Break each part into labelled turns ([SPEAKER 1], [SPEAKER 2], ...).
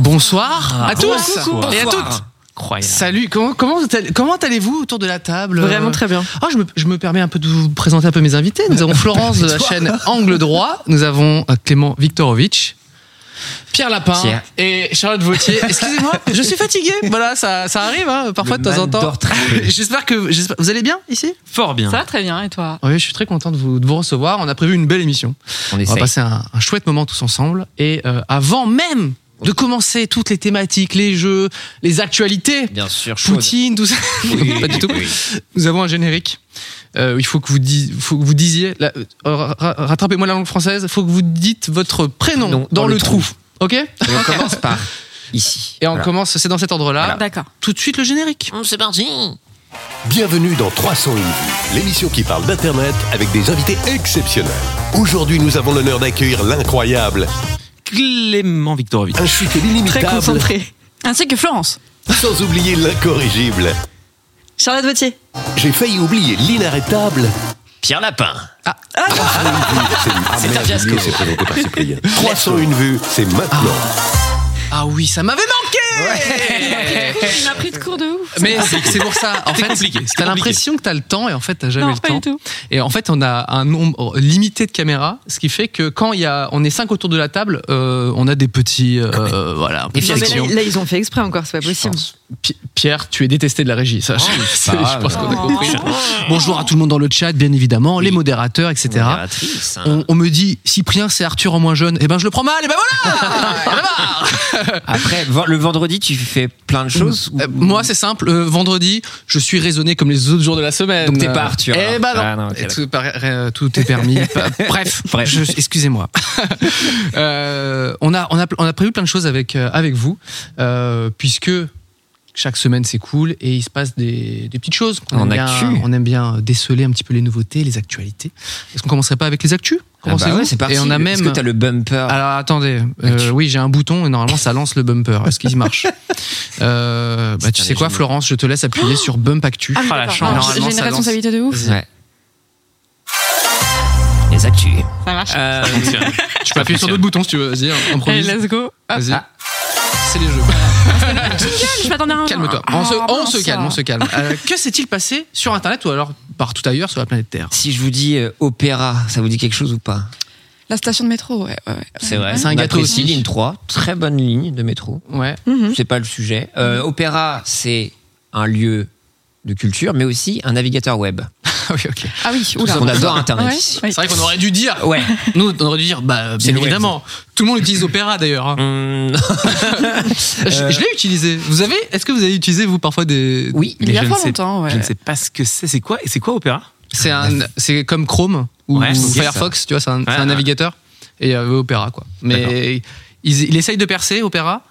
[SPEAKER 1] Bonsoir à tous
[SPEAKER 2] Coucou,
[SPEAKER 1] et à
[SPEAKER 2] bonsoir.
[SPEAKER 1] toutes.
[SPEAKER 2] Incroyable.
[SPEAKER 1] Salut, comment, comment, vous allez- comment allez-vous autour de la table
[SPEAKER 2] Vraiment très bien.
[SPEAKER 1] Ah, je, me, je me permets un peu de vous présenter un peu mes invités. Nous avons Florence de la chaîne Angle Droit, nous avons euh, Clément Viktorovitch, Pierre Lapin
[SPEAKER 2] Pierre.
[SPEAKER 1] et Charlotte Vautier. Excusez-moi, je suis fatigué. Voilà, ça, ça arrive hein, parfois
[SPEAKER 2] Le
[SPEAKER 1] de temps en
[SPEAKER 2] mal
[SPEAKER 1] temps.
[SPEAKER 2] dort très peu.
[SPEAKER 1] J'espère que j'espère- vous allez bien ici
[SPEAKER 2] Fort bien.
[SPEAKER 3] Ça va très bien, et toi
[SPEAKER 1] Oui, je suis très content de vous, de vous recevoir. On a prévu une belle émission.
[SPEAKER 2] On
[SPEAKER 1] On va
[SPEAKER 2] essaye.
[SPEAKER 1] passer un, un chouette moment tous ensemble. Et euh, avant même de commencer toutes les thématiques, les jeux, les actualités,
[SPEAKER 2] Bien sûr, chaude.
[SPEAKER 1] Poutine, tout ça,
[SPEAKER 2] Oui,
[SPEAKER 1] pas du tout.
[SPEAKER 2] oui.
[SPEAKER 1] Nous avons un générique. Euh, il faut que vous, dis- faut que vous disiez, la- euh, ra- ra- rattrapez-moi la langue française, il faut que vous dites votre prénom
[SPEAKER 2] Non,
[SPEAKER 1] dans, le trou. Ok Et
[SPEAKER 2] Et on commence par ici.
[SPEAKER 1] on
[SPEAKER 2] Voilà.
[SPEAKER 1] commence, c'est dans cet ordre-là.
[SPEAKER 3] D'accord.
[SPEAKER 1] Tout de suite le générique.
[SPEAKER 2] Oh, C'est parti.
[SPEAKER 4] Bienvenue dans 300 EV, l'émission qui parle d'Internet avec des invités exceptionnels. Aujourd'hui, nous avons l'honneur d'accueillir l'incroyable,
[SPEAKER 2] Clément Victorovitch.
[SPEAKER 4] un chute
[SPEAKER 3] Très
[SPEAKER 4] l'inimitable,
[SPEAKER 3] concentré. Ainsi que Florence.
[SPEAKER 4] sans oublier l'incorrigible.
[SPEAKER 3] Charlotte Vautier.
[SPEAKER 4] J'ai failli oublier l'inarrêtable.
[SPEAKER 2] Pierre Lapin.
[SPEAKER 4] C'est
[SPEAKER 2] un fiasco.
[SPEAKER 4] merveilleux, c'est présenté par Cyprien. 301 vues, c'est maintenant.
[SPEAKER 1] Ah oui, ça m'avait manqué
[SPEAKER 3] Il m'a pris de cours de ouf.
[SPEAKER 1] Mais c'est c'est pour ça, en fait, t'as l'impression que t'as le temps et en fait t'as jamais
[SPEAKER 3] Non,
[SPEAKER 1] le
[SPEAKER 3] pas
[SPEAKER 1] temps.
[SPEAKER 3] du tout.
[SPEAKER 1] Et en fait, on a un nombre euh, limité de caméras, ce qui fait que quand il y a, on est cinq autour de la table, euh, on a des petits, euh, voilà, un peu de
[SPEAKER 2] Non, mais là,
[SPEAKER 1] friction.
[SPEAKER 5] Là, ils ont fait exprès encore, c'est pas
[SPEAKER 1] Je
[SPEAKER 5] possible.
[SPEAKER 1] pense. Pi- Pierre, tu es détesté de la régie, ça. je-
[SPEAKER 2] c'est pas
[SPEAKER 1] je pense
[SPEAKER 2] grave.
[SPEAKER 1] qu'on a
[SPEAKER 3] Oh.
[SPEAKER 1] compris. Bonjour à tout le monde dans le chat, bien évidemment, les
[SPEAKER 2] Oui.
[SPEAKER 1] modérateurs, etc.
[SPEAKER 2] Modératrice, hein.
[SPEAKER 1] On, on me dit Cyprien, c'est Arthur en moins jeune. Eh ben, je le prends mal. Et ben voilà. Y'en a marre.
[SPEAKER 2] Après, ven- le vendredi, tu fais plein de choses. ou- Ah
[SPEAKER 1] Euh, moi, c'est simple. euh, vendredi, je suis raisonné comme les autres jours de la semaine.
[SPEAKER 2] Donc t'es pas Arthur,
[SPEAKER 1] Eh
[SPEAKER 2] alors.
[SPEAKER 1] ben non.
[SPEAKER 2] Ah, non, ok,
[SPEAKER 1] Et
[SPEAKER 2] d'accord.
[SPEAKER 1] tout, par- euh, tout est permis. Pa- Bref,
[SPEAKER 2] Bref.
[SPEAKER 1] je- excusez-moi. Euh, on a on a on a prévu plein de choses avec euh, avec vous euh, puisque chaque semaine c'est cool et il se passe des, des petites choses.
[SPEAKER 2] En
[SPEAKER 1] aime bien,
[SPEAKER 2] actu.
[SPEAKER 1] on aime bien déceler un petit peu les nouveautés, les actualités. Est-ce qu'on commencerait pas avec les actus
[SPEAKER 2] Ah bah
[SPEAKER 1] Commencez-vous.
[SPEAKER 2] ouais, c'est parti.
[SPEAKER 1] Et on a
[SPEAKER 2] Est-ce
[SPEAKER 1] même
[SPEAKER 2] que t'as le bumper
[SPEAKER 1] alors attendez, euh,
[SPEAKER 2] Actu.
[SPEAKER 1] oui j'ai un bouton et normalement ça lance le bumper. Est-ce qu'il marche Euh, bah,
[SPEAKER 2] C'est
[SPEAKER 1] Tu
[SPEAKER 2] un
[SPEAKER 1] sais quoi
[SPEAKER 2] génie.
[SPEAKER 1] Florence, je te laisse appuyer sur Bump Actu.
[SPEAKER 2] Ah, la
[SPEAKER 3] d'accord.
[SPEAKER 2] chance.
[SPEAKER 3] Alors, J'ai
[SPEAKER 1] Normalement,
[SPEAKER 3] une
[SPEAKER 1] ça lance.
[SPEAKER 3] responsabilité de ouf.
[SPEAKER 2] Ouais. Les actus.
[SPEAKER 3] Ça marche.
[SPEAKER 2] Euh,
[SPEAKER 1] tu peux appuyer sur d'autres boutons si tu veux, vas-y, hein,
[SPEAKER 3] Allez,
[SPEAKER 1] improvise.
[SPEAKER 3] let's go. Ah,
[SPEAKER 1] Vas-y. C'est les jeux.
[SPEAKER 3] Je m'attendais à un.
[SPEAKER 1] Calme-toi.
[SPEAKER 3] Ah,
[SPEAKER 1] On se, on
[SPEAKER 3] mince.
[SPEAKER 1] se calme, on se calme. Euh, que s'est-il passé sur Internet ou alors partout ailleurs sur la planète Terre
[SPEAKER 2] si je vous dis euh, opéra, ça vous dit quelque chose ou pas
[SPEAKER 3] La station de métro, ouais. ouais, ouais.
[SPEAKER 2] C'est vrai.
[SPEAKER 1] C'est un
[SPEAKER 2] On
[SPEAKER 1] gâteau
[SPEAKER 2] apprécie
[SPEAKER 1] aussi.
[SPEAKER 2] ligne 3, très bonne ligne de métro.
[SPEAKER 1] Ouais.
[SPEAKER 3] Mhm.
[SPEAKER 2] C'est pas le sujet. Euh, Opéra, c'est un lieu de culture, mais aussi un navigateur web.
[SPEAKER 1] Ah oui, ok.
[SPEAKER 3] Ah oui, oula.
[SPEAKER 2] On adore Internet.
[SPEAKER 3] Ouais,
[SPEAKER 1] C'est
[SPEAKER 3] oui.
[SPEAKER 1] vrai qu'on aurait dû dire.
[SPEAKER 2] Ouais.
[SPEAKER 1] Nous, on aurait dû dire, bah, bien
[SPEAKER 2] C'est le web,
[SPEAKER 1] évidemment. Tout le monde utilise Opéra d'ailleurs. hein.
[SPEAKER 2] Hum,
[SPEAKER 1] Je, je l'ai utilisé. Vous avez, est-ce que vous avez utilisé vous parfois des.
[SPEAKER 2] oui.
[SPEAKER 3] Il y a
[SPEAKER 6] je ne
[SPEAKER 3] pas
[SPEAKER 6] sais-
[SPEAKER 3] longtemps, ouais.
[SPEAKER 6] Je ne sais pas ce que c'est. C'est quoi Et c'est quoi Opéra
[SPEAKER 1] C'est un, c'est comme Chrome ou
[SPEAKER 6] Ouais, ok,
[SPEAKER 1] Firefox, tu vois, c'est un, c'est un
[SPEAKER 6] ouais.
[SPEAKER 1] navigateur et euh, Opera quoi. Mais il, il essaye de percer Opera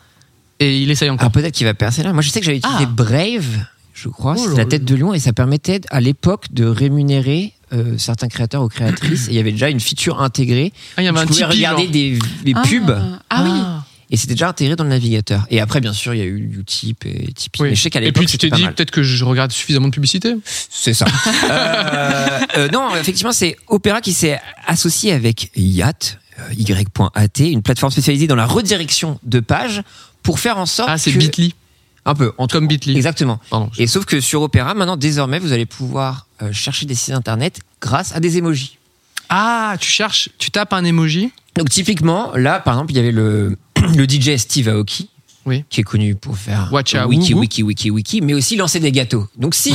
[SPEAKER 1] et il essaye encore.
[SPEAKER 2] Alors peut-être qu'il va percer là. Moi, je sais que j'avais utilisé
[SPEAKER 1] Ah.
[SPEAKER 2] Brave, je crois,
[SPEAKER 1] Oh
[SPEAKER 2] c'est
[SPEAKER 1] là
[SPEAKER 2] la
[SPEAKER 1] là.
[SPEAKER 2] tête de lion, et ça permettait à l'époque de rémunérer euh, certains créateurs ou créatrices. et il y avait déjà une feature intégrée.
[SPEAKER 1] Ah, il y
[SPEAKER 2] Tu
[SPEAKER 1] avait un
[SPEAKER 2] pouvais
[SPEAKER 1] Tipeee,
[SPEAKER 2] regarder
[SPEAKER 1] genre.
[SPEAKER 2] des, des
[SPEAKER 3] Ah.
[SPEAKER 2] pubs.
[SPEAKER 3] Ah oui.
[SPEAKER 2] Et c'était déjà intégré dans le navigateur. Et après, bien sûr, il y a eu Utip et Tipeee.
[SPEAKER 1] Oui.
[SPEAKER 2] Mais je sais qu'à
[SPEAKER 1] Et
[SPEAKER 2] l'époque,
[SPEAKER 1] puis tu
[SPEAKER 2] c'était
[SPEAKER 1] t'es
[SPEAKER 2] pas
[SPEAKER 1] dit
[SPEAKER 2] mal.
[SPEAKER 1] peut-être que je regarde suffisamment de publicité.
[SPEAKER 2] C'est ça. Euh, euh, non, effectivement, c'est Opéra qui s'est associé avec Yacht, euh, Y.at, une plateforme spécialisée dans la redirection de pages pour faire en sorte
[SPEAKER 1] Ah c'est
[SPEAKER 2] que-
[SPEAKER 1] Bitly.
[SPEAKER 2] un peu en
[SPEAKER 1] Comme Bitly.
[SPEAKER 2] Exactement.
[SPEAKER 1] Pardon.
[SPEAKER 2] Et sauf que sur Opéra, maintenant, désormais, vous allez pouvoir euh, chercher des sites internet grâce à des emojis.
[SPEAKER 1] Ah tu cherches, tu tapes un emoji.
[SPEAKER 2] Donc typiquement, là, par exemple, il y avait le, le DJ Steve Aoki.
[SPEAKER 1] Oui.
[SPEAKER 2] Qui est connu pour faire
[SPEAKER 1] Watch out,
[SPEAKER 2] wiki,
[SPEAKER 1] woo-woo.
[SPEAKER 2] wiki, wiki, wiki, mais aussi lancer des gâteaux. Donc si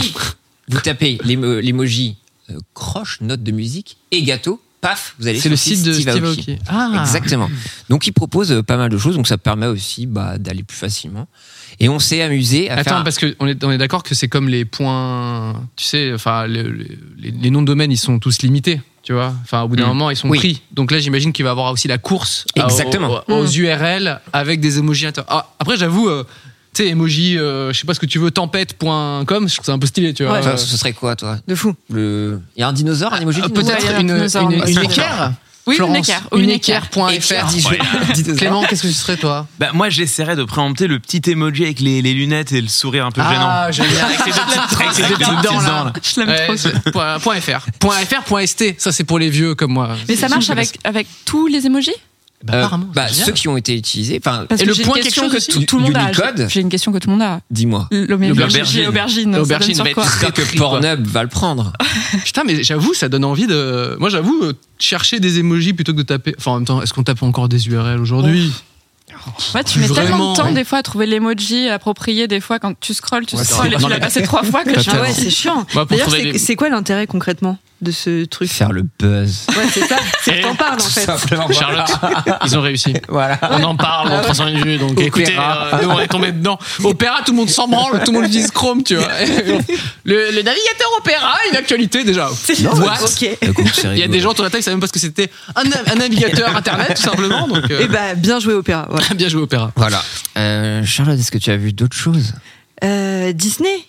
[SPEAKER 2] vous tapez l'emo- l'emoji euh, croche, note de musique et gâteau, paf, vous allez
[SPEAKER 1] C'est
[SPEAKER 2] sur
[SPEAKER 1] le site de Steve Aoki. Ah.
[SPEAKER 2] Exactement. Donc il propose euh, pas mal de choses, donc ça permet aussi bah, d'aller plus facilement. Et on s'est amusé à faire
[SPEAKER 1] Attends, parce qu'on est, on est d'accord que c'est comme les points. Tu sais, enfin, le- le- les, les noms de domaine, ils sont tous limités. Tu Tu vois, enfin, au bout d'un
[SPEAKER 2] Mm.
[SPEAKER 1] moment, ils sont
[SPEAKER 2] Oui.
[SPEAKER 1] pris. Donc là, j'imagine qu'il va y avoir aussi la course à-
[SPEAKER 2] Exactement. Mm.
[SPEAKER 1] aux, aux URL avec des emojis. inter- Ah, après, j'avoue, euh, tu sais, emoji, euh, je sais pas ce que tu veux, tempête.com, je trouve ça un peu stylé, tu vois.
[SPEAKER 2] Enfin,
[SPEAKER 1] Euh,
[SPEAKER 2] ce serait quoi, toi
[SPEAKER 5] De fou.
[SPEAKER 2] Le... Il y a un dinosaure, un emoji de dinosaure
[SPEAKER 1] Ah, Peut-être
[SPEAKER 3] Ouais,
[SPEAKER 1] une,
[SPEAKER 3] nous en-
[SPEAKER 1] une,
[SPEAKER 3] Ah,
[SPEAKER 1] une
[SPEAKER 3] c'est
[SPEAKER 1] équerre
[SPEAKER 3] Oui, une
[SPEAKER 1] Florence,
[SPEAKER 3] équerre, une équerre.
[SPEAKER 1] équerre.fr.
[SPEAKER 2] Et Pierre dit- Dinosaure.
[SPEAKER 1] Clément, qu'est-ce que tu serais, toi
[SPEAKER 6] Bah, moi, j'essaierais de préempter le petit emoji avec les, les lunettes et le sourire un peu gênant.
[SPEAKER 1] Ah, j'aime bien.
[SPEAKER 6] Avec ces deux petites- avec ces deux
[SPEAKER 1] Avec les
[SPEAKER 6] petites
[SPEAKER 1] dents,
[SPEAKER 6] dents, là.
[SPEAKER 1] là.
[SPEAKER 3] Je l'aime
[SPEAKER 1] Ouais,
[SPEAKER 3] trop.
[SPEAKER 1] c'est- point, point .fr. Point .fr, point .st. Ça, c'est pour les vieux comme moi.
[SPEAKER 3] Mais ça marche avec, avec tous les emojis
[SPEAKER 1] Bah,
[SPEAKER 2] Euh,
[SPEAKER 1] apparemment,
[SPEAKER 2] bah,
[SPEAKER 1] c'est génial.
[SPEAKER 2] ceux qui ont été utilisés, enfin,
[SPEAKER 3] Parce
[SPEAKER 1] Et
[SPEAKER 3] que
[SPEAKER 1] le
[SPEAKER 3] j'ai
[SPEAKER 1] point
[SPEAKER 3] une
[SPEAKER 1] question
[SPEAKER 3] question
[SPEAKER 1] que
[SPEAKER 3] que
[SPEAKER 1] tu-
[SPEAKER 3] tout, tout le monde a.
[SPEAKER 2] Unicode
[SPEAKER 3] J'ai j'ai une question que tout le monde a.
[SPEAKER 2] dis-moi.
[SPEAKER 3] L'aubergine.
[SPEAKER 6] L'aubergine.
[SPEAKER 3] J'ai l'aubergine. ça
[SPEAKER 1] L'aubergine
[SPEAKER 3] donne sur
[SPEAKER 1] va être
[SPEAKER 3] quoi
[SPEAKER 1] très
[SPEAKER 2] J'espère que
[SPEAKER 1] Compris,
[SPEAKER 2] Pornhub va le prendre.
[SPEAKER 1] Putain, mais j'avoue, ça donne envie de. Moi, j'avoue, euh, chercher des emojis plutôt que de taper. Enfin, en même temps, est-ce qu'on tape encore des URL aujourd'hui
[SPEAKER 3] Ouais, tu mets tellement
[SPEAKER 1] Vraiment,
[SPEAKER 3] de temps
[SPEAKER 1] ouais.
[SPEAKER 3] des fois à trouver l'emoji approprié des fois quand tu scrolles, tu
[SPEAKER 2] Ouais,
[SPEAKER 3] scrolles
[SPEAKER 2] c'est-
[SPEAKER 3] et tu
[SPEAKER 2] non,
[SPEAKER 3] l'as
[SPEAKER 2] mais-
[SPEAKER 3] passé trois fois que
[SPEAKER 1] Pas
[SPEAKER 3] tu
[SPEAKER 5] Ah ouais, c'est chiant.
[SPEAKER 1] Moi, pour
[SPEAKER 5] D'ailleurs,
[SPEAKER 1] trouver
[SPEAKER 5] c'est
[SPEAKER 1] les-
[SPEAKER 5] c'est quoi l'intérêt concrètement de ce truc
[SPEAKER 2] Faire le buzz.
[SPEAKER 5] Ouais, c'est ça.
[SPEAKER 1] Eh,
[SPEAKER 5] C'est que t'en parles en fait.
[SPEAKER 1] Charlotte, ils ont réussi.
[SPEAKER 2] Voilà.
[SPEAKER 1] On en parle en 300 minutes, donc
[SPEAKER 2] Opéra.
[SPEAKER 1] écoutez, euh, nous on est tombé dedans. Opéra, tout le monde s'en branle, tout le monde utilise Chrome, tu vois. Le, le navigateur Opéra, une actualité déjà. What
[SPEAKER 5] ok.
[SPEAKER 1] Il y a des gens autour de la table qui savent même pas ce que c'était un, na- un navigateur internet, tout simplement. Donc, euh,
[SPEAKER 5] Eh bah, bien joué Opéra. voilà.
[SPEAKER 1] bien joué Opéra.
[SPEAKER 2] Voilà. Euh, Charlotte, est-ce que tu as vu d'autres choses
[SPEAKER 5] Euh, Disney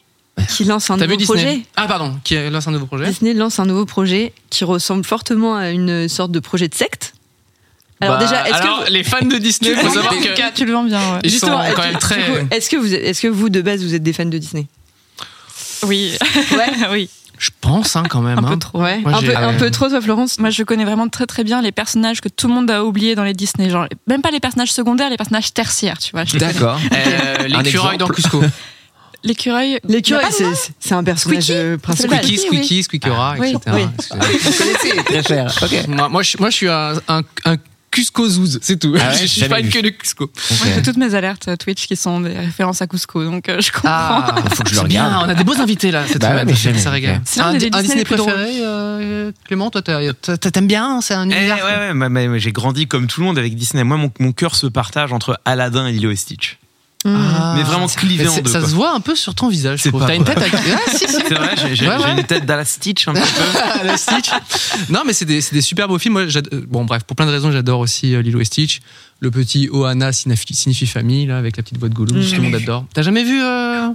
[SPEAKER 5] qui lance un
[SPEAKER 1] T'as vu
[SPEAKER 5] nouveau
[SPEAKER 1] Disney
[SPEAKER 5] projet.
[SPEAKER 1] Ah pardon, qui lance un nouveau projet
[SPEAKER 5] Disney lance un nouveau projet qui ressemble fortement à une sorte de projet de secte. Alors
[SPEAKER 1] Bah,
[SPEAKER 5] déjà, est-ce que
[SPEAKER 1] alors,
[SPEAKER 5] vous-
[SPEAKER 1] les fans de Disney, faut savoir
[SPEAKER 3] En tout
[SPEAKER 1] que
[SPEAKER 3] cas, tu le vends bien, ouais.
[SPEAKER 1] ils sont
[SPEAKER 5] Justement,
[SPEAKER 1] quand même
[SPEAKER 5] du coup,
[SPEAKER 1] très.
[SPEAKER 5] est-ce que vous, est-ce que vous de base vous êtes des fans de Disney
[SPEAKER 3] Oui. oui.
[SPEAKER 1] Je pense hein, quand même.
[SPEAKER 3] Un peu
[SPEAKER 1] hein.
[SPEAKER 3] trop.
[SPEAKER 1] Moi,
[SPEAKER 5] un,
[SPEAKER 1] j'ai-
[SPEAKER 5] peu, un
[SPEAKER 1] euh,
[SPEAKER 5] peu trop, toi Florence.
[SPEAKER 3] Moi, je connais vraiment très très bien les personnages que tout le monde a oubliés dans les Disney. Genre, même pas les personnages secondaires, les personnages tertiaires, tu vois. Je-
[SPEAKER 2] D'accord.
[SPEAKER 1] Euh,
[SPEAKER 2] Un
[SPEAKER 1] L'écureuil
[SPEAKER 2] exemple.
[SPEAKER 1] dans Cusco.
[SPEAKER 3] L'écureuil.
[SPEAKER 5] L'écureuil,
[SPEAKER 3] Il y a pas
[SPEAKER 5] c'est-
[SPEAKER 3] de
[SPEAKER 5] c'est c'est un personnage euh, principal.
[SPEAKER 3] Squeaky,
[SPEAKER 1] Squeaky,
[SPEAKER 3] oui.
[SPEAKER 1] Squeaky, Squeakera,
[SPEAKER 3] Oui.
[SPEAKER 1] etc.
[SPEAKER 5] Oui.
[SPEAKER 1] Excusez-moi.
[SPEAKER 2] Vous connaissez, très cher. Ok.
[SPEAKER 1] Moi, moi, je, moi, je suis un, un, un Cusco Zouz, c'est tout.
[SPEAKER 2] Ah ouais,
[SPEAKER 1] je suis
[SPEAKER 2] jamais
[SPEAKER 1] fan
[SPEAKER 2] vu.
[SPEAKER 1] que de Cusco.
[SPEAKER 3] Moi, j'ai toutes mes alertes euh, Twitch qui sont des références à Cusco, donc euh, je comprends.
[SPEAKER 1] Ah,
[SPEAKER 2] faut que je le
[SPEAKER 1] C'est bien,
[SPEAKER 2] regarde.
[SPEAKER 1] on a des beaux invités là, cette
[SPEAKER 2] Bah ouais,
[SPEAKER 1] semaine.
[SPEAKER 2] mais j'aime,
[SPEAKER 1] ça régale.
[SPEAKER 2] ok.
[SPEAKER 3] C'est l'un des Disney les plus
[SPEAKER 1] euh, Clément, toi, t'as- t'as- t'aimes bien, hein, c'est un
[SPEAKER 6] Eh, ouais, ouais, mais- mais- mais j'ai grandi comme tout le monde avec Disney. Moi, mon, mon cœur se partage entre Aladdin et Lilo et Stitch.
[SPEAKER 3] Mm.
[SPEAKER 1] Ah.
[SPEAKER 6] Mais vraiment clivé
[SPEAKER 1] Mais
[SPEAKER 6] en
[SPEAKER 1] c'est-
[SPEAKER 6] deux.
[SPEAKER 1] Ça
[SPEAKER 6] quoi.
[SPEAKER 1] se voit un peu sur ton visage. je
[SPEAKER 6] C'est
[SPEAKER 1] trouve.
[SPEAKER 6] pas
[SPEAKER 1] T'as une
[SPEAKER 6] vrai.
[SPEAKER 1] tête. À... Ah, si, si.
[SPEAKER 6] C'est vrai, j'ai j'ai-
[SPEAKER 1] Ouais, ouais.
[SPEAKER 6] j'ai une tête d'Ala Stitch un petit peu.
[SPEAKER 1] Le Stitch. Non, mais c'est des, c'est des super beaux films. Moi, j'ad- euh, bon, bref, pour plein de raisons, j'adore aussi euh, Lilo et Stitch. Le petit Ohana signifie, signifie famille, là, avec la petite voix de
[SPEAKER 6] Mm.
[SPEAKER 1] Gollum, tout le monde adore. T'as jamais vu euh,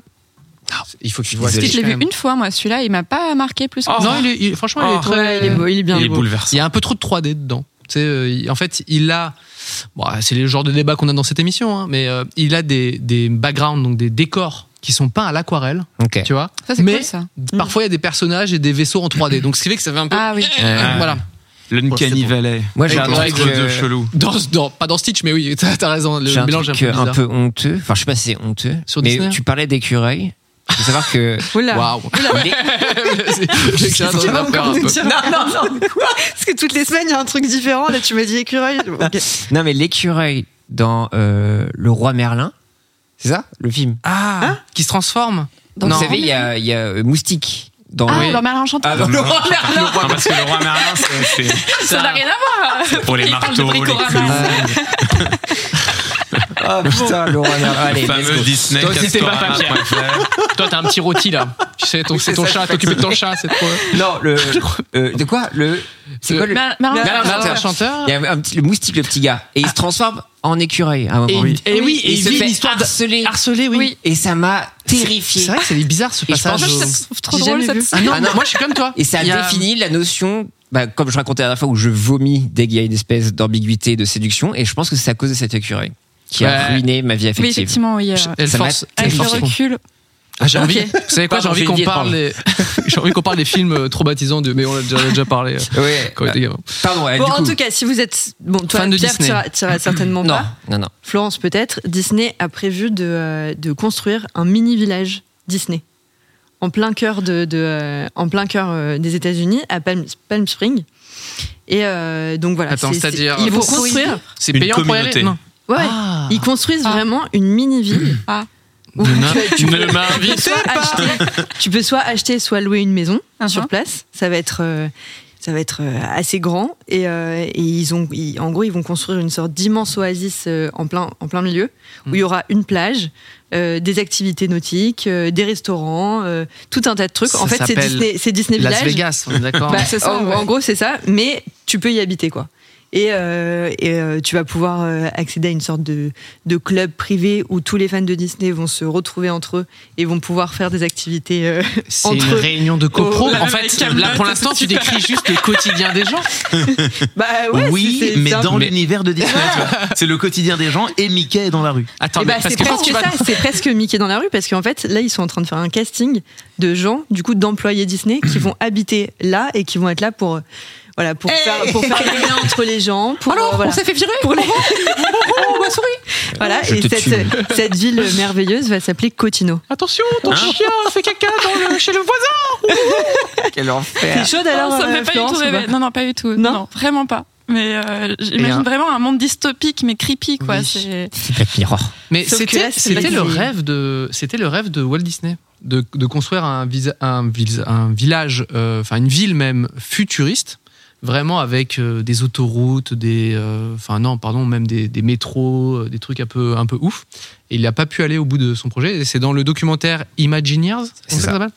[SPEAKER 1] Il faut que tu vois
[SPEAKER 3] Stitch, je l'ai
[SPEAKER 1] quand même.
[SPEAKER 3] vu une fois, moi, celui-là, il m'a pas marqué plus que
[SPEAKER 6] Oh.
[SPEAKER 3] ça.
[SPEAKER 1] Non, il est- il- franchement, il est
[SPEAKER 6] Oh.
[SPEAKER 1] très.
[SPEAKER 5] Ah. Il est beau, il est bien
[SPEAKER 6] Il est
[SPEAKER 5] beau.
[SPEAKER 1] Il
[SPEAKER 6] bouleversant.
[SPEAKER 1] y a un peu trop de 3D dedans. Tu sais, euh, il- en fait, il a. bon, c'est le genre de débat qu'on a dans cette émission, hein, mais euh, il a des, des backgrounds, donc des décors qui sont peints à l'aquarelle,
[SPEAKER 2] Ok.
[SPEAKER 1] tu vois.
[SPEAKER 3] Ça, c'est
[SPEAKER 1] Mais
[SPEAKER 3] cool, ça.
[SPEAKER 1] parfois, il y a des personnages et des vaisseaux en 3D. Donc, ce qui fait que ça fait un peu.
[SPEAKER 3] Ah oui.
[SPEAKER 1] Euh,
[SPEAKER 6] Ah.
[SPEAKER 1] voilà.
[SPEAKER 6] L'Uncanny
[SPEAKER 1] Bon,
[SPEAKER 6] Valley.
[SPEAKER 2] Moi, j'ai
[SPEAKER 6] J'ai
[SPEAKER 2] un
[SPEAKER 6] un
[SPEAKER 2] truc,
[SPEAKER 6] entre
[SPEAKER 2] euh,
[SPEAKER 6] deux chelou.
[SPEAKER 1] Dans, dans- pas dans Stitch, mais oui, t'as t'as raison, le
[SPEAKER 2] J'ai un
[SPEAKER 1] mélange
[SPEAKER 2] truc euh,
[SPEAKER 1] est un peu
[SPEAKER 2] un
[SPEAKER 1] bizarre.
[SPEAKER 2] peu honteux. Enfin, je sais pas si c'est honteux.
[SPEAKER 1] Sur
[SPEAKER 2] mais
[SPEAKER 1] Disney
[SPEAKER 2] tu parlais d'écureuil. Faut savoir que.
[SPEAKER 5] Oula.
[SPEAKER 1] Waouh!
[SPEAKER 2] les-
[SPEAKER 1] C'est- j'ai que ça dans
[SPEAKER 5] Tu vas
[SPEAKER 1] l'affaire
[SPEAKER 5] encore
[SPEAKER 1] un
[SPEAKER 5] nous
[SPEAKER 1] peu.
[SPEAKER 5] dire- Non, non, non. Quoi Parce que toutes les semaines, il y a un truc différent. Là, tu m'as dit écureuil. Ok.
[SPEAKER 2] Non, mais l'écureuil dans euh, Le Roi Merlin. C'est ça Le film.
[SPEAKER 1] Ah! qui se transforme?
[SPEAKER 3] Dans
[SPEAKER 1] Non.
[SPEAKER 2] Vous savez, il y a, il y a, euh, Moustique dans.
[SPEAKER 3] Ah,
[SPEAKER 2] Oui.
[SPEAKER 3] dans Merlin Enchanté.
[SPEAKER 2] Ah, dans
[SPEAKER 6] Le
[SPEAKER 2] Le Roi Merlin.
[SPEAKER 6] Non, parce que le roi Merlin, c'est- c'est
[SPEAKER 3] ça n'a rien à voir.
[SPEAKER 6] pour les
[SPEAKER 3] Il parle de
[SPEAKER 6] marteaux, les
[SPEAKER 3] bricorama.
[SPEAKER 6] clous.
[SPEAKER 2] Ah putain, le Roi Merlin.
[SPEAKER 6] Le
[SPEAKER 2] Allez, let's
[SPEAKER 6] fameux
[SPEAKER 2] go.
[SPEAKER 6] Disney
[SPEAKER 1] Toi aussi, t'es pas papier.
[SPEAKER 6] Castorama.fr.
[SPEAKER 1] Toi, t'as un petit rôti là. Tu sais, ton-
[SPEAKER 2] hein, Oui,
[SPEAKER 1] c'est
[SPEAKER 2] c'est
[SPEAKER 1] ton
[SPEAKER 2] ça,
[SPEAKER 1] chat,
[SPEAKER 2] je
[SPEAKER 1] t'occupes de ton chat, c'est trop.
[SPEAKER 2] Non, le. euh, de quoi Le. C'est
[SPEAKER 1] Le-
[SPEAKER 2] quoi le.
[SPEAKER 3] Merlin- Merlin
[SPEAKER 2] Merlin
[SPEAKER 3] Enchanté.
[SPEAKER 2] Enchanté.
[SPEAKER 1] chanteur. Ah.
[SPEAKER 2] Il y a un petit, le moustique, le petit gars. Et il se transforme en écureuil à un
[SPEAKER 1] Et,
[SPEAKER 2] moment.
[SPEAKER 1] et Oh, oui, et il,
[SPEAKER 2] se
[SPEAKER 1] vit
[SPEAKER 2] fait
[SPEAKER 1] une histoire de-
[SPEAKER 2] harceler.
[SPEAKER 1] harcelé, oui.
[SPEAKER 3] Oui.
[SPEAKER 2] Et ça m'a terrifié.
[SPEAKER 1] C'est vrai que c'est bizarre ce
[SPEAKER 2] Et je
[SPEAKER 1] passage.
[SPEAKER 2] pense
[SPEAKER 1] au-
[SPEAKER 2] que
[SPEAKER 3] Je trouve trop
[SPEAKER 5] J'ai
[SPEAKER 3] drôle
[SPEAKER 5] jamais
[SPEAKER 3] cette
[SPEAKER 5] vu.
[SPEAKER 3] scène.
[SPEAKER 1] non,
[SPEAKER 2] Ah non.
[SPEAKER 1] moi je suis comme toi.
[SPEAKER 2] Et ça a
[SPEAKER 1] Il y a-
[SPEAKER 2] défini la notion, bah, comme je racontais la dernière fois, où je vomis dès qu'il y a une espèce d'ambiguïté, de séduction. Et je pense que c'est à cause de cet écureuil qui a
[SPEAKER 1] Ouais.
[SPEAKER 2] ruiné ma vie
[SPEAKER 3] Oui,
[SPEAKER 2] affective.
[SPEAKER 3] effectivement, oui. euh,
[SPEAKER 1] Elle
[SPEAKER 2] Ça m'a
[SPEAKER 1] force. elle
[SPEAKER 3] Avec le
[SPEAKER 1] force trop.
[SPEAKER 3] recul.
[SPEAKER 1] Ah, j'ai
[SPEAKER 2] Ok.
[SPEAKER 1] envie. Vous savez quoi J'ai
[SPEAKER 2] Pardon,
[SPEAKER 1] envie
[SPEAKER 2] j'ai
[SPEAKER 1] qu'on
[SPEAKER 2] oublié de
[SPEAKER 1] parle des. J'ai envie qu'on parle des films euh, traumatisants de. Mais on l'a déjà, on a déjà parlé. euh,
[SPEAKER 2] ouais,
[SPEAKER 1] Quand on était gamin.
[SPEAKER 2] pardon, ouais,
[SPEAKER 5] Bon,
[SPEAKER 2] du
[SPEAKER 5] en
[SPEAKER 2] coup.
[SPEAKER 5] tout cas, si vous êtes bon, toi,
[SPEAKER 1] Fan de
[SPEAKER 5] Pierre,
[SPEAKER 1] Disney.
[SPEAKER 5] t'iras- t'iras certainement
[SPEAKER 2] non,
[SPEAKER 5] pas.
[SPEAKER 2] non, non.
[SPEAKER 5] Florence, peut-être. Disney a prévu de, euh, de construire un mini village Disney en plein cœur de, de, euh, en plein cœur euh, des États-Unis, à Palm, Palm Springs. Et euh, donc voilà.
[SPEAKER 1] Attends,
[SPEAKER 5] c'est- c'est-
[SPEAKER 1] c'est-à-dire-
[SPEAKER 5] ils vont
[SPEAKER 1] Pour y
[SPEAKER 5] construire.
[SPEAKER 1] C'est
[SPEAKER 6] Une
[SPEAKER 1] payant pour y aller
[SPEAKER 6] communauté.
[SPEAKER 1] Non.
[SPEAKER 5] Ouais, ouais.
[SPEAKER 1] Ah.
[SPEAKER 5] Ils construisent
[SPEAKER 3] Ah.
[SPEAKER 5] vraiment une mini ville.
[SPEAKER 3] Ah.
[SPEAKER 5] Où tu, tu peux-
[SPEAKER 1] Ne m'invitez
[SPEAKER 5] soit
[SPEAKER 1] pas.
[SPEAKER 5] acheter- tu peux soit acheter, soit louer une maison
[SPEAKER 3] Uh-huh.
[SPEAKER 5] sur place. Ça va être. euh, Ça va être euh, assez grand et, euh, et ils ont, ils- en gros, ils vont construire une sorte d'immense oasis euh, en plein, en plein milieu où
[SPEAKER 1] Mm.
[SPEAKER 5] il y aura une plage, euh, des activités nautiques, euh, des restaurants, euh, tout un tas de trucs.
[SPEAKER 1] Ça
[SPEAKER 5] en fait, c'est
[SPEAKER 1] s'appelle
[SPEAKER 5] Disney, c'est Disney
[SPEAKER 1] Las
[SPEAKER 5] Village.
[SPEAKER 1] Vegas, on est d'accord. Oh,
[SPEAKER 5] Bah,
[SPEAKER 3] c'est ça,
[SPEAKER 5] en,
[SPEAKER 3] ouais.
[SPEAKER 5] en gros, c'est ça, mais tu peux y habiter, quoi. Et, euh, et, euh, tu vas pouvoir euh, accéder à une sorte de, de club privé où tous les fans de Disney vont se retrouver entre eux et vont pouvoir faire des activités. euh,
[SPEAKER 1] c'est
[SPEAKER 5] entre
[SPEAKER 1] une
[SPEAKER 5] eux.
[SPEAKER 1] réunion de copro.
[SPEAKER 5] Oh, la
[SPEAKER 1] en
[SPEAKER 5] même
[SPEAKER 1] fait,
[SPEAKER 5] avec
[SPEAKER 1] là, pour
[SPEAKER 5] Camelot,
[SPEAKER 1] l'instant, tu
[SPEAKER 5] c'est super.
[SPEAKER 1] décris juste le quotidien des gens.
[SPEAKER 5] Bah ouais,
[SPEAKER 6] oui,
[SPEAKER 5] c'est- c'est-
[SPEAKER 6] mais
[SPEAKER 5] c'est un-
[SPEAKER 6] dans
[SPEAKER 1] Mais-
[SPEAKER 6] l'univers de Disney. tu vois. c'est le quotidien des gens et Mickey est dans la rue.
[SPEAKER 1] Attends,
[SPEAKER 5] Eh
[SPEAKER 1] mais
[SPEAKER 5] bah,
[SPEAKER 1] parce
[SPEAKER 5] c'est
[SPEAKER 1] que quand
[SPEAKER 5] presque
[SPEAKER 1] tu vas
[SPEAKER 5] ça, c'est presque Mickey dans la rue parce qu'en fait là ils sont en train de faire un casting de gens du coup d'employés Disney qui vont habiter là et qui vont être là pour euh, voilà pour faire Bah, pour faire le lien entre les gens pour euh, voilà.
[SPEAKER 1] fait virer
[SPEAKER 5] pour les- voilà
[SPEAKER 2] Je
[SPEAKER 5] et
[SPEAKER 2] te
[SPEAKER 5] cette,
[SPEAKER 2] tue. Hein
[SPEAKER 5] cette ville merveilleuse va s'appeler Cotino.
[SPEAKER 1] Attention, ton chien fait caca dans le- chez le voisin.
[SPEAKER 2] Quel enfer.
[SPEAKER 5] C'est chaud alors
[SPEAKER 3] ça me
[SPEAKER 5] euh,
[SPEAKER 3] fait pas du tout
[SPEAKER 5] Florence, ou
[SPEAKER 3] rêver.
[SPEAKER 5] pas
[SPEAKER 3] Non, non, pas du tout.
[SPEAKER 5] Non
[SPEAKER 3] Non, vraiment pas. Mais euh, j'imagine
[SPEAKER 1] un-
[SPEAKER 3] vraiment un monde dystopique, mais creepy, quoi.
[SPEAKER 1] Oui.
[SPEAKER 3] C'est
[SPEAKER 2] C'est Black Mirror.
[SPEAKER 1] Mais
[SPEAKER 5] Sauf que
[SPEAKER 1] c'était
[SPEAKER 5] là, c'est
[SPEAKER 1] c'était
[SPEAKER 5] pas
[SPEAKER 1] le
[SPEAKER 5] Disney.
[SPEAKER 1] rêve de c'était le rêve de Walt Disney de, de construire un, visa- un, visa- un village euh, enfin une ville même futuriste vraiment avec euh, des autoroutes des euh, enfin non pardon même des, des métros euh, des trucs un peu un peu ouf et il n'a pas pu aller au bout de son projet Et c'est dans le documentaire Imagineers c'est comme ça,
[SPEAKER 2] ça.
[SPEAKER 1] que ça s'appelle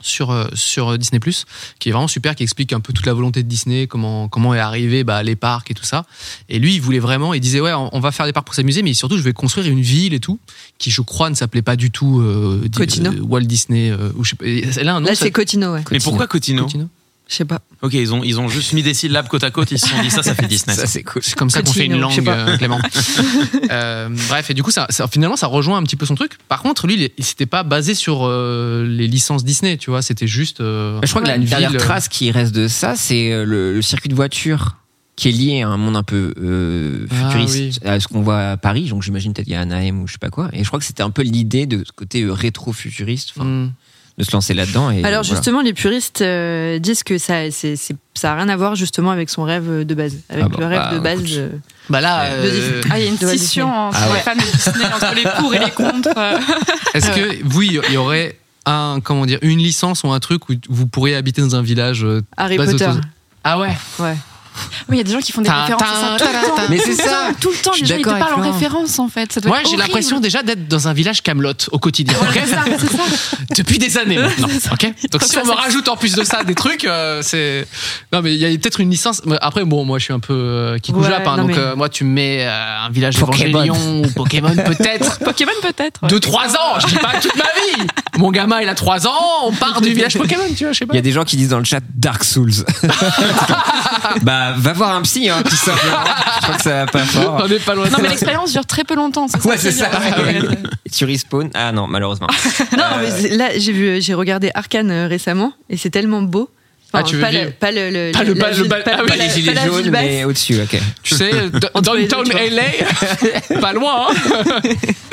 [SPEAKER 1] sur, euh, sur Disney Plus, qui est vraiment super, qui explique un peu toute la volonté de Disney, comment, comment est arrivé bah, les parcs et tout ça. Et lui, il voulait vraiment, il disait, ouais, on, on va faire des parcs pour s'amuser, mais surtout, je vais construire une ville et tout, qui, je crois, ne s'appelait pas du tout euh, Di-
[SPEAKER 5] Cotino.
[SPEAKER 1] euh, Walt Disney. euh, ou je sais pas, et elle a un nom,
[SPEAKER 5] Là
[SPEAKER 1] ça-
[SPEAKER 5] c'est Cotino ouais.
[SPEAKER 6] Mais pourquoi Cotino
[SPEAKER 1] Cotino
[SPEAKER 5] Je sais pas.
[SPEAKER 6] Ok, ils ont, ils ont juste mis des syllabes côte à côte, ils se sont dit ça, ça fait Disney.
[SPEAKER 2] Ça, c'est cool.
[SPEAKER 1] C'est comme ça qu'on fait
[SPEAKER 5] Cotino,
[SPEAKER 1] une
[SPEAKER 5] je sais
[SPEAKER 1] langue,
[SPEAKER 5] pas.
[SPEAKER 1] euh, Clément. Euh, bref, et du coup, ça, ça- finalement, ça rejoint un petit peu son truc. Par contre, lui, il, il s'était pas basé sur euh, les licences Disney, tu vois, c'était juste. euh,
[SPEAKER 2] Bah, Je crois que la
[SPEAKER 1] une
[SPEAKER 2] dernière
[SPEAKER 1] ville, euh,
[SPEAKER 2] trace qui reste de ça, c'est euh, le, le circuit de voiture qui est lié à un monde un peu euh,
[SPEAKER 1] Ah,
[SPEAKER 2] futuriste, à ce qu'on voit à Paris. Donc j'imagine peut-être il y a un AM ou je sais pas quoi. Et je crois que c'était un peu l'idée de ce côté euh, rétro-futuriste, enfin,
[SPEAKER 1] hmm.
[SPEAKER 2] de se lancer là-dedans. et voilà.
[SPEAKER 5] Alors justement les puristes euh, disent que ça c'est c'est- ça a rien à voir justement avec son rêve de base avec
[SPEAKER 2] Ah bon,
[SPEAKER 5] le rêve
[SPEAKER 2] bah,
[SPEAKER 5] de base.
[SPEAKER 2] écoute.
[SPEAKER 5] euh,
[SPEAKER 1] Bah là,
[SPEAKER 5] de Disney.
[SPEAKER 1] euh,
[SPEAKER 3] ah, il y a une
[SPEAKER 5] de Walt
[SPEAKER 3] scission
[SPEAKER 5] Disney.
[SPEAKER 3] entre les fans de Disney, entre les pour et les contre. euh.
[SPEAKER 1] Est-ce que vous, il y- y aurait un, comment dire, une licence ou un truc où vous pourriez habiter dans un village euh,
[SPEAKER 5] Harry
[SPEAKER 1] basé
[SPEAKER 5] Potter.
[SPEAKER 1] autour- Ah ouais.
[SPEAKER 5] Ouais.
[SPEAKER 3] Oui, il y a des gens qui font des
[SPEAKER 1] Tin,
[SPEAKER 3] références
[SPEAKER 1] tin,
[SPEAKER 3] à ça tout le temps.
[SPEAKER 2] Mais c'est ça.
[SPEAKER 3] Tout le temps,
[SPEAKER 2] Je suis
[SPEAKER 3] les gens, ils te
[SPEAKER 2] d'accord avec
[SPEAKER 3] parlent en
[SPEAKER 2] Florent.
[SPEAKER 3] référence, en fait. Ça doit
[SPEAKER 1] Moi,
[SPEAKER 3] être
[SPEAKER 1] j'ai
[SPEAKER 3] horrible.
[SPEAKER 1] l'impression déjà d'être dans un village Camelot au quotidien. ok
[SPEAKER 3] C'est ça, c'est ça.
[SPEAKER 1] Depuis des années maintenant. Ok. Donc si
[SPEAKER 3] Ça,
[SPEAKER 1] on me
[SPEAKER 3] ça-
[SPEAKER 1] rajoute en plus de ça des trucs, euh, c'est non mais il y a peut-être une licence. Mais Après bon, moi je suis un peu euh, qui couche
[SPEAKER 5] Ouais,
[SPEAKER 1] là, hein,
[SPEAKER 5] non,
[SPEAKER 1] donc
[SPEAKER 5] mais-
[SPEAKER 1] euh, moi tu me mets euh, un village
[SPEAKER 2] Pokémon.
[SPEAKER 1] Evangelion ou Pokémon peut-être.
[SPEAKER 3] Pokémon, peut-être.
[SPEAKER 1] De 3 ans, je dis pas toute ma vie. Mon gamin, il a 3 ans, on part du village Pokémon, tu vois, je sais pas.
[SPEAKER 2] Il y a des gens qui disent dans le chat Dark Souls. bah, va voir un psy, hein, tout simplement. Je crois que ça va pas fort.
[SPEAKER 1] On est pas loin.
[SPEAKER 3] Non, mais l'expérience dure très peu longtemps. c'est
[SPEAKER 2] Ouais,
[SPEAKER 3] qui
[SPEAKER 2] c'est
[SPEAKER 3] est
[SPEAKER 2] ça.
[SPEAKER 3] bien. Ouais.
[SPEAKER 2] Et tu respawns. Ah non, malheureusement. Euh,
[SPEAKER 5] Non, mais c'est- là, j'ai vu, j'ai regardé Arcane euh, récemment et c'est tellement beau.
[SPEAKER 1] Ah, tu veux
[SPEAKER 5] pas,
[SPEAKER 1] vivre.
[SPEAKER 5] le, pas le,
[SPEAKER 1] Pas le
[SPEAKER 5] la
[SPEAKER 1] bal- le
[SPEAKER 5] ville-
[SPEAKER 1] bal-
[SPEAKER 5] pas
[SPEAKER 1] ah,
[SPEAKER 5] le-
[SPEAKER 1] pas
[SPEAKER 5] la-
[SPEAKER 2] Les gilets
[SPEAKER 5] pas la
[SPEAKER 2] jaunes,
[SPEAKER 5] ville basse.
[SPEAKER 2] mais au-dessus, ok. C'est
[SPEAKER 1] Tu sais, d-
[SPEAKER 5] les deux,
[SPEAKER 1] downtown
[SPEAKER 5] tu vois.
[SPEAKER 1] LA, pas loin. hein.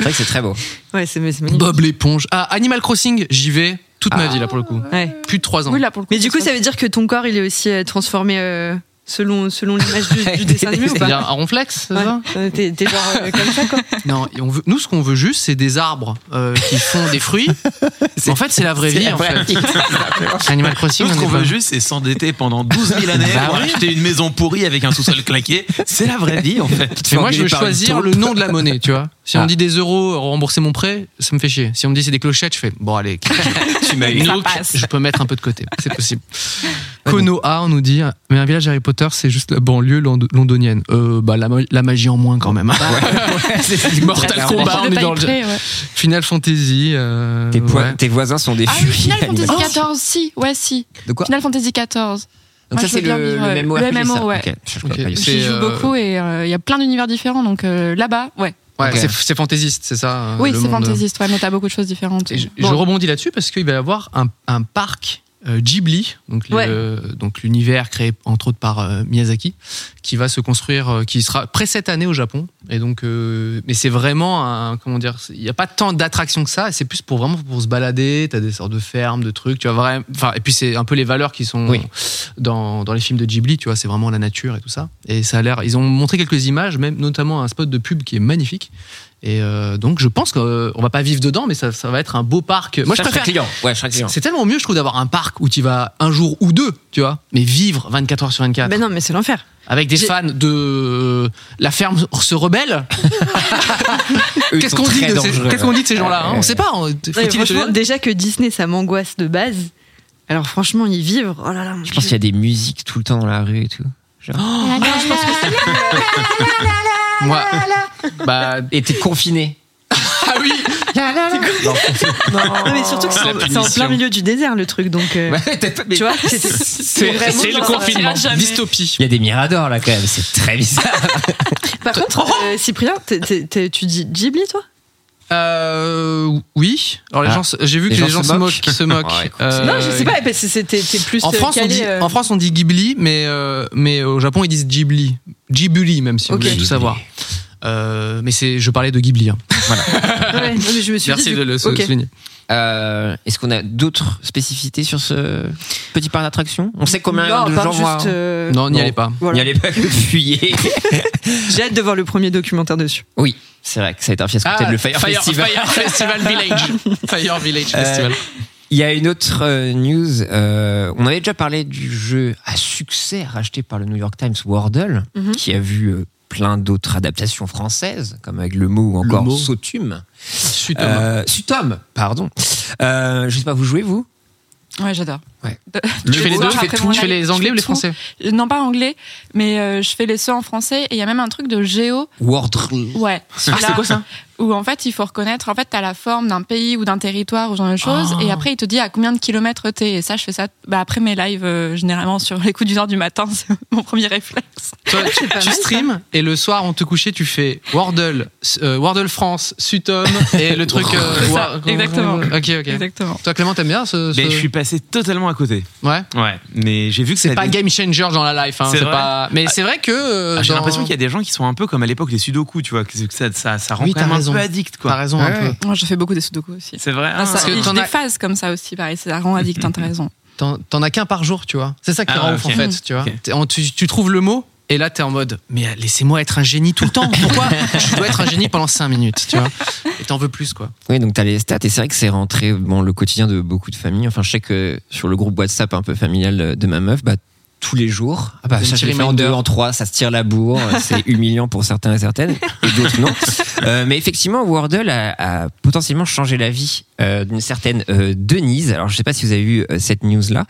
[SPEAKER 2] vrai que c'est très beau.
[SPEAKER 5] Ouais, c'est mais c'est magnifique.
[SPEAKER 1] Bob l'éponge. Ah, Animal Crossing, j'y vais toute ma
[SPEAKER 2] Ah.
[SPEAKER 1] vie là pour le coup.
[SPEAKER 5] Ouais.
[SPEAKER 1] Plus de 3 ans.
[SPEAKER 3] Oui, là, pour le coup,
[SPEAKER 5] Mais du coup,
[SPEAKER 3] c'est
[SPEAKER 5] ça veut dire que ton corps, il est aussi euh, transformé euh, selon selon l'image du, du dessin animé ou
[SPEAKER 1] C'est-à-dire
[SPEAKER 5] pas
[SPEAKER 1] un ronflex, c'est
[SPEAKER 5] Ouais.
[SPEAKER 1] ça
[SPEAKER 5] Euh, T'es t'es genre euh, comme ça, quoi.
[SPEAKER 1] Non, et on veut, nous ce qu'on veut juste, c'est des arbres euh, qui font des fruits. Mais En fait, c'est la vraie vie. En fait. Animal Crossing,
[SPEAKER 6] Tout ce
[SPEAKER 1] on
[SPEAKER 6] qu'on
[SPEAKER 1] est
[SPEAKER 6] veut
[SPEAKER 1] pas-
[SPEAKER 6] juste, c'est s'endetter pendant 12 000 années
[SPEAKER 1] Bah
[SPEAKER 6] pour
[SPEAKER 1] oui.
[SPEAKER 6] acheter une maison pourrie avec un sous-sol claqué. C'est la vraie vie, en fait.
[SPEAKER 2] Tu te fais
[SPEAKER 1] Mais moi, je
[SPEAKER 2] engueuler
[SPEAKER 1] veux
[SPEAKER 2] par une
[SPEAKER 1] choisir
[SPEAKER 2] taupe.
[SPEAKER 1] le nom de la monnaie, tu vois. Si
[SPEAKER 2] Ah.
[SPEAKER 1] on dit des euros, rembourser mon prêt, ça me fait chier. Si on me dit c'est des clochettes, je fais bon, allez,
[SPEAKER 2] Tu m'as eu.
[SPEAKER 1] Une look, je peux mettre un peu de côté, c'est possible. Konoha, on nous dit, mais un village Harry Potter, c'est juste la banlieue lond- londonienne. Euh, bah, la, ma- la magie en moins quand même. hein. Mortal
[SPEAKER 2] Clairement.
[SPEAKER 1] Kombat, on
[SPEAKER 3] le
[SPEAKER 1] est dans
[SPEAKER 3] taille
[SPEAKER 1] le
[SPEAKER 3] près, ouais.
[SPEAKER 1] Final Fantasy. euh,
[SPEAKER 2] Tes, pois-
[SPEAKER 1] ouais.
[SPEAKER 2] tes voisins sont des
[SPEAKER 3] Ah oui,
[SPEAKER 2] furieux.
[SPEAKER 3] Final Fantasy XIV, si. Ouais, si.
[SPEAKER 2] De quoi
[SPEAKER 3] Final Fantasy XIV.
[SPEAKER 2] Donc
[SPEAKER 3] Moi,
[SPEAKER 2] ça
[SPEAKER 3] je
[SPEAKER 2] c'est
[SPEAKER 3] veux bien
[SPEAKER 2] le,
[SPEAKER 3] vivre,
[SPEAKER 2] le
[SPEAKER 3] ouais.
[SPEAKER 2] MMO.
[SPEAKER 3] Le MMO,
[SPEAKER 2] ça.
[SPEAKER 3] ouais.
[SPEAKER 2] Ok, je connais
[SPEAKER 1] Ok.
[SPEAKER 2] pas du tout.
[SPEAKER 1] C'est,
[SPEAKER 3] J'y joue
[SPEAKER 1] euh,
[SPEAKER 3] beaucoup et euh, il y a plein d'univers différents. Donc euh, là-bas, ouais.
[SPEAKER 1] Ouais,
[SPEAKER 2] Ok.
[SPEAKER 1] c'est- C'est fantaisiste, c'est ça euh,
[SPEAKER 3] oui,
[SPEAKER 1] le
[SPEAKER 3] c'est
[SPEAKER 1] monde.
[SPEAKER 3] fantaisiste, ouais, mais t'as beaucoup de choses différentes.
[SPEAKER 1] Et je, je
[SPEAKER 3] Bon.
[SPEAKER 1] rebondis là-dessus parce qu'il va y avoir un, un parc euh, Ghibli, donc le-
[SPEAKER 5] Ouais.
[SPEAKER 1] donc l'univers créé entre autres par euh, Miyazaki, qui va se construire, euh, qui sera près cette année au Japon. Et donc, euh, mais c'est vraiment un, comment dire, il n'y a pas tant d'attractions que ça. C'est plus pour vraiment pour se balader. T'as des sortes de fermes, de trucs. Tu vois vraiment. Enfin, et puis c'est un peu les valeurs qui sont
[SPEAKER 2] Oui.
[SPEAKER 1] dans, dans les films de Ghibli. Tu vois, c'est vraiment la nature et tout ça. Et ça a l'air. Ils ont montré quelques images, même notamment un spot de pub qui est magnifique. Et euh, donc, je pense qu'on va pas vivre dedans, mais ça, ça va être un beau parc. Moi,
[SPEAKER 2] Ça,
[SPEAKER 1] je
[SPEAKER 2] serais
[SPEAKER 1] préfère.
[SPEAKER 2] client. Ouais, je serais client.
[SPEAKER 1] C'est tellement mieux, je trouve, d'avoir un parc où tu vas un jour ou deux, tu vois, mais vivre 24 heures sur 24
[SPEAKER 5] Ben non, mais c'est l'enfer.
[SPEAKER 1] avec des
[SPEAKER 5] J'ai-
[SPEAKER 1] fans de la ferme se rebelle.
[SPEAKER 2] Eux, ils
[SPEAKER 1] Qu'est-ce
[SPEAKER 2] sont
[SPEAKER 1] qu'on dit,
[SPEAKER 2] très
[SPEAKER 1] de ces-
[SPEAKER 2] dangereux.
[SPEAKER 1] qu'est-ce qu'on dit de ces gens-là hein On
[SPEAKER 2] Ouais.
[SPEAKER 1] sait pas. on- Faut-il
[SPEAKER 5] Ouais,
[SPEAKER 1] les
[SPEAKER 5] franchement,
[SPEAKER 1] tenir
[SPEAKER 5] déjà que Disney, ça m'angoisse de base. Alors franchement, y vivre, oh là là. mon
[SPEAKER 2] Je pense qu'il y
[SPEAKER 5] Dieu.
[SPEAKER 2] a des musiques tout le temps dans la rue et tout.
[SPEAKER 1] Oh, Moi, bah,
[SPEAKER 2] Et t'es confiné.
[SPEAKER 1] ah oui.
[SPEAKER 5] Non, mais surtout que c'est en- c'est en plein milieu du désert le truc, donc euh, tu vois, c'est- c'est
[SPEAKER 1] C'est
[SPEAKER 5] vraiment
[SPEAKER 1] c'est le
[SPEAKER 5] genre-
[SPEAKER 1] confinement.
[SPEAKER 3] sortira jamais.
[SPEAKER 1] Dystopie.
[SPEAKER 2] Il y a des miradors là quand même, c'est très bizarre.
[SPEAKER 5] Par contre, euh, Cyprien, t'es- t'es- t'es- tu dis Ghibli toi
[SPEAKER 1] Euh, oui. Alors les
[SPEAKER 2] Ah.
[SPEAKER 1] gens, se- j'ai vu que les gens se moquent. se moquent.
[SPEAKER 2] Ouais, écoute.
[SPEAKER 1] Euh,
[SPEAKER 5] Non, je sais pas, parce que c'était t'es plus
[SPEAKER 1] En
[SPEAKER 5] euh,
[SPEAKER 1] France, on
[SPEAKER 5] calé,
[SPEAKER 1] dit,
[SPEAKER 5] euh,
[SPEAKER 1] en France, on dit Ghibli, mais, euh, mais au Japon, ils disent Ghibli. Ghibli, même si
[SPEAKER 5] Ok.
[SPEAKER 1] vous voulez tout
[SPEAKER 5] Ghibli.
[SPEAKER 1] savoir. Euh, mais c'est, je parlais de Ghibli. hein.
[SPEAKER 5] ouais, non, mais je me suis
[SPEAKER 1] Merci
[SPEAKER 5] dit,
[SPEAKER 1] de le sou-
[SPEAKER 5] ok.
[SPEAKER 1] souligner.
[SPEAKER 2] Euh, Est-ce qu'on a d'autres spécificités sur ce petit parc d'attraction On sait combien
[SPEAKER 5] Non,
[SPEAKER 2] de
[SPEAKER 5] pas
[SPEAKER 2] gens vont
[SPEAKER 5] juste, euh,
[SPEAKER 1] non, n'y
[SPEAKER 2] non.
[SPEAKER 1] allez pas.
[SPEAKER 5] voilà.
[SPEAKER 2] n'y allez pas que fuyez.
[SPEAKER 5] J'ai hâte de voir le premier documentaire dessus.
[SPEAKER 2] oui, c'est vrai que ça a été un fiasco peut-être le Fire, Festival.
[SPEAKER 1] Ah, Fire Festival Village. Fire Village
[SPEAKER 2] Euh,
[SPEAKER 1] Festival.
[SPEAKER 2] Il y a une autre euh, news. euh, on avait déjà parlé du jeu à succès racheté par le New York Times Wordle,
[SPEAKER 5] Mhm.
[SPEAKER 2] qui a vu euh, plein d'autres adaptations françaises, comme avec le mot ou encore
[SPEAKER 1] mot.
[SPEAKER 2] Sautume.
[SPEAKER 1] Suite au-
[SPEAKER 2] Euh, Sutom, pardon. Euh, je sais pas, vous jouez vous
[SPEAKER 3] Ouais, j'adore.
[SPEAKER 2] Ouais.
[SPEAKER 3] De-
[SPEAKER 1] tu fais les deux,
[SPEAKER 3] voir
[SPEAKER 1] tu fais
[SPEAKER 3] après
[SPEAKER 1] tout,
[SPEAKER 3] mon
[SPEAKER 1] tu fais
[SPEAKER 3] live,
[SPEAKER 1] les anglais
[SPEAKER 3] je
[SPEAKER 1] ou les
[SPEAKER 3] fais
[SPEAKER 1] français
[SPEAKER 3] tout. Euh, Non, pas anglais, mais euh, je fais les ceux en français. Et il y a même un truc de géo.
[SPEAKER 2] Wordle.
[SPEAKER 3] Ouais.
[SPEAKER 1] Ah,
[SPEAKER 3] c'est quoi ça Où en fait, il faut reconnaître, en fait, t'as la forme d'un pays ou d'un territoire ou genre de choses.
[SPEAKER 1] Ah.
[SPEAKER 3] Et après, il te dit à combien de kilomètres t'es. Et ça, je fais ça bah, après mes lives, euh, généralement sur les coups du heure du matin. C'est mon premier réflexe.
[SPEAKER 1] Toi, tu, tu stream et le soir, on te couchait, tu fais Wordle, euh, Wordle France, Sutom et le truc. euh,
[SPEAKER 3] C'est ça,
[SPEAKER 1] Wa-
[SPEAKER 3] exactement.
[SPEAKER 1] Ok, ok.
[SPEAKER 3] Exactement.
[SPEAKER 1] Toi, Clément, t'aimes bien ce. ce-
[SPEAKER 6] Mais Ben, je suis passé totalement à côté.
[SPEAKER 1] Ouais.
[SPEAKER 6] Ouais, mais j'ai vu que
[SPEAKER 1] C'est
[SPEAKER 6] ça
[SPEAKER 1] pas
[SPEAKER 6] dé-
[SPEAKER 1] game changer dans la life. Hein,
[SPEAKER 6] C'est
[SPEAKER 1] c'est
[SPEAKER 6] vrai
[SPEAKER 1] pas... Mais c'est vrai que. euh,
[SPEAKER 6] Ah, J'ai
[SPEAKER 1] dans-
[SPEAKER 6] l'impression qu'il y a des gens qui sont un peu comme à l'époque les sudoku, tu vois, que que ça, ça, ça rend
[SPEAKER 1] Oui,
[SPEAKER 6] quand
[SPEAKER 1] t'as
[SPEAKER 6] même
[SPEAKER 1] raison.
[SPEAKER 6] un peu addict,
[SPEAKER 1] T'as
[SPEAKER 6] quoi.
[SPEAKER 1] raison un peu.
[SPEAKER 5] Oh,
[SPEAKER 3] Moi, je fais beaucoup des sudoku aussi.
[SPEAKER 6] C'est vrai. hein.
[SPEAKER 3] Ah, ça,
[SPEAKER 1] parce que
[SPEAKER 3] et
[SPEAKER 1] t'en
[SPEAKER 3] j'ai des
[SPEAKER 1] as-
[SPEAKER 3] phases comme ça aussi, pareil. Ça rend addict, hein, t'as raison.
[SPEAKER 1] T'en- T'en as qu'un par jour, tu vois. C'est ça qui
[SPEAKER 6] Ah,
[SPEAKER 1] rend
[SPEAKER 6] ouais,
[SPEAKER 1] ouf
[SPEAKER 6] ok.
[SPEAKER 1] en fait, tu vois.
[SPEAKER 6] Ok.
[SPEAKER 1] T'es- en- Tu, tu trouves le mot et là t'es en mode mais euh, laissez-moi être un génie tout le temps. Pourquoi je dois être un génie pendant 5 minutes, tu vois Et t'en veux plus quoi.
[SPEAKER 2] Oui, donc t'as les stats et c'est vrai que c'est rentré bon le quotidien de beaucoup de familles. Enfin, je sais que sur le groupe WhatsApp un peu familial euh, de ma meuf, bah tous les jours, ah bah,
[SPEAKER 1] Des
[SPEAKER 2] ça
[SPEAKER 1] petits
[SPEAKER 2] je l'ai fait en
[SPEAKER 1] reminders.
[SPEAKER 2] deux, en trois, ça se tire la bourre, euh, c'est humiliant pour certains et certaines, et d'autres non. Euh, mais effectivement, Wordle a, a potentiellement changé la vie euh, d'une certaine euh, Denise. Alors je sais pas si vous avez vu euh, cette news là.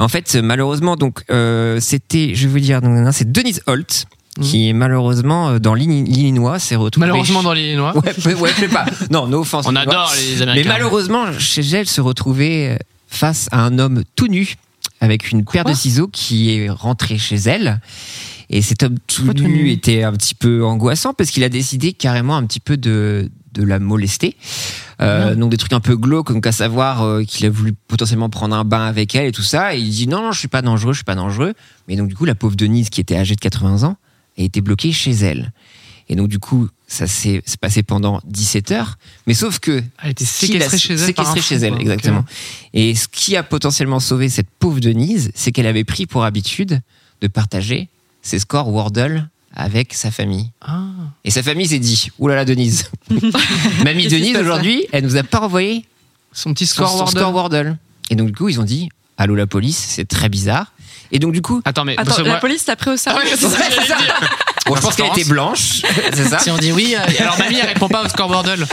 [SPEAKER 2] En fait, euh, malheureusement, donc euh, c'était, je vais vous dire, donc, c'est Denise Holt qui est malheureusement euh, dans l'Illi- l'Illinois, s'est retrouvée
[SPEAKER 1] Mmh. Malheureusement dans les Noirs.
[SPEAKER 2] Ouais, peu- ouais, je sais pas. Non, no offense.
[SPEAKER 1] On
[SPEAKER 2] tu vois.
[SPEAKER 1] adore les Américains.
[SPEAKER 2] Mais malheureusement, chez elle, se retrouver euh, face à un homme tout nu avec une paire de ciseaux qui est rentré chez elle. Et cet homme tout
[SPEAKER 3] Pourquoi tout
[SPEAKER 2] nu
[SPEAKER 3] nu
[SPEAKER 2] était un petit peu angoissant parce qu'il a décidé carrément un petit peu de, de la molester.
[SPEAKER 3] Ah
[SPEAKER 2] Euh, donc des trucs un peu glauques, donc à savoir euh, qu'il a voulu potentiellement prendre un bain avec elle et tout ça. Et il dit non, non, je suis pas dangereux, je suis pas dangereux. Mais donc du coup, la pauvre Denise qui était âgée de 80 ans a été bloquée chez elle. Et donc du coup, ça s'est s'est passé pendant 17 heures. Mais sauf que
[SPEAKER 1] Elle était
[SPEAKER 2] qui l'a-
[SPEAKER 1] séquestrée chez elle. par un
[SPEAKER 2] séquestrée
[SPEAKER 1] fou,
[SPEAKER 2] chez elle,
[SPEAKER 1] quoi.
[SPEAKER 2] exactement. Et ce qui a potentiellement sauvé cette pauvre Denise, c'est qu'elle avait pris pour habitude de partager ses scores Wordle avec sa famille.
[SPEAKER 1] Ah.
[SPEAKER 2] Et sa famille s'est dit Ouh là là, Denise Mamie
[SPEAKER 5] Qu'est-ce qui se
[SPEAKER 2] Denise,
[SPEAKER 5] passe là
[SPEAKER 2] aujourd'hui, elle nous a pas envoyé
[SPEAKER 1] Son petit
[SPEAKER 2] son,
[SPEAKER 1] score
[SPEAKER 2] son
[SPEAKER 1] Wordle.
[SPEAKER 2] score Wordle. Et donc, du coup, ils ont dit Allô la police, c'est très bizarre. Et donc, du coup,
[SPEAKER 1] Attends mais parce
[SPEAKER 3] Attends,
[SPEAKER 1] que
[SPEAKER 3] la
[SPEAKER 1] moi-
[SPEAKER 3] police t'a pris au
[SPEAKER 1] Ah
[SPEAKER 3] sérieux.
[SPEAKER 2] Ouais, c'est ça, c'est ça. Bon, je pense qu'elle était blanche, c'est ça
[SPEAKER 1] si on dit oui, euh, alors mamie elle répond pas au score Wordle.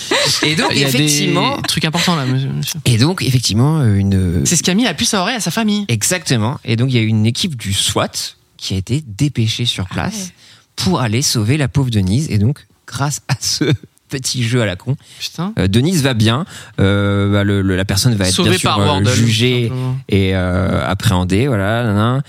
[SPEAKER 2] Et donc,
[SPEAKER 1] Il y a
[SPEAKER 2] effectivement.
[SPEAKER 1] des trucs importants là, monsieur. monsieur.
[SPEAKER 2] Et donc, effectivement, euh, une.
[SPEAKER 1] C'est ce qui a mis la puce à oreille à sa famille.
[SPEAKER 2] Exactement. Et donc, il y a eu une équipe du SWAT qui a été dépêchée
[SPEAKER 1] Ah
[SPEAKER 2] sur place pour aller sauver la pauvre Denise. Et donc, grâce à ce petit jeu à la con,
[SPEAKER 1] Putain.
[SPEAKER 2] euh, Denise va bien. Euh, bah, le- le- la personne va être
[SPEAKER 1] Sauvée
[SPEAKER 2] bien sûr,
[SPEAKER 1] par
[SPEAKER 2] euh,
[SPEAKER 1] Wordle.
[SPEAKER 2] jugée
[SPEAKER 1] simplement.
[SPEAKER 2] et euh, appréhendée. Voilà. nanana.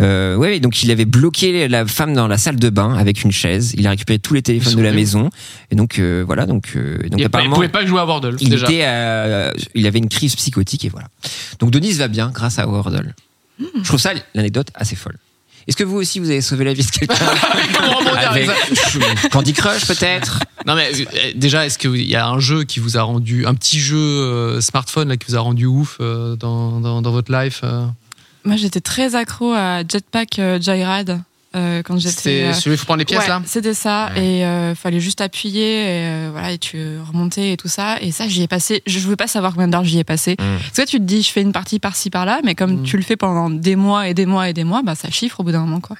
[SPEAKER 2] Euh, ouais, donc il avait bloqué la femme dans la salle de bain avec une chaise. Il a récupéré tous les téléphones
[SPEAKER 1] sont
[SPEAKER 2] de la
[SPEAKER 1] nuls.
[SPEAKER 2] maison. Et donc euh, voilà, donc, euh, donc
[SPEAKER 1] Il ne
[SPEAKER 2] apparemment
[SPEAKER 1] pouvait pas jouer à Wordle
[SPEAKER 2] il,
[SPEAKER 1] déjà.
[SPEAKER 2] était, euh, il avait une crise psychotique et voilà. Donc Denise va bien grâce à Wordle.
[SPEAKER 1] Hmm.
[SPEAKER 2] Je trouve ça l'anecdote assez folle. Est-ce que vous aussi vous avez sauvé la vie de quelqu'un
[SPEAKER 1] Comment rebondir avec
[SPEAKER 2] avec
[SPEAKER 1] ça
[SPEAKER 2] Candy Crush peut-être
[SPEAKER 1] Non mais euh, déjà, est-ce qu'il y a un jeu qui vous a rendu, un petit jeu euh, smartphone là, qui vous a rendu ouf euh, dans, dans, dans votre life euh
[SPEAKER 3] Moi, j'étais très accro à Jetpack euh, Joyride. euh, quand j'étais.
[SPEAKER 1] C'était
[SPEAKER 3] euh,
[SPEAKER 1] celui où il faut prendre les pièces
[SPEAKER 3] ouais,
[SPEAKER 1] là
[SPEAKER 3] C'était ça,
[SPEAKER 2] Ouais.
[SPEAKER 3] et euh, fallait juste appuyer, et euh, voilà, et tu remontais et tout ça. Et ça, j'y ai passé. Je voulais pas savoir combien d'heures j'y ai passé.
[SPEAKER 1] Hmm,
[SPEAKER 2] Mm.
[SPEAKER 3] Parce que tu te dis, je fais une partie par-ci par-là, mais comme
[SPEAKER 1] Mm.
[SPEAKER 3] tu le fais pendant des mois et des mois et des mois, bah ça chiffre au bout d'un moment, quoi.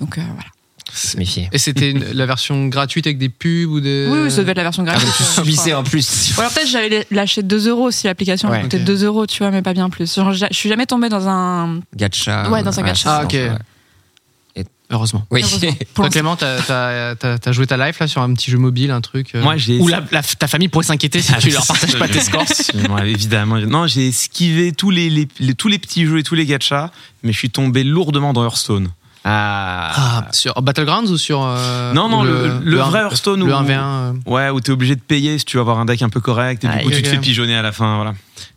[SPEAKER 3] Donc euh, voilà.
[SPEAKER 2] se méfier.
[SPEAKER 1] Et c'était une- la version gratuite avec des pubs ou des.
[SPEAKER 3] Oui, oui, ça devait être la
[SPEAKER 1] Ah,
[SPEAKER 3] version gratuite.
[SPEAKER 2] Tu
[SPEAKER 3] euh, je
[SPEAKER 2] subissais
[SPEAKER 3] crois.
[SPEAKER 2] en plus.
[SPEAKER 3] Ou alors peut-être j'avais lâché 2 euros si l'application
[SPEAKER 2] Ouais.
[SPEAKER 3] coûtait
[SPEAKER 1] Ok.
[SPEAKER 3] 2 euros, tu vois, mais pas bien plus. Genre, j'a- je suis jamais tombée dans un.
[SPEAKER 2] Gacha.
[SPEAKER 3] Ouais, dans un gacha.
[SPEAKER 1] Ah, ok. Heureusement.
[SPEAKER 2] Oui.
[SPEAKER 3] Heureusement. Pour
[SPEAKER 1] Toi,
[SPEAKER 3] l'instant.
[SPEAKER 1] Clément, t'as- t'as t'as- t'as joué ta life là sur un petit jeu mobile, un truc. euh,
[SPEAKER 6] Moi, j'ai.
[SPEAKER 1] Où la- la- ta famille pourrait s'inquiéter si
[SPEAKER 6] Ah,
[SPEAKER 1] tu
[SPEAKER 6] oui,
[SPEAKER 1] leur
[SPEAKER 6] c'est
[SPEAKER 1] partages
[SPEAKER 6] ça,
[SPEAKER 1] pas
[SPEAKER 6] je-
[SPEAKER 1] tes scores.
[SPEAKER 6] Ouais, évidemment. Non, j'ai esquivé tous les, les- les- tous les petits jeux et tous les gachas, mais je suis tombé lourdement dans Hearthstone.
[SPEAKER 2] Ah.
[SPEAKER 1] Sur Battlegrounds ou sur. euh,
[SPEAKER 6] non, non,
[SPEAKER 1] ou
[SPEAKER 6] le, le vrai Hearthstone
[SPEAKER 1] Le
[SPEAKER 6] où,
[SPEAKER 1] 1v1. euh,
[SPEAKER 6] ouais, où t'es obligé de payer si tu veux avoir un deck un peu correct et
[SPEAKER 2] Ah,
[SPEAKER 6] du coup
[SPEAKER 1] ok,
[SPEAKER 6] tu te
[SPEAKER 1] ok.
[SPEAKER 6] fais pigeonner à la fin. Voilà.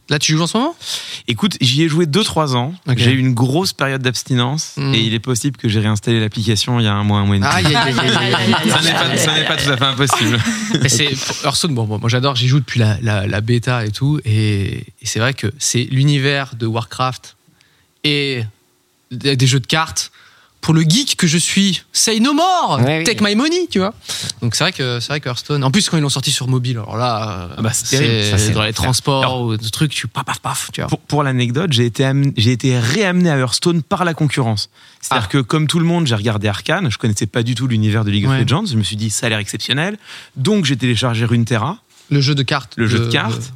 [SPEAKER 1] Là, tu joues en ce moment
[SPEAKER 6] Écoute, j'y ai joué 2-3 ans.
[SPEAKER 1] Ok.
[SPEAKER 6] J'ai eu une grosse période d'abstinence
[SPEAKER 1] Hmm.
[SPEAKER 6] et il est possible que j'ai réinstallé l'application il y a un mois, un mois et demi.
[SPEAKER 1] Aïe, aïe, aïe, aïe, aïe, aïe, aïe.
[SPEAKER 6] ça n'est pas, ça n'est pas tout à fait impossible.
[SPEAKER 1] Et c'est Hearthstone, bon, bon, moi j'adore, j'y joue depuis la, la, la bêta et tout, et, et c'est vrai que c'est l'univers de Warcraft et des des jeux de cartes. Pour le geek que je suis, say no more,
[SPEAKER 2] Ouais, oui.
[SPEAKER 1] take my money, tu vois. Donc c'est vrai que c'est vrai que Hearthstone. En plus quand ils l'ont sorti sur mobile, alors là, euh,
[SPEAKER 6] Ah bah, c'est terrible, ça,
[SPEAKER 1] c'est
[SPEAKER 6] c'est
[SPEAKER 1] dans les
[SPEAKER 6] l'enfer.
[SPEAKER 1] transports
[SPEAKER 6] Alors-
[SPEAKER 1] ou des trucs, tu paf paf paf, tu vois.
[SPEAKER 6] Pour, pour l'anecdote, j'ai été, amen- j'ai été réamené à Hearthstone par la concurrence. C'est-à-dire
[SPEAKER 1] Ah.
[SPEAKER 6] que, comme tout le monde, j'ai regardé Arcane, je connaissais pas du tout l'univers de League
[SPEAKER 1] Ouais.
[SPEAKER 6] of Legends, je me suis dit, ça a l'air exceptionnel. Donc, j'ai téléchargé Runeterra,
[SPEAKER 1] Le jeu de cartes.
[SPEAKER 6] le jeu de cartes,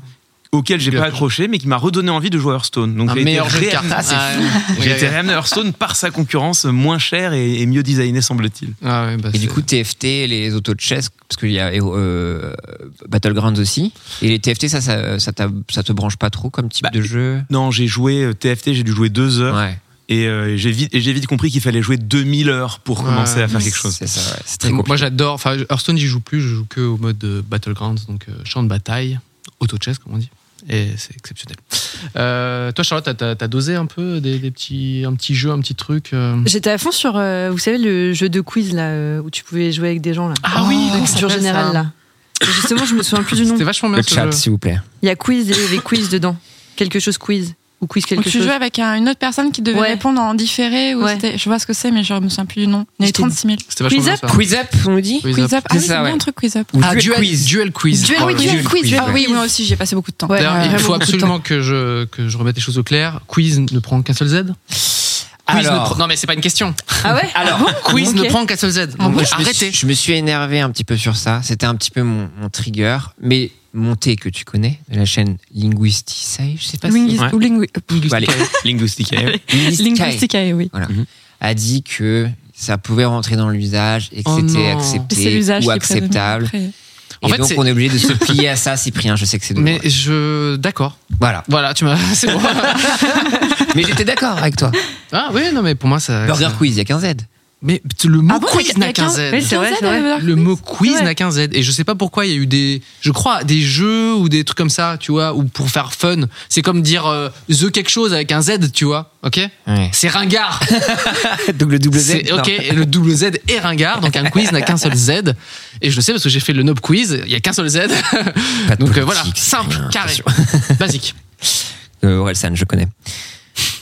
[SPEAKER 6] auquel j'ai
[SPEAKER 1] League
[SPEAKER 6] pas
[SPEAKER 1] of
[SPEAKER 6] accroché, mais qui m'a redonné envie de jouer à Hearthstone. Donc,
[SPEAKER 1] Un
[SPEAKER 6] j'ai été
[SPEAKER 1] meilleur jeu de cartes.
[SPEAKER 6] réamené-
[SPEAKER 1] Ah, ouais.
[SPEAKER 6] J'ai
[SPEAKER 1] Ouais,
[SPEAKER 6] été
[SPEAKER 1] ouais.
[SPEAKER 6] réamené à Hearthstone par sa concurrence moins chère et, et mieux designée, semble-t-il.
[SPEAKER 1] Ah ouais, bah,
[SPEAKER 2] Et du
[SPEAKER 1] c'est-
[SPEAKER 2] coup, TFT, les autos de chess, parce qu'il y a euh, Battlegrounds aussi. Et les TFT, ça, ça, ça, t'a- ça te branche pas trop comme type
[SPEAKER 6] Bah,
[SPEAKER 2] de jeu
[SPEAKER 6] Non, j'ai joué euh, TFT, j'ai dû jouer deux heures
[SPEAKER 2] Ouais,
[SPEAKER 6] et euh, j'ai vite, et j'ai vite compris qu'il fallait jouer 2000 heures pour
[SPEAKER 1] Ouais.
[SPEAKER 6] commencer à faire quelque chose.
[SPEAKER 2] c'est ça, ouais. C'est très
[SPEAKER 1] Moi
[SPEAKER 2] compliqué.
[SPEAKER 1] j'adore, enfin Hearthstone j'y joue plus, je joue que au mode euh, Battlegrounds, donc euh, champ de bataille, auto-chess comme on dit, et c'est exceptionnel. Euh, toi Charlotte, t'as- t'as t'as dosé un peu des, des petits, un petit jeu, un petit truc euh,
[SPEAKER 5] J'étais à fond sur, euh, vous savez, le jeu de quiz là, euh, où tu pouvais jouer avec des gens là. Oh,
[SPEAKER 1] Ah oui,
[SPEAKER 5] la
[SPEAKER 1] comment
[SPEAKER 5] culture
[SPEAKER 1] ça s'appelle, ça
[SPEAKER 5] générale là. Et justement, je me souviens plus du nom.
[SPEAKER 1] C'était vachement bien
[SPEAKER 2] Le
[SPEAKER 1] ce
[SPEAKER 2] chat,
[SPEAKER 1] jeu.
[SPEAKER 2] s'il vous plaît.
[SPEAKER 5] Il y a quiz et il y avait quiz dedans. Quelque chose quiz. Ou quiz
[SPEAKER 3] Donc
[SPEAKER 1] Oh,
[SPEAKER 5] quelque
[SPEAKER 3] tu
[SPEAKER 5] chose.
[SPEAKER 3] jouais avec un- une autre personne qui devait
[SPEAKER 5] Ouais.
[SPEAKER 3] répondre en différé ou
[SPEAKER 5] Ouais.
[SPEAKER 3] c'était- je vois ce que c'est mais je me souviens plus du nom. Il y avait
[SPEAKER 5] C'était-
[SPEAKER 3] 36 000.
[SPEAKER 1] C'était vachement
[SPEAKER 5] Quiz
[SPEAKER 1] bien
[SPEAKER 5] Up
[SPEAKER 1] ça.
[SPEAKER 2] Quiz up, on nous dit
[SPEAKER 1] Quiz
[SPEAKER 3] Quiz
[SPEAKER 1] Up.
[SPEAKER 3] up. Ah oui,
[SPEAKER 2] C'est
[SPEAKER 3] c'est
[SPEAKER 2] ça,
[SPEAKER 3] bien
[SPEAKER 2] ouais.
[SPEAKER 3] un truc quiz up.
[SPEAKER 2] Ou
[SPEAKER 1] Ah,
[SPEAKER 2] duel
[SPEAKER 1] duel,
[SPEAKER 2] quiz.
[SPEAKER 1] duel quiz.
[SPEAKER 5] Duel-
[SPEAKER 1] pardon.
[SPEAKER 5] oui, duel quiz,
[SPEAKER 2] ouais.
[SPEAKER 5] duel
[SPEAKER 3] oui, moi aussi j'y ai passé beaucoup de temps.
[SPEAKER 5] Ouais,
[SPEAKER 1] D'ailleurs, il
[SPEAKER 5] vraiment
[SPEAKER 1] faut
[SPEAKER 5] beaucoup de
[SPEAKER 1] absolument que je, que je remette les choses au clair. Quiz ne prend qu'un seul Z Quiz ne
[SPEAKER 2] Alors.
[SPEAKER 1] prend- Non, mais c'est pas une question.
[SPEAKER 5] Ah ouais
[SPEAKER 1] Alors, quiz
[SPEAKER 5] Ok.
[SPEAKER 1] ne prend qu'un seul Z.
[SPEAKER 2] Moi,
[SPEAKER 1] Donc,
[SPEAKER 2] je me
[SPEAKER 1] Ah arrêtez.
[SPEAKER 2] suis- je me suis énervé un petit peu sur ça. C'était un petit peu mon, mon trigger. Mais Monté, que tu connais, de la chaîne Linguisticae, je sais pas si.
[SPEAKER 3] Linguist-
[SPEAKER 6] Ouais.
[SPEAKER 3] ou lingui- euh,
[SPEAKER 2] Bon, allez.
[SPEAKER 6] Linguisticae.
[SPEAKER 2] Linguisticae
[SPEAKER 3] Linguisticae, oui. Mhm.
[SPEAKER 2] a dit que ça pouvait rentrer dans l'usage et que
[SPEAKER 1] Oh
[SPEAKER 2] c'était
[SPEAKER 1] non.
[SPEAKER 3] C'est
[SPEAKER 2] accepté
[SPEAKER 3] l'usage
[SPEAKER 2] ou
[SPEAKER 3] qui prédomine
[SPEAKER 2] acceptable.
[SPEAKER 3] après.
[SPEAKER 1] En
[SPEAKER 2] et
[SPEAKER 1] fait,
[SPEAKER 2] donc,
[SPEAKER 1] c'est-
[SPEAKER 2] on est obligé de se plier à ça, Cyprien. Je sais que c'est douloureux.
[SPEAKER 1] Mais je. D'accord.
[SPEAKER 2] Voilà.
[SPEAKER 1] Voilà, tu m'as. C'est bon.
[SPEAKER 2] Mais j'étais d'accord avec toi.
[SPEAKER 1] Ah oui, non, mais pour moi, ça.
[SPEAKER 2] Burger
[SPEAKER 1] ça-
[SPEAKER 2] Quiz, il y a qu'un Z.
[SPEAKER 1] Mais le mot
[SPEAKER 3] Ah bon, il y
[SPEAKER 1] quiz
[SPEAKER 3] a-
[SPEAKER 1] n'a
[SPEAKER 3] il y a
[SPEAKER 1] qu'un
[SPEAKER 3] qu'un-
[SPEAKER 1] Z.
[SPEAKER 5] Oui, c'est vrai,
[SPEAKER 3] Sans Z,
[SPEAKER 5] c'est vrai.
[SPEAKER 3] elle veut
[SPEAKER 1] Le mot quiz
[SPEAKER 3] Ouais.
[SPEAKER 1] n'a qu'un Z. Et je sais pas pourquoi il y a eu des, je crois, des jeux ou des trucs comme ça, tu vois, ou pour faire fun. C'est comme dire euh, The quelque chose avec un Z, tu vois, ok C'est ringard.
[SPEAKER 2] donc le double Z.
[SPEAKER 1] C'est- ok, et le double Z est ringard, donc un quiz n'a qu'un seul Z. Et je le sais parce que j'ai fait le Nob Quiz, il y a qu'un seul Z.
[SPEAKER 2] Pas de
[SPEAKER 1] Donc euh,
[SPEAKER 2] politique,
[SPEAKER 1] voilà,
[SPEAKER 2] c'est
[SPEAKER 1] simple,
[SPEAKER 2] rien,
[SPEAKER 1] carré,
[SPEAKER 2] attention.
[SPEAKER 1] basique.
[SPEAKER 2] Euh, Orelsan, je connais.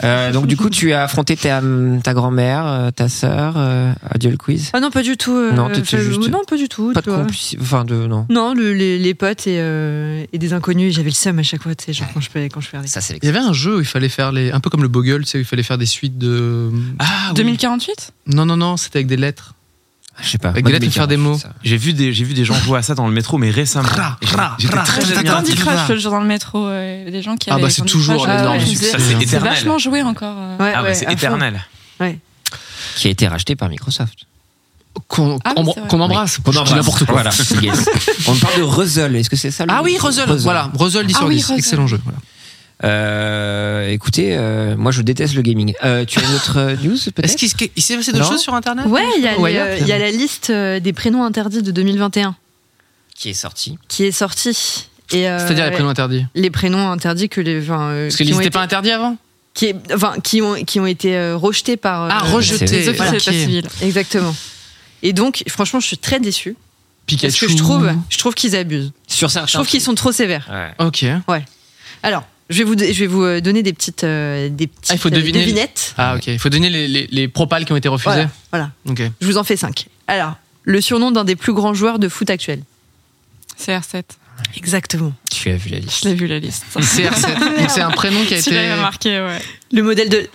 [SPEAKER 2] Euh, donc du coup, tu as affronté ta, ta grand-mère, euh, ta sœur, euh, à duel quiz.
[SPEAKER 5] Ah non, pas du tout. euh,
[SPEAKER 2] Non, t'étais
[SPEAKER 5] enfin,
[SPEAKER 2] juste-
[SPEAKER 5] Non, pas du tout.
[SPEAKER 2] Pas
[SPEAKER 5] tu
[SPEAKER 2] de
[SPEAKER 5] vois.
[SPEAKER 2] complici... enfin de non.
[SPEAKER 5] Non, le- les, les potes et, euh, et des inconnus, j'avais le seum à chaque fois, tu sais, genre quand je, fais- quand je perdais.
[SPEAKER 2] Ça c'est.
[SPEAKER 1] Il y avait un jeu où il fallait faire les, un peu comme le Bogle, tu sais, où il fallait faire des suites de.
[SPEAKER 6] Ah, oui.
[SPEAKER 3] 2048
[SPEAKER 1] Non, non, non, c'était avec des lettres.
[SPEAKER 2] Je sais pas.
[SPEAKER 1] Avec
[SPEAKER 2] Moi,
[SPEAKER 1] des lettres,
[SPEAKER 2] 2015,
[SPEAKER 1] faire des mots.
[SPEAKER 2] je fais ça.
[SPEAKER 6] J'ai vu des j'ai vu des gens jouer à ça dans le métro mais récemment.
[SPEAKER 1] Ra,
[SPEAKER 6] Et j'étais-
[SPEAKER 1] ra,
[SPEAKER 6] j'étais
[SPEAKER 1] ra,
[SPEAKER 6] très
[SPEAKER 1] ra,
[SPEAKER 6] admiratif.
[SPEAKER 1] ra,
[SPEAKER 3] Candy
[SPEAKER 1] Candy
[SPEAKER 3] Crush
[SPEAKER 1] Crush.
[SPEAKER 6] Bah,
[SPEAKER 3] le jeu dans le métro, euh, des gens qui
[SPEAKER 1] Ah
[SPEAKER 3] avaient
[SPEAKER 1] bah, c'est
[SPEAKER 3] Candy
[SPEAKER 1] toujours
[SPEAKER 3] Crush.
[SPEAKER 1] un
[SPEAKER 3] Ah
[SPEAKER 1] énorme
[SPEAKER 3] ouais,
[SPEAKER 1] succès.
[SPEAKER 3] c'est-
[SPEAKER 1] C'est
[SPEAKER 3] C'est
[SPEAKER 6] éternel.
[SPEAKER 3] vachement joué encore. euh.
[SPEAKER 5] Ouais,
[SPEAKER 6] Ah ouais,
[SPEAKER 5] ouais,
[SPEAKER 6] c'est
[SPEAKER 5] à fond.
[SPEAKER 6] éternel.
[SPEAKER 2] Qui a été racheté par Microsoft.
[SPEAKER 1] Qu'on
[SPEAKER 3] Ah oui,
[SPEAKER 1] qu'on-
[SPEAKER 3] c'est vrai.
[SPEAKER 1] qu'on embrasse.
[SPEAKER 2] Oui.
[SPEAKER 6] Oh,
[SPEAKER 1] Je dis
[SPEAKER 6] bah,
[SPEAKER 1] n'importe quoi.
[SPEAKER 2] Voilà. Yes. On parle de Ruzzle. Est-ce que c'est ça le
[SPEAKER 1] Ah
[SPEAKER 2] nom
[SPEAKER 1] oui, Ruzzle, voilà, Ruzzle 10
[SPEAKER 3] Ah
[SPEAKER 1] sur
[SPEAKER 3] oui,
[SPEAKER 1] 10,
[SPEAKER 3] Ruzzle.
[SPEAKER 1] excellent jeu. voilà.
[SPEAKER 2] Euh, écoutez, euh, moi je déteste le gaming. Euh, tu as une autre euh, news
[SPEAKER 1] Est-ce
[SPEAKER 2] peut-être
[SPEAKER 1] qu'il s'est- il s'est passé Ah, d'autres
[SPEAKER 2] Non.
[SPEAKER 1] choses sur Internet
[SPEAKER 5] Ouais, il y, a
[SPEAKER 1] Ou
[SPEAKER 5] les,
[SPEAKER 1] ailleurs,
[SPEAKER 5] euh, il y a la liste euh, des prénoms interdits de 2021
[SPEAKER 2] qui est sorti
[SPEAKER 5] qui est sortie. Et, euh,
[SPEAKER 1] C'est-à-dire les prénoms interdits.
[SPEAKER 5] les prénoms interdits que les. Enfin, euh,
[SPEAKER 1] Parce qu'ils
[SPEAKER 5] qui ont
[SPEAKER 1] n'étaient
[SPEAKER 5] été-
[SPEAKER 1] pas interdits avant
[SPEAKER 5] qui, est- enfin, qui ont, qui ont été euh, rejetés par. euh,
[SPEAKER 1] Ah, rejetés.
[SPEAKER 2] rejetés,
[SPEAKER 3] Les officiers
[SPEAKER 1] Voilà.
[SPEAKER 3] d'état civil.
[SPEAKER 5] Exactement. Et donc, franchement, je suis très déçue. Parce
[SPEAKER 1] Pikachu.
[SPEAKER 5] que je trouve, je trouve qu'ils abusent.
[SPEAKER 2] Sur certains.
[SPEAKER 5] Je trouve qu'ils sont trop sévères.
[SPEAKER 2] Ouais.
[SPEAKER 1] Ok.
[SPEAKER 5] Alors, Je vais vous, je vais vous euh, donner des petites, euh, des petites
[SPEAKER 1] Ah, il faut
[SPEAKER 5] euh,
[SPEAKER 1] deviner les-
[SPEAKER 5] devinettes.
[SPEAKER 1] Ah, ok. Il faut donner les, les, les propals qui ont été refusés.
[SPEAKER 5] Voilà, voilà.
[SPEAKER 1] Ok.
[SPEAKER 5] Je vous en fais cinq. Alors, le surnom d'un des plus grands joueurs de foot actuel.
[SPEAKER 3] CR7.
[SPEAKER 5] Exactement.
[SPEAKER 2] Tu as vu la liste.
[SPEAKER 3] Je l'ai vu la liste.
[SPEAKER 1] CR7. Donc c'est un prénom qui a
[SPEAKER 3] Tu
[SPEAKER 1] été.
[SPEAKER 3] l'avais remarqué, ouais.
[SPEAKER 5] Le modèle de.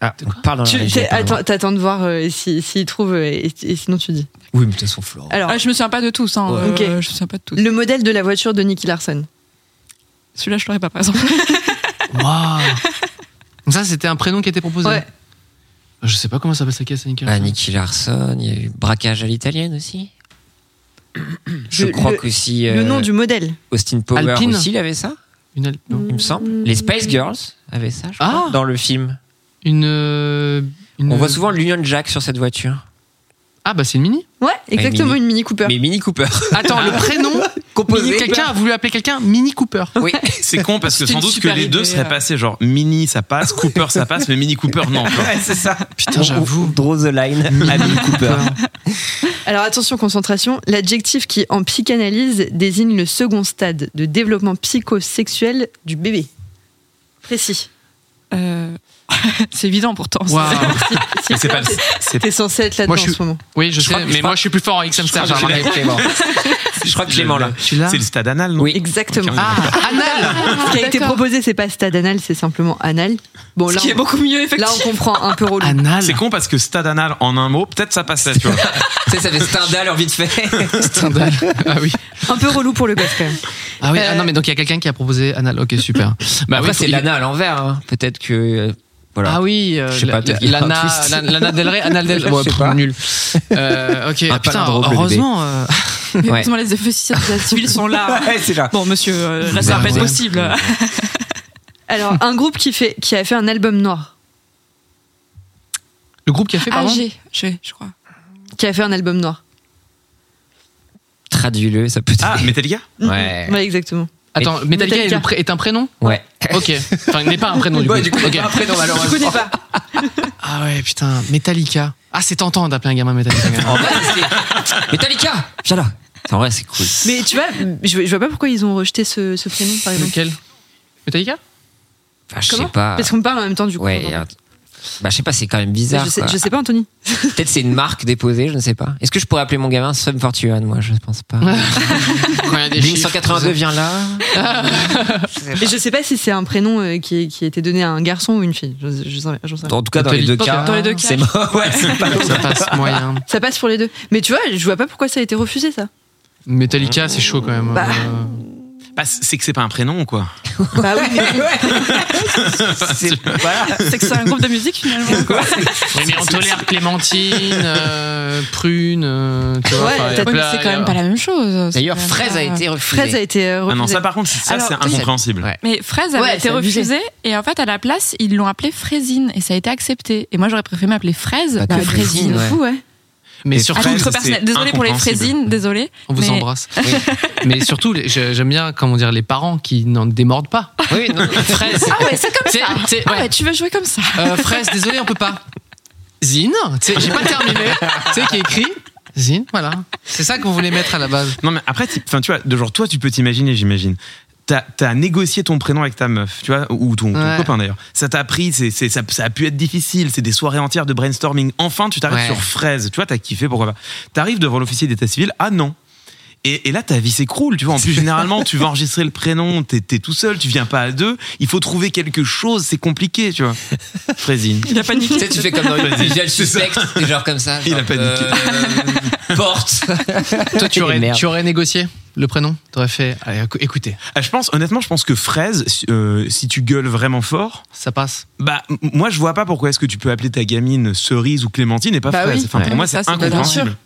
[SPEAKER 2] Ah, parle dans la
[SPEAKER 5] Tu-
[SPEAKER 2] régie,
[SPEAKER 5] t'es-
[SPEAKER 2] apparemment.
[SPEAKER 5] attends, t'attends de voir euh, si- s'il trouve euh, et, et sinon tu dis.
[SPEAKER 2] Oui, mais de toute façon, Florent.
[SPEAKER 5] Alors,
[SPEAKER 3] Ah, je me souviens pas de tous, hein.
[SPEAKER 2] Ouais.
[SPEAKER 3] euh,
[SPEAKER 5] Ok.
[SPEAKER 3] Je me souviens pas de tous.
[SPEAKER 5] le modèle de la voiture de Nicky Larson.
[SPEAKER 3] Celui-là, je l'aurais pas, par exemple.
[SPEAKER 1] Waouh Donc ça, c'était un prénom qui a été proposé.
[SPEAKER 5] Ouais.
[SPEAKER 1] Je sais pas comment ça s'appelle sa caisse, Nicolas.
[SPEAKER 2] Ah, Nicky Larson, il y a eu braquage à l'italienne aussi. Je
[SPEAKER 5] Le-
[SPEAKER 2] crois
[SPEAKER 5] le-
[SPEAKER 2] qu'aussi
[SPEAKER 5] Le
[SPEAKER 2] euh,
[SPEAKER 5] nom du modèle.
[SPEAKER 2] Austin Power
[SPEAKER 1] Alpine.
[SPEAKER 2] aussi, il avait ça,
[SPEAKER 1] Une, al- non.
[SPEAKER 2] il me
[SPEAKER 5] Mm.
[SPEAKER 2] semble. Les Spice Girls avaient ça, je crois,
[SPEAKER 1] Ah.
[SPEAKER 2] dans le film.
[SPEAKER 1] Une, euh, une-
[SPEAKER 2] On voit souvent l'Union Jack sur cette voiture.
[SPEAKER 1] Ah, bah c'est une mini.
[SPEAKER 5] Ouais, exactement,
[SPEAKER 2] Mini-
[SPEAKER 5] une Mini Cooper.
[SPEAKER 2] Mais Mini Cooper.
[SPEAKER 1] Attends, le prénom. Mini- Quelqu'un a voulu appeler quelqu'un Mini Cooper.
[SPEAKER 2] Oui.
[SPEAKER 6] C'est con parce que
[SPEAKER 3] C'était
[SPEAKER 6] sans
[SPEAKER 3] une
[SPEAKER 6] doute que
[SPEAKER 3] super
[SPEAKER 6] les deux
[SPEAKER 3] idée,
[SPEAKER 6] seraient
[SPEAKER 3] euh.
[SPEAKER 6] passés. Genre, Mini, ça passe, Cooper, ça passe, mais Mini Cooper, non. tu vois.
[SPEAKER 2] c'est ça.
[SPEAKER 1] Putain, j'avoue.
[SPEAKER 2] Draw the line à Mini Cooper.
[SPEAKER 5] Alors attention, concentration. L'adjectif qui, en psychanalyse, désigne le second stade de développement psychosexuel du bébé. Précis.
[SPEAKER 3] Euh, c'est évident pourtant.
[SPEAKER 1] Waouh.
[SPEAKER 6] Mais c'est pas le- c'est-
[SPEAKER 5] T'es censé être
[SPEAKER 1] Moi,
[SPEAKER 5] là-dedans
[SPEAKER 1] je suis-
[SPEAKER 5] en ce moment.
[SPEAKER 1] Oui, je, sais,
[SPEAKER 2] crois que- je
[SPEAKER 1] mais
[SPEAKER 2] crois-
[SPEAKER 1] moi je suis plus fort en X Hamster.
[SPEAKER 2] Je crois que Clément. Je crois que Clément, là.
[SPEAKER 1] Je suis là.
[SPEAKER 6] c'est le stade anal, non
[SPEAKER 2] Oui.
[SPEAKER 5] Exactement.
[SPEAKER 1] Ah, anal
[SPEAKER 5] Ce qui a été
[SPEAKER 3] d'accord.
[SPEAKER 5] proposé, c'est pas stade anal, c'est simplement anal. Bon,
[SPEAKER 3] Ce
[SPEAKER 5] là,
[SPEAKER 3] qui est
[SPEAKER 5] on,
[SPEAKER 3] beaucoup
[SPEAKER 5] là,
[SPEAKER 3] mieux,
[SPEAKER 5] on
[SPEAKER 3] effectivement.
[SPEAKER 5] comprend un peu relou.
[SPEAKER 1] Anal
[SPEAKER 6] C'est con parce que stade anal en un mot, peut-être ça passait, tu vois.
[SPEAKER 2] Tu sais, ça fait Stendhal en vite fait.
[SPEAKER 1] Stendhal. Ah oui.
[SPEAKER 5] Un peu relou pour le gosse, quand même.
[SPEAKER 1] Ah oui, ah
[SPEAKER 5] Euh,
[SPEAKER 1] non, mais donc il y a quelqu'un qui a proposé anal. Ok, super. Bah,
[SPEAKER 2] Après,
[SPEAKER 1] oui,
[SPEAKER 2] c'est
[SPEAKER 1] il-
[SPEAKER 2] Lana à l'envers. hein. Peut-être que. euh, Voilà.
[SPEAKER 1] Ah oui, euh,
[SPEAKER 2] Je sais pas,
[SPEAKER 1] la-
[SPEAKER 2] peut-être qu'il y a un
[SPEAKER 1] Lana,
[SPEAKER 2] twist.
[SPEAKER 1] Lana, Lana Del Rey, Anal Del Rey, ouais,
[SPEAKER 2] Je sais
[SPEAKER 1] pff,
[SPEAKER 2] pas.
[SPEAKER 1] nul. Euh, ok, ah, putain,
[SPEAKER 2] palindrome, le bébé.
[SPEAKER 1] heureusement. euh,
[SPEAKER 3] Mais
[SPEAKER 2] Ouais.
[SPEAKER 3] Effectivement, les effets civils sont là.
[SPEAKER 2] Ouais, c'est là.
[SPEAKER 3] Bon, monsieur, euh, là, ça
[SPEAKER 1] Ouais,
[SPEAKER 3] va pas être
[SPEAKER 1] ouais.
[SPEAKER 3] possible.
[SPEAKER 5] Alors, un groupe qui, fait, qui a fait un album noir.
[SPEAKER 1] le groupe qui a fait, pardon
[SPEAKER 3] AG, je je crois.
[SPEAKER 5] Qui a fait un album noir.
[SPEAKER 2] Traduis-le, ça peut
[SPEAKER 6] Ah,
[SPEAKER 2] être.
[SPEAKER 6] Metallica
[SPEAKER 2] Ouais.
[SPEAKER 5] Ouais, exactement.
[SPEAKER 1] Attends, Metallica,
[SPEAKER 5] Metallica.
[SPEAKER 1] Est, le pré- est un prénom
[SPEAKER 2] Ouais.
[SPEAKER 1] Ok. Enfin, il n'est pas un prénom du coup.
[SPEAKER 2] Ouais, du coup,
[SPEAKER 1] Ok.
[SPEAKER 2] après, non, malheureusement.
[SPEAKER 5] pas.
[SPEAKER 1] Ah ouais, putain, Metallica. Ah, c'est tentant d'appeler un gamin Metallica. quand même.
[SPEAKER 2] En vrai, c'est- Metallica Viens là. En vrai, c'est cool.
[SPEAKER 5] Mais tu vois, je, je vois pas pourquoi ils ont rejeté ce, ce prénom, par exemple.
[SPEAKER 1] Lequel Metallica
[SPEAKER 2] Enfin, je sais
[SPEAKER 5] Comment
[SPEAKER 2] pas.
[SPEAKER 5] Parce qu'on parle en même temps, du coup.
[SPEAKER 2] Ouais.
[SPEAKER 5] Bah,
[SPEAKER 2] un- Bah, je sais pas, c'est quand même bizarre.
[SPEAKER 5] je, sais,
[SPEAKER 2] quoi.
[SPEAKER 5] je sais pas, Anthony.
[SPEAKER 2] Peut-être c'est une marque déposée, je ne sais pas. Est-ce que je pourrais appeler mon gamin Sum 41 Moi, je pense pas.
[SPEAKER 1] Quand il y a des
[SPEAKER 2] Bing
[SPEAKER 1] chiffres,
[SPEAKER 2] 182
[SPEAKER 1] tout ça.
[SPEAKER 2] vient là.
[SPEAKER 5] Et je sais pas si c'est un prénom euh, qui, qui a été donné à un garçon ou une fille. Je, je, sais- j'en sais rien.
[SPEAKER 2] En tout cas, dans les deux
[SPEAKER 1] Dans-
[SPEAKER 2] cas.
[SPEAKER 3] dans les deux cas,
[SPEAKER 2] C'est mort. Ouais, c'est pas
[SPEAKER 1] Ça passe moyen.
[SPEAKER 5] Ça passe pour les deux. Mais tu vois, je vois pas pourquoi ça a été refusé, ça.
[SPEAKER 1] Metallica, c'est chaud quand même.
[SPEAKER 5] Bah.
[SPEAKER 1] Euh,
[SPEAKER 6] Bah, C'est que c'est pas un prénom, quoi.
[SPEAKER 5] bah oui, mais
[SPEAKER 2] C'est voilà.
[SPEAKER 3] C'est que c'est un groupe de musique finalement.
[SPEAKER 1] Oui, mais on tolère Clémentine, euh, Prune, euh, tu vois.
[SPEAKER 5] Ouais,
[SPEAKER 1] enfin, il y a
[SPEAKER 3] Ouais, mais
[SPEAKER 1] plein-
[SPEAKER 3] c'est quand même pas la même
[SPEAKER 2] D'ailleurs,
[SPEAKER 3] chose. C'est quand même
[SPEAKER 2] Fraise a
[SPEAKER 3] pas-
[SPEAKER 2] été refusée.
[SPEAKER 5] Fraise a été euh, refusée.
[SPEAKER 6] Ah non, ça par contre, ça
[SPEAKER 3] Alors,
[SPEAKER 6] c'est
[SPEAKER 3] oui.
[SPEAKER 6] incompréhensible.
[SPEAKER 2] Ouais.
[SPEAKER 3] Mais Fraise avait
[SPEAKER 5] Ouais,
[SPEAKER 3] été
[SPEAKER 5] c'est abusé.
[SPEAKER 3] refusée et en fait à la place ils l'ont appelée Fraisine et ça a été accepté. Et moi j'aurais préféré m'appeler Fraise
[SPEAKER 2] Bah,
[SPEAKER 3] que
[SPEAKER 2] que Fraisine,
[SPEAKER 3] Fraisine.
[SPEAKER 2] ouais.
[SPEAKER 5] Fou, ouais.
[SPEAKER 1] Mais
[SPEAKER 6] Et
[SPEAKER 1] sur
[SPEAKER 3] À
[SPEAKER 6] Fraise,
[SPEAKER 3] titre
[SPEAKER 6] c'est
[SPEAKER 3] personnel, désolé pour les
[SPEAKER 6] incompréhensible.
[SPEAKER 3] Fraisines, désolé.
[SPEAKER 1] On vous
[SPEAKER 3] Mais-
[SPEAKER 1] embrasse. Mais surtout, les- je- j'aime bien comment dire les parents qui n'en démordent pas.
[SPEAKER 2] Oui, non.
[SPEAKER 1] Fraise.
[SPEAKER 3] Ah ouais, c'est comme
[SPEAKER 1] T'sais-
[SPEAKER 3] ça.
[SPEAKER 1] t'sais-
[SPEAKER 3] Ah
[SPEAKER 1] ouais.
[SPEAKER 3] ouais, tu veux jouer comme ça.
[SPEAKER 1] Euh, fraise, désolé, on peut pas. Zine, tu sais, j'ai pas terminé. Tu sais qui écrit Zine, voilà. C'est ça qu'on voulait mettre à la base.
[SPEAKER 6] Non, mais après, t'im- enfin, tu vois, de genre, toi, tu peux t'imaginer, j'imagine. T'as as négocié ton prénom avec ta meuf, tu vois, ou ton, ton
[SPEAKER 1] Ouais.
[SPEAKER 6] copain d'ailleurs. Ça t'a pris, c'est c'est- ça, ça a pu être difficile, c'est des soirées entières de brainstorming. Enfin, tu t'arrêtes
[SPEAKER 1] Ouais.
[SPEAKER 6] sur fraise, tu vois, t'as kiffé, pourquoi pas. T'arrives devant l'officier d'état civil, ah non. Et, et là, ta vie s'écroule, tu vois. En plus, généralement, tu vas enregistrer le prénom, t'es t'es tout seul, tu viens pas à deux, il faut trouver quelque chose, c'est compliqué, tu vois. Fraisine.
[SPEAKER 3] Il a
[SPEAKER 2] Tu
[SPEAKER 3] paniqué.
[SPEAKER 2] sais, tu fais comme dans une visual suspect, t'es genre comme ça.
[SPEAKER 6] Il a
[SPEAKER 2] genre,
[SPEAKER 6] paniqué.
[SPEAKER 2] euh, porte.
[SPEAKER 1] Toi, tu
[SPEAKER 2] Et
[SPEAKER 1] aurais,
[SPEAKER 2] merde.
[SPEAKER 1] tu aurais négocié le prénom T'aurais fait, allez, écou- écoutez,
[SPEAKER 6] Ah, je pense, honnêtement, je pense que fraise, si- euh, si tu gueules vraiment fort,
[SPEAKER 1] ça passe.
[SPEAKER 6] Bah, m- moi, je vois pas pourquoi est-ce que tu peux appeler ta gamine cerise ou clémentine et pas
[SPEAKER 3] Bah
[SPEAKER 6] fraise.
[SPEAKER 3] oui.
[SPEAKER 6] Enfin, pour
[SPEAKER 3] Ouais.
[SPEAKER 6] moi,
[SPEAKER 3] Ça,
[SPEAKER 6] c'est
[SPEAKER 3] c'est pas
[SPEAKER 6] incompréhensible.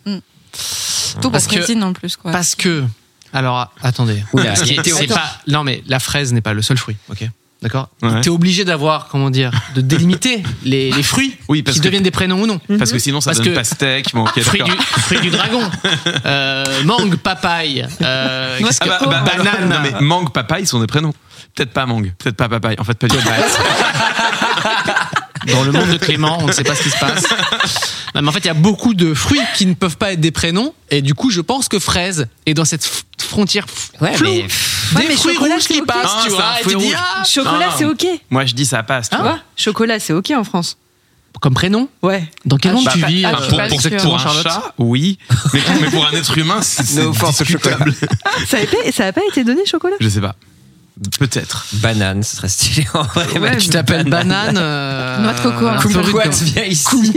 [SPEAKER 3] Tout
[SPEAKER 1] Parce
[SPEAKER 3] parce
[SPEAKER 1] que-
[SPEAKER 3] Fraisine en plus quoi.
[SPEAKER 1] Parce que. Alors, attendez.
[SPEAKER 2] Oula,
[SPEAKER 1] Ce qui est- c'est
[SPEAKER 2] Attends.
[SPEAKER 1] pas- non, mais la fraise n'est pas le seul fruit, ok D'accord
[SPEAKER 6] Ouais.
[SPEAKER 1] T'es obligé d'avoir, comment dire, de délimiter les, les fruits
[SPEAKER 6] Oui, parce
[SPEAKER 1] qui
[SPEAKER 6] que-
[SPEAKER 1] deviennent des prénoms ou non.
[SPEAKER 6] Parce que sinon, ça
[SPEAKER 1] Parce
[SPEAKER 6] donne
[SPEAKER 1] que-
[SPEAKER 6] pastèque. Bon, ok,
[SPEAKER 1] Fruit
[SPEAKER 6] d'accord.
[SPEAKER 1] du, fruit du dragon, euh, mangue, papaye, euh, qu'est-ce
[SPEAKER 6] Ah
[SPEAKER 1] que-
[SPEAKER 6] bah, bah,
[SPEAKER 1] Oh,
[SPEAKER 6] banane. Non, mais mangue, papaye sont des prénoms. Peut-être pas mangue. Peut-être pas papaye. En fait, pas du tout.
[SPEAKER 1] Dans le monde de Clément, on ne sait pas ce qui se passe. Non, mais en fait, il y a beaucoup de fruits qui ne peuvent pas être des prénoms. Et du coup, je pense que fraise est dans cette f- frontière f-
[SPEAKER 2] Ouais,
[SPEAKER 1] floue
[SPEAKER 2] mais.
[SPEAKER 5] mais
[SPEAKER 1] fruits
[SPEAKER 5] chocolat,
[SPEAKER 1] rouges
[SPEAKER 5] c'est
[SPEAKER 1] qui
[SPEAKER 5] ok.
[SPEAKER 1] passent,
[SPEAKER 6] Ah,
[SPEAKER 1] tu
[SPEAKER 6] c'est un
[SPEAKER 1] vois. Et
[SPEAKER 6] fruit
[SPEAKER 1] tu dis,
[SPEAKER 6] rouge.
[SPEAKER 1] ah,
[SPEAKER 5] Chocolat,
[SPEAKER 6] Ah.
[SPEAKER 5] c'est ok. Hein
[SPEAKER 6] Moi, je dis ça passe, tu
[SPEAKER 5] Tu
[SPEAKER 6] vois.
[SPEAKER 5] vois Chocolat, c'est ok en France.
[SPEAKER 1] comme prénom.
[SPEAKER 5] Ouais.
[SPEAKER 1] Dans quel
[SPEAKER 3] Ah,
[SPEAKER 1] monde
[SPEAKER 3] je
[SPEAKER 1] tu
[SPEAKER 3] sais pas.
[SPEAKER 1] vis
[SPEAKER 3] Ah,
[SPEAKER 1] euh,
[SPEAKER 3] je suis
[SPEAKER 6] bah, Pour,
[SPEAKER 3] pas
[SPEAKER 6] pour-
[SPEAKER 3] sûre.
[SPEAKER 6] pour un
[SPEAKER 1] Charlotte
[SPEAKER 6] chat, oui, mais pour, mais pour un être humain, c'est c'est
[SPEAKER 2] No offense au chocolat.
[SPEAKER 6] discutable.
[SPEAKER 5] Ça n'a pas été donné, chocolat
[SPEAKER 6] Je sais pas. Peut-être.
[SPEAKER 2] Banane, ce serait stylé en vrai.
[SPEAKER 1] Ouais, tu t'appelles banane. euh,
[SPEAKER 3] Noix de coco,
[SPEAKER 1] un
[SPEAKER 3] hein.
[SPEAKER 1] peu rude,
[SPEAKER 2] Kumquat
[SPEAKER 1] quand même.
[SPEAKER 2] vient ici.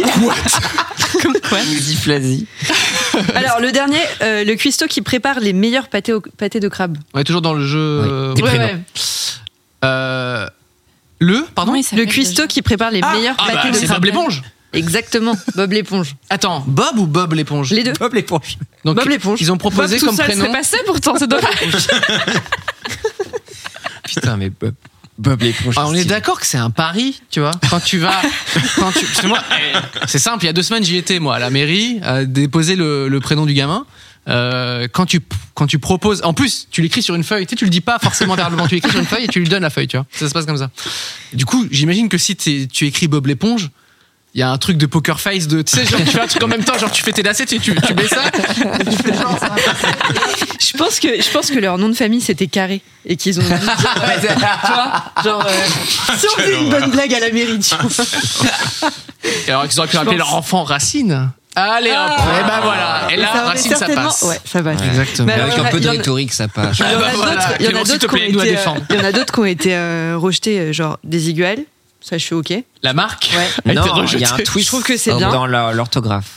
[SPEAKER 2] Kumquat. Nous dit Flasie.
[SPEAKER 5] Alors, le dernier, euh, le cuistot qui prépare les meilleurs pâtés, au- pâtés de crabe.
[SPEAKER 1] Ouais, toujours dans le jeu.
[SPEAKER 2] Oui.
[SPEAKER 1] euh,
[SPEAKER 2] Des
[SPEAKER 1] ouais,
[SPEAKER 2] prénoms.
[SPEAKER 1] ouais. Euh, le, pardon.
[SPEAKER 3] Oui, ça
[SPEAKER 5] Le
[SPEAKER 3] fait
[SPEAKER 5] cuistot
[SPEAKER 3] déjà.
[SPEAKER 5] qui prépare les meilleurs
[SPEAKER 1] ah,
[SPEAKER 5] pâtés
[SPEAKER 1] bah,
[SPEAKER 5] de
[SPEAKER 1] c'est
[SPEAKER 5] crabe.
[SPEAKER 1] Bob l'éponge.
[SPEAKER 5] Exactement, Bob l'éponge.
[SPEAKER 1] Attends, Bob ou Bob l'éponge
[SPEAKER 5] Les deux.
[SPEAKER 2] Hop l'éponge.
[SPEAKER 1] Donc,
[SPEAKER 5] Bob l'éponge.
[SPEAKER 1] Ils ont proposé
[SPEAKER 3] Bob tout
[SPEAKER 1] comme
[SPEAKER 3] seul,
[SPEAKER 1] prénom.
[SPEAKER 3] c'est passé pourtant, c'est dommage.
[SPEAKER 2] Putain, mais Bob. Bob l'éponge.
[SPEAKER 1] Ah, on est
[SPEAKER 2] stylé.
[SPEAKER 1] d'accord que c'est un pari, tu vois. Quand tu vas, quand tu, parce que moi, eh, c'est simple. Il y a deux semaines, j'y étais moi à la mairie, à déposer le, le prénom du gamin. Euh, quand tu quand tu proposes, en plus, tu l'écris sur une feuille. Tu sais, tu le dis pas forcément verbalement. Tu l'écris sur une feuille et tu lui donnes la feuille, tu vois. Ça se passe comme ça. Du coup, j'imagine que si t'es- tu écris Bob l'éponge. Il y a un truc de poker face de tu sais genre tu fais un truc en même temps genre tu fais tes lacets tu tu, tu mets ça et tu fais genre ça va passer.
[SPEAKER 5] Je pense que je pense que leur nom de famille c'était carré et qu'ils ont. dit, tu vois, genre euh, si on faisait une bonne blague à la mairie. tu vois.
[SPEAKER 1] Et alors qu'ils auraient pu appeler leur enfant Racine allez hop et ben voilà et là
[SPEAKER 5] Ah, aurait
[SPEAKER 1] Racine ça
[SPEAKER 5] certainement-
[SPEAKER 1] passe
[SPEAKER 5] Ouais, ça va.
[SPEAKER 1] exactement
[SPEAKER 5] Mais
[SPEAKER 2] Avec
[SPEAKER 5] alors,
[SPEAKER 2] un peu de
[SPEAKER 5] il y en a-
[SPEAKER 2] rhétorique, ça passe.
[SPEAKER 5] Il y en
[SPEAKER 1] bah
[SPEAKER 5] a
[SPEAKER 1] voilà,
[SPEAKER 5] d'autres- il y en
[SPEAKER 1] Clément,
[SPEAKER 5] a
[SPEAKER 1] s'il te
[SPEAKER 5] d'autres qui ont
[SPEAKER 1] plaît, aide-nous à
[SPEAKER 5] été, euh,
[SPEAKER 1] défendre.
[SPEAKER 5] il y en a d'autres qui ont été euh, rejetés, euh, genre des iguales. Ça, je suis ok.
[SPEAKER 1] La marque
[SPEAKER 5] Ouais.
[SPEAKER 1] a été
[SPEAKER 2] Non, il y a un
[SPEAKER 1] rejetée.
[SPEAKER 2] twist.
[SPEAKER 5] Je trouve que c'est
[SPEAKER 2] dans
[SPEAKER 5] bien.
[SPEAKER 2] Dans la- l'orthographe.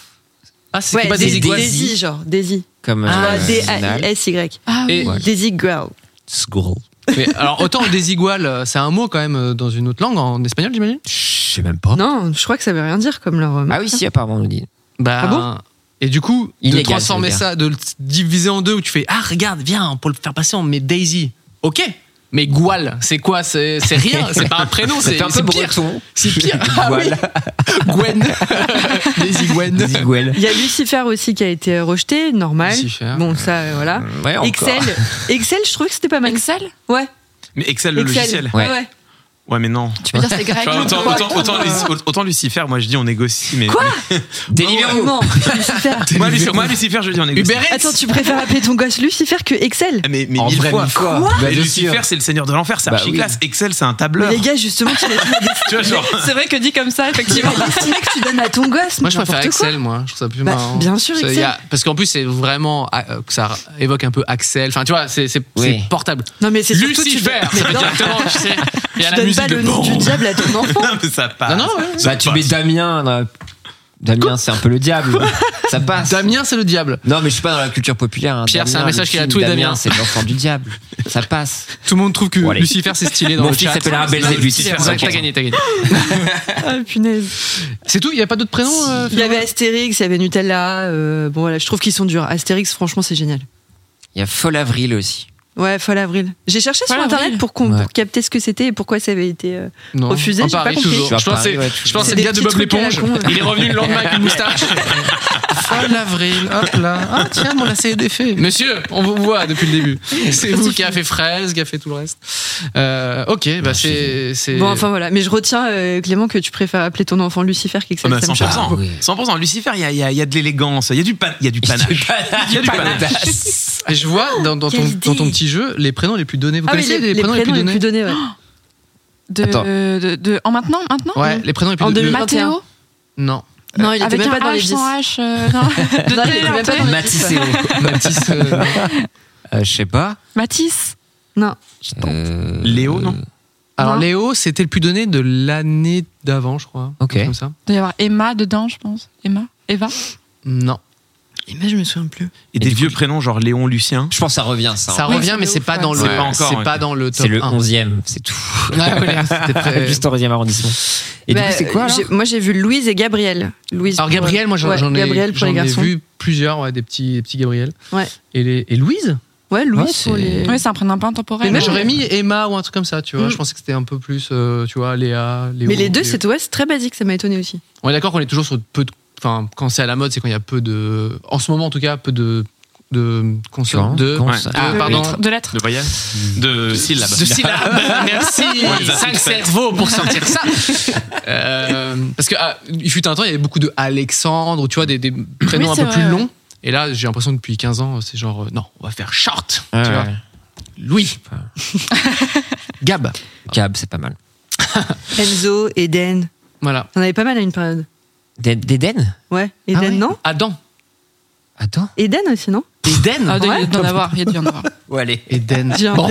[SPEAKER 1] Ah, c'est
[SPEAKER 5] Ouais,
[SPEAKER 1] pas
[SPEAKER 5] des,
[SPEAKER 1] des iguanes.
[SPEAKER 5] des i, genre des i.
[SPEAKER 2] Comme.
[SPEAKER 1] Ah,
[SPEAKER 2] euh, original.
[SPEAKER 5] D-A-I-S-Y.
[SPEAKER 3] Ah oui.
[SPEAKER 1] Et-
[SPEAKER 2] Ouais.
[SPEAKER 5] Des iguales.
[SPEAKER 2] Squirrel.
[SPEAKER 1] Mais alors, autant désigual, euh, c'est un mot quand même euh, dans une autre langue, en espagnol, j'imagine
[SPEAKER 2] Je sais même pas.
[SPEAKER 5] Non, je crois que ça veut rien dire comme leur. euh,
[SPEAKER 2] Ah oui, si, apparemment, on nous dit.
[SPEAKER 1] Bah,
[SPEAKER 5] Ah bon
[SPEAKER 1] Et du coup,
[SPEAKER 2] Illégal,
[SPEAKER 1] de transformer
[SPEAKER 2] ça veut
[SPEAKER 1] ça, de
[SPEAKER 2] dire.
[SPEAKER 1] le diviser en deux, où tu fais Ah, regarde, viens, pour le faire passer, on met Daisy. Ok mais Gual, c'est quoi C'est c'est rien, c'est pas un prénom, c'est
[SPEAKER 2] un peu
[SPEAKER 1] c'est pire.
[SPEAKER 2] breton.
[SPEAKER 1] C'est pire. Ah oui. Gwen. Daisy Gwen.
[SPEAKER 2] Ziguel.
[SPEAKER 5] Il y a Lucifer aussi qui a été rejeté, normal.
[SPEAKER 1] Lucifer.
[SPEAKER 5] Bon, ça, euh, voilà.
[SPEAKER 2] Ouais, encore.
[SPEAKER 5] Excel, Excel, je trouvais que c'était pas mal.
[SPEAKER 3] Excel
[SPEAKER 5] Ouais.
[SPEAKER 6] Mais Excel, le
[SPEAKER 5] Excel.
[SPEAKER 6] logiciel.
[SPEAKER 2] Ouais.
[SPEAKER 6] Ouais, mais non.
[SPEAKER 3] Tu peux dire c'est grec.
[SPEAKER 6] Tu vois,
[SPEAKER 3] hein.
[SPEAKER 6] autant, autant- autant Luc- autant Lucifer, moi je dis on négocie, mais.
[SPEAKER 5] Quoi
[SPEAKER 2] Deliveroo.
[SPEAKER 5] Non, Lucifer.
[SPEAKER 6] moi, Lucifer, moi, Lucifer, je dis on négocie.
[SPEAKER 1] Uber Eats.
[SPEAKER 5] Attends, tu préfères appeler ton gosse Lucifer que Excel
[SPEAKER 6] Ah, Mais, mais
[SPEAKER 2] En
[SPEAKER 6] mille
[SPEAKER 2] vrai,
[SPEAKER 6] fois.
[SPEAKER 2] mille fois. Quoi Bah,
[SPEAKER 6] Et
[SPEAKER 2] bien
[SPEAKER 6] Lucifer, c'est le seigneur de l'enfer, c'est
[SPEAKER 2] Bah
[SPEAKER 6] archi
[SPEAKER 2] oui.
[SPEAKER 6] classe. Excel, c'est un tableur.
[SPEAKER 5] Les gars, justement, tu l'as dit.
[SPEAKER 6] Tu vois, genre.
[SPEAKER 3] C'est vrai que dit comme ça,
[SPEAKER 5] Tu vas
[SPEAKER 3] effectivement.
[SPEAKER 5] dessiner que tu donnes à ton gosse.
[SPEAKER 1] Moi, je
[SPEAKER 5] n'importe
[SPEAKER 1] préfère
[SPEAKER 5] quoi.
[SPEAKER 1] Excel, moi. Je trouve ça plus
[SPEAKER 5] Bah,
[SPEAKER 1] marrant.
[SPEAKER 5] bien sûr,
[SPEAKER 1] Ça,
[SPEAKER 5] Excel.
[SPEAKER 1] y a- parce qu'en plus, c'est vraiment. ah, euh, que ça évoque un peu Axel. Enfin, tu vois, c'est c'est-
[SPEAKER 2] Oui.
[SPEAKER 1] c'est portable.
[SPEAKER 5] Non, mais c'est surtout tu
[SPEAKER 1] Lucifer,
[SPEAKER 5] mais
[SPEAKER 1] ça veut
[SPEAKER 5] non,
[SPEAKER 1] directement, tu sais. Il y a la
[SPEAKER 5] tu donnes
[SPEAKER 1] musique
[SPEAKER 5] pas
[SPEAKER 1] de
[SPEAKER 5] le nom du
[SPEAKER 1] Bon.
[SPEAKER 5] diable à ton enfant.
[SPEAKER 6] Non, mais ça passe.
[SPEAKER 1] Non, non, ouais.
[SPEAKER 6] Ça
[SPEAKER 2] Bah, tu
[SPEAKER 6] passe.
[SPEAKER 2] mets Damien. dans la- Damien, c'est un peu le diable. Ça passe.
[SPEAKER 1] Damien, c'est le diable.
[SPEAKER 2] Non, mais je suis pas dans la culture populaire. hein.
[SPEAKER 1] Pierre, c'est un
[SPEAKER 2] Damien,
[SPEAKER 1] message
[SPEAKER 2] le
[SPEAKER 1] qu'il a à
[SPEAKER 2] film
[SPEAKER 1] tous les
[SPEAKER 2] Damien,
[SPEAKER 1] Damiens.
[SPEAKER 2] c'est l'enfant du diable. Ça passe.
[SPEAKER 1] Tout le monde trouve que
[SPEAKER 2] Bon, allez.
[SPEAKER 1] Lucifer, c'est stylé dans
[SPEAKER 2] Mon
[SPEAKER 1] le
[SPEAKER 2] fils
[SPEAKER 1] chat.
[SPEAKER 2] s'appellera
[SPEAKER 6] Non,
[SPEAKER 2] Belzébuth.
[SPEAKER 6] Lucifer,
[SPEAKER 1] T'as gagné, t'as gagné.
[SPEAKER 5] Ah, punaise.
[SPEAKER 1] C'est tout Il n'y a pas d'autres prénoms euh,
[SPEAKER 5] Il y avait Astérix, il y avait Nutella. euh, bon, voilà, je trouve qu'ils sont durs. Astérix, franchement, c'est génial.
[SPEAKER 2] Il y a Folle Avril aussi.
[SPEAKER 5] Ouais, Folle Avril. J'ai cherché sur
[SPEAKER 3] Folle
[SPEAKER 5] internet
[SPEAKER 3] Avril.
[SPEAKER 5] pour, qu'on-
[SPEAKER 2] Ouais.
[SPEAKER 5] pour capter ce que c'était et pourquoi ça avait été. euh,
[SPEAKER 1] Non.
[SPEAKER 5] Refusé,
[SPEAKER 1] En
[SPEAKER 5] j'ai pas
[SPEAKER 1] Paris,
[SPEAKER 5] compris.
[SPEAKER 1] toujours.
[SPEAKER 2] Je suis à
[SPEAKER 1] Je pense que c'est-
[SPEAKER 2] Paris, ouais, toujours.
[SPEAKER 1] je pense que c'est le
[SPEAKER 5] C'est des
[SPEAKER 1] gars de
[SPEAKER 5] petits
[SPEAKER 1] Bob
[SPEAKER 5] trucs à la
[SPEAKER 1] l'éponge.
[SPEAKER 5] con, là.
[SPEAKER 1] Il est revenu le lendemain avec une moustache. Folle avril, hop là. Ah tiens, mon lacet est défait. Monsieur, on vous voit depuis le début. C'est vous qui a fait fraise, qui a fait tout le reste. Euh, ok, bah c'est. c'est-
[SPEAKER 5] Bon, enfin voilà. Mais je retiens, euh, Clément, que tu préfères appeler ton enfant Lucifer
[SPEAKER 6] Ah,
[SPEAKER 5] qu'Excel.
[SPEAKER 6] bah,
[SPEAKER 5] ça me
[SPEAKER 6] 100%.
[SPEAKER 5] choque.
[SPEAKER 6] 100%. Lucifer, il y a, il y a- il y a de l'élégance, il y a du, pan- il y a du panache. Il y a du panache.
[SPEAKER 1] Et je vois dans, dans ton,
[SPEAKER 5] Quelle idée.
[SPEAKER 1] dans ton petit jeu les prénoms les plus donnés. Vous
[SPEAKER 5] Ah, mais
[SPEAKER 1] connaissez
[SPEAKER 5] les,
[SPEAKER 1] les,
[SPEAKER 5] les
[SPEAKER 1] prénoms les plus
[SPEAKER 5] les
[SPEAKER 1] donnés
[SPEAKER 5] plus donnés, ouais.
[SPEAKER 3] De,
[SPEAKER 2] Attends.
[SPEAKER 3] de, de- en maintenant, maintenant
[SPEAKER 1] Ouais, les prénoms les plus
[SPEAKER 5] En
[SPEAKER 1] donnés.
[SPEAKER 5] 2000.
[SPEAKER 3] Mathéo
[SPEAKER 1] Non.
[SPEAKER 5] Non, il était
[SPEAKER 3] Euh, Avec
[SPEAKER 5] même
[SPEAKER 3] un
[SPEAKER 5] pas dans les
[SPEAKER 3] H
[SPEAKER 5] 10.
[SPEAKER 3] sans H. euh, non. De
[SPEAKER 5] Non, il
[SPEAKER 3] télé,
[SPEAKER 5] était même pas
[SPEAKER 3] en
[SPEAKER 5] dans
[SPEAKER 3] télé.
[SPEAKER 5] les-
[SPEAKER 2] Matisse euh,
[SPEAKER 1] Mathis. euh,
[SPEAKER 2] Je sais pas.
[SPEAKER 3] Matisse.
[SPEAKER 5] Non.
[SPEAKER 2] Euh,
[SPEAKER 6] Léo, non
[SPEAKER 1] Alors
[SPEAKER 3] Non.
[SPEAKER 1] Léo, c'était le plus donné de l'année d'avant, je crois.
[SPEAKER 2] Ok.
[SPEAKER 1] Quelque chose Comme ça.
[SPEAKER 3] Il doit y avoir Emma dedans, je pense. Emma Eva
[SPEAKER 1] Non.
[SPEAKER 5] Et moi, je me souviens plus.
[SPEAKER 6] Et
[SPEAKER 2] Et
[SPEAKER 6] des
[SPEAKER 2] du
[SPEAKER 6] vieux
[SPEAKER 2] coup,
[SPEAKER 6] prénoms, genre Léon, Lucien.
[SPEAKER 2] Je pense que ça revient, ça.
[SPEAKER 1] Ça
[SPEAKER 2] hein.
[SPEAKER 3] Oui,
[SPEAKER 1] revient,
[SPEAKER 3] c'est
[SPEAKER 1] mais
[SPEAKER 3] de
[SPEAKER 1] c'est
[SPEAKER 3] ouf,
[SPEAKER 1] pas
[SPEAKER 3] ouais.
[SPEAKER 1] dans le.
[SPEAKER 6] C'est pas encore,
[SPEAKER 1] c'est
[SPEAKER 6] ouais.
[SPEAKER 1] pas dans le top
[SPEAKER 2] C'est le
[SPEAKER 1] 11.
[SPEAKER 2] 11e, c'est tout.
[SPEAKER 1] Ouais, voilà, c'était très-
[SPEAKER 2] Juste en 11e arrondissement. Et du coup, c'est quoi alors
[SPEAKER 5] Bah, Moi, j'ai vu Louise et Gabriel. Louise
[SPEAKER 1] Alors
[SPEAKER 5] pour-
[SPEAKER 1] Gabriel, moi j'en
[SPEAKER 5] Ouais,
[SPEAKER 1] j'en ai,
[SPEAKER 5] Gabriel pour
[SPEAKER 1] j'en
[SPEAKER 5] les
[SPEAKER 1] ai
[SPEAKER 5] garçons.
[SPEAKER 1] vu plusieurs, ouais, des petits, des petits Gabriel.
[SPEAKER 5] Ouais.
[SPEAKER 1] Et, les- et Louise
[SPEAKER 5] Ouais,
[SPEAKER 2] Ouais,
[SPEAKER 5] Louise
[SPEAKER 2] c'est-
[SPEAKER 5] pour les.
[SPEAKER 3] Oui, c'est un prénom un peu
[SPEAKER 1] Mais
[SPEAKER 3] intemporel.
[SPEAKER 1] moi,
[SPEAKER 3] Ouais.
[SPEAKER 1] j'aurais mis Emma ou un truc comme ça, tu vois.
[SPEAKER 5] Mm.
[SPEAKER 1] Je pensais que c'était un peu plus, euh, tu vois, Léa, Léo.
[SPEAKER 5] Mais les deux,
[SPEAKER 1] Léo.
[SPEAKER 5] c'est ouais, c'est très basique, ça m'a étonné aussi.
[SPEAKER 1] On est d'accord qu'on est toujours sur peu de. Enfin, quand c'est à la mode, c'est quand il y a peu de. En ce moment en tout cas, peu de. de consonnes.
[SPEAKER 2] Quand
[SPEAKER 1] De.
[SPEAKER 2] Quand
[SPEAKER 6] Ouais.
[SPEAKER 2] ça
[SPEAKER 1] Ah,
[SPEAKER 3] De
[SPEAKER 1] pardon.
[SPEAKER 3] lettres- De lettres.
[SPEAKER 6] De voyage De syllabes.
[SPEAKER 1] De syllabes. Merci.
[SPEAKER 6] On les a
[SPEAKER 1] Cinq
[SPEAKER 6] toutes faites.
[SPEAKER 1] cerveaux pour sentir ça. Euh, parce que ah, il fut un temps, il y avait beaucoup de Alexandre, ou tu vois, des, des prénoms
[SPEAKER 3] Oui,
[SPEAKER 1] un
[SPEAKER 3] c'est
[SPEAKER 1] peu
[SPEAKER 3] vrai,
[SPEAKER 1] plus
[SPEAKER 3] ouais.
[SPEAKER 1] longs. Et là, j'ai l'impression que depuis 15 ans, c'est genre, euh, non, on va faire short.
[SPEAKER 2] Ouais,
[SPEAKER 1] tu vois.
[SPEAKER 2] ouais.
[SPEAKER 1] Louis. Gab.
[SPEAKER 2] Gab, c'est pas mal.
[SPEAKER 1] Ah.
[SPEAKER 5] Enzo, Eden.
[SPEAKER 1] Voilà.
[SPEAKER 5] On avait pas mal à une période.
[SPEAKER 2] D'E- D'Eden
[SPEAKER 5] Ouais. Eden,
[SPEAKER 2] ouais.
[SPEAKER 5] non
[SPEAKER 1] Ah Adam.
[SPEAKER 2] Attends.
[SPEAKER 5] Eden aussi, non
[SPEAKER 1] Eden.
[SPEAKER 3] Ah, il y a
[SPEAKER 5] Ouais.
[SPEAKER 3] dû en avoir, il y a dû en avoir.
[SPEAKER 2] Ouais, allez.
[SPEAKER 1] Eden.
[SPEAKER 5] J'ai
[SPEAKER 1] Bon,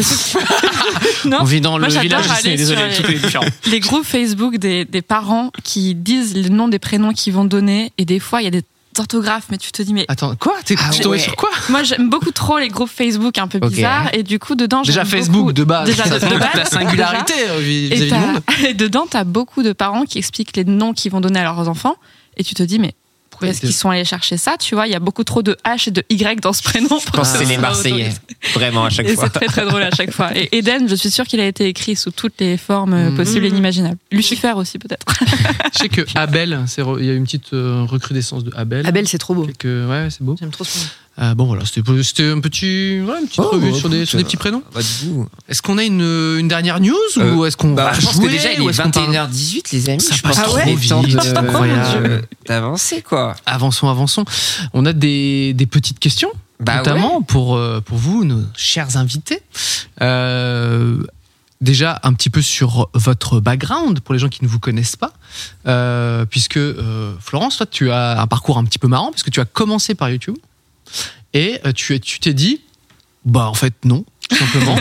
[SPEAKER 3] Non.
[SPEAKER 1] on vit dans le
[SPEAKER 3] Moi, j'adore
[SPEAKER 1] village
[SPEAKER 3] aller
[SPEAKER 1] Disney, désolé,
[SPEAKER 3] sur
[SPEAKER 1] tout est différent.
[SPEAKER 3] Les groupes Facebook des, des parents qui disent le nom des prénoms qu'ils vont donner, et des fois, il y a des orthographes, mais tu te dis, mais
[SPEAKER 1] Attends, quoi T'es
[SPEAKER 2] Ah
[SPEAKER 1] tu es tombé
[SPEAKER 2] ouais.
[SPEAKER 1] sur quoi
[SPEAKER 3] moi, j'aime beaucoup trop les groupes Facebook un peu
[SPEAKER 2] Ok.
[SPEAKER 3] bizarres, et du coup, dedans,
[SPEAKER 1] Déjà
[SPEAKER 3] j'aime
[SPEAKER 1] Facebook
[SPEAKER 3] beaucoup-
[SPEAKER 1] de base,
[SPEAKER 3] Déjà,
[SPEAKER 1] ça
[SPEAKER 3] de,
[SPEAKER 1] te
[SPEAKER 3] de
[SPEAKER 1] montre
[SPEAKER 3] base,
[SPEAKER 1] la singularité euh, vis-
[SPEAKER 3] déjà. Et,
[SPEAKER 1] vis-à-vis du monde.
[SPEAKER 3] t'as- et dedans, t'as beaucoup de parents qui expliquent les noms qu'ils vont donner à leurs enfants, et tu te dis, mais pourquoi est-ce qu'ils sont allés chercher ça Tu vois, il y a beaucoup trop de H et de Y dans ce prénom.
[SPEAKER 2] Je
[SPEAKER 1] Ah.
[SPEAKER 2] pense que c'est les Marseillais. Vraiment, à chaque
[SPEAKER 3] Et
[SPEAKER 2] fois.
[SPEAKER 3] c'est très très drôle à chaque fois. Et Eden, je suis sûre qu'il a été écrit sous toutes les formes euh,
[SPEAKER 1] Mhm.
[SPEAKER 3] possibles et inimaginables. Lucifer aussi peut-être.
[SPEAKER 1] Je sais que Abel, c'est re- il y a eu une petite euh, recrudescence de Abel.
[SPEAKER 5] Abel, c'est trop beau.
[SPEAKER 1] Fait que, ouais, c'est beau.
[SPEAKER 5] J'aime trop ce
[SPEAKER 1] Euh, bon, voilà, c'était c'était un petit, voilà, une petite
[SPEAKER 2] Oh,
[SPEAKER 1] revue
[SPEAKER 2] bah,
[SPEAKER 1] sur, des,
[SPEAKER 2] écoute,
[SPEAKER 1] sur des
[SPEAKER 2] euh,
[SPEAKER 1] petits prénoms.
[SPEAKER 2] Bah, du coup,
[SPEAKER 1] Est-ce qu'on a une, une dernière news
[SPEAKER 2] Euh,
[SPEAKER 1] ou est-ce qu'on
[SPEAKER 2] bah,
[SPEAKER 1] va
[SPEAKER 2] je pense
[SPEAKER 1] jouer
[SPEAKER 2] que déjà, il
[SPEAKER 1] ou
[SPEAKER 2] est
[SPEAKER 1] est-ce qu'on parle-
[SPEAKER 2] 21h18, les amis.
[SPEAKER 1] Ça
[SPEAKER 2] je
[SPEAKER 1] passe
[SPEAKER 2] pense
[SPEAKER 1] trop
[SPEAKER 2] qu'il est
[SPEAKER 1] vite,
[SPEAKER 2] temps de-
[SPEAKER 1] c'est incroyable.
[SPEAKER 2] euh, d'avancer, quoi.
[SPEAKER 1] Avançons, avançons. On a des, des petites questions,
[SPEAKER 2] Bah,
[SPEAKER 1] notamment pour, euh, pour vous, nos chers invités. Euh, déjà, un petit peu sur votre background pour les gens qui ne vous connaissent pas, Euh, puisque euh, Florence, toi, tu as un parcours un petit peu marrant, puisque tu as commencé par YouTube et euh, tu tu t'es dit, bah en fait, non. tout Simplement,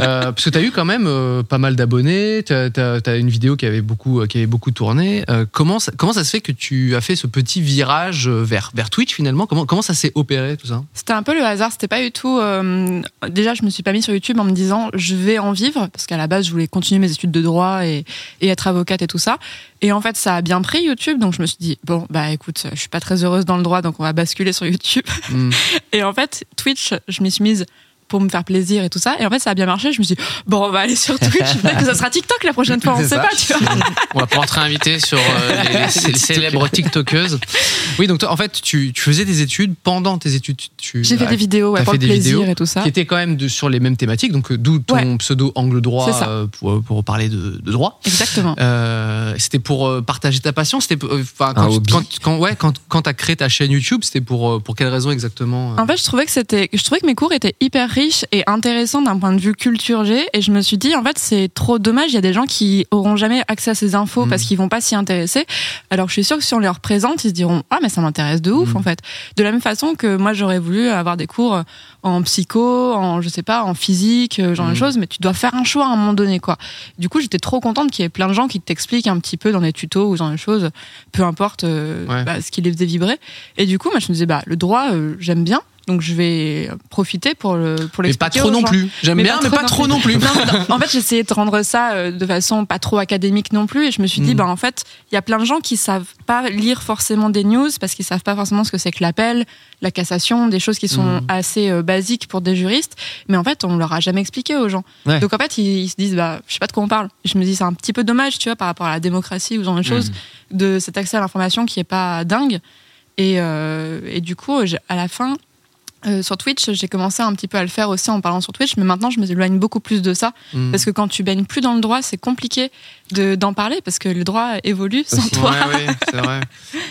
[SPEAKER 1] Euh, parce que tu as eu quand même euh, pas mal d'abonnés, tu as, une vidéo qui avait beaucoup, euh, qui avait beaucoup tourné. Euh, comment, ça, comment ça se fait que tu as fait ce petit virage euh, vers, vers Twitch finalement comment, comment ça s'est opéré tout ça
[SPEAKER 3] C'était un peu le hasard, c'était pas du tout. euh, déjà, je me suis pas mis sur YouTube en me disant je vais en vivre, parce qu'à la base, je voulais continuer mes études de droit et, et être avocate et tout ça. Et en fait, ça a bien pris YouTube, donc je me suis dit bon, bah écoute, je suis pas très heureuse dans le droit, donc on va basculer sur YouTube.
[SPEAKER 2] Mm.
[SPEAKER 1] Hmm.
[SPEAKER 3] Et en fait, Twitch, je m'y suis mise pour me faire plaisir et tout ça. Et en fait, ça a bien marché. Je me suis dit, bon, on va aller sur Twitch. Peut-être que ça sera TikTok la prochaine fois. On
[SPEAKER 2] C'est
[SPEAKER 3] sait
[SPEAKER 2] ça.
[SPEAKER 3] pas, tu vois.
[SPEAKER 1] On va pouvoir te réinviter sur euh, les, les- les célèbres TikTokeuses. Oui, donc toi, en fait, tu, tu faisais des études pendant tes études. tu- tu-
[SPEAKER 3] J'ai fait des vidéos ouais,
[SPEAKER 1] T'as
[SPEAKER 3] pour
[SPEAKER 1] fait
[SPEAKER 3] le
[SPEAKER 1] des
[SPEAKER 3] plaisir
[SPEAKER 1] vidéos
[SPEAKER 3] et tout ça.
[SPEAKER 1] qui étaient quand même de- sur les mêmes thématiques, donc euh, d'où ton
[SPEAKER 3] Ouais.
[SPEAKER 1] pseudo angle droit
[SPEAKER 3] C'est ça.
[SPEAKER 1] euh, pour, pour parler de- de droit.
[SPEAKER 3] Exactement.
[SPEAKER 1] Euh, c'était pour euh, partager ta passion c'était pour- euh, enfin, quand,
[SPEAKER 2] Un
[SPEAKER 1] tu-
[SPEAKER 2] hobby.
[SPEAKER 1] quand- quand- ouais quand quand t'as créé ta chaîne YouTube c'était pour euh, pour quelle raison exactement euh
[SPEAKER 3] En fait, je trouvais que c'était, je trouvais que mes cours étaient hyper riches et intéressants d'un point de vue culture G. Et je me suis dit, en fait, c'est trop dommage. Il y a des gens qui auront jamais accès à ces infos
[SPEAKER 1] Mhm.
[SPEAKER 3] parce qu'ils vont pas s'y intéresser. Alors, que je suis sûre que si on les représente, ils se diront, ah, mais ça m'intéresse de ouf,
[SPEAKER 1] Mhm.
[SPEAKER 3] en fait. De la même façon que moi, j'aurais voulu avoir des cours en psycho, en, je sais pas, en physique, euh, genre de
[SPEAKER 1] Mhm.
[SPEAKER 3] choses, mais tu dois faire un choix à un moment donné, quoi. Du coup, j'étais trop contente qu'il y ait plein de gens qui t'expliquent un petit peu dans des tutos ou dans des choses, peu importe euh,
[SPEAKER 1] Ouais.
[SPEAKER 3] bah, ce qui les faisait vibrer. Et du coup, moi, je me disais, bah, le droit, euh, j'aime bien, donc je vais profiter pour le pour
[SPEAKER 1] mais pas
[SPEAKER 3] l'expliquer
[SPEAKER 1] trop
[SPEAKER 3] aux
[SPEAKER 1] non
[SPEAKER 3] gens.
[SPEAKER 1] plus j'aime
[SPEAKER 3] Mais
[SPEAKER 1] bien
[SPEAKER 3] pas
[SPEAKER 1] mais
[SPEAKER 3] trop
[SPEAKER 1] pas
[SPEAKER 3] non
[SPEAKER 1] trop
[SPEAKER 3] plus.
[SPEAKER 1] non plus
[SPEAKER 3] Non, non, non. En fait, j'essayais de rendre ça euh, de façon pas trop académique non plus, et je me suis dit,
[SPEAKER 1] Mm.
[SPEAKER 3] bah en fait, il y a plein de gens qui savent pas lire forcément des news parce qu'ils savent pas forcément ce que c'est que l'appel, la cassation, des choses qui sont
[SPEAKER 1] Mm.
[SPEAKER 3] assez euh, basiques pour des juristes, mais en fait, on leur a jamais expliqué aux gens.
[SPEAKER 2] Ouais.
[SPEAKER 3] Donc en fait, ils, ils se disent, bah je sais pas de quoi on parle. Je me dis, c'est un petit peu dommage, tu vois, par rapport à la démocratie ou ce genre
[SPEAKER 1] Mm.
[SPEAKER 3] de choses, de cet accès à l'information qui est pas dingue. Et, euh, et du coup, j'ai- à la fin, euh, sur Twitch, j'ai commencé un petit peu à le faire aussi en parlant sur Twitch, mais maintenant je m'éloigne beaucoup plus de ça
[SPEAKER 1] Mm.
[SPEAKER 3] parce que quand tu baignes plus dans le droit, c'est compliqué de- d'en parler parce que le droit évolue sans
[SPEAKER 1] Ouais,
[SPEAKER 3] toi.
[SPEAKER 1] ouais, c'est vrai.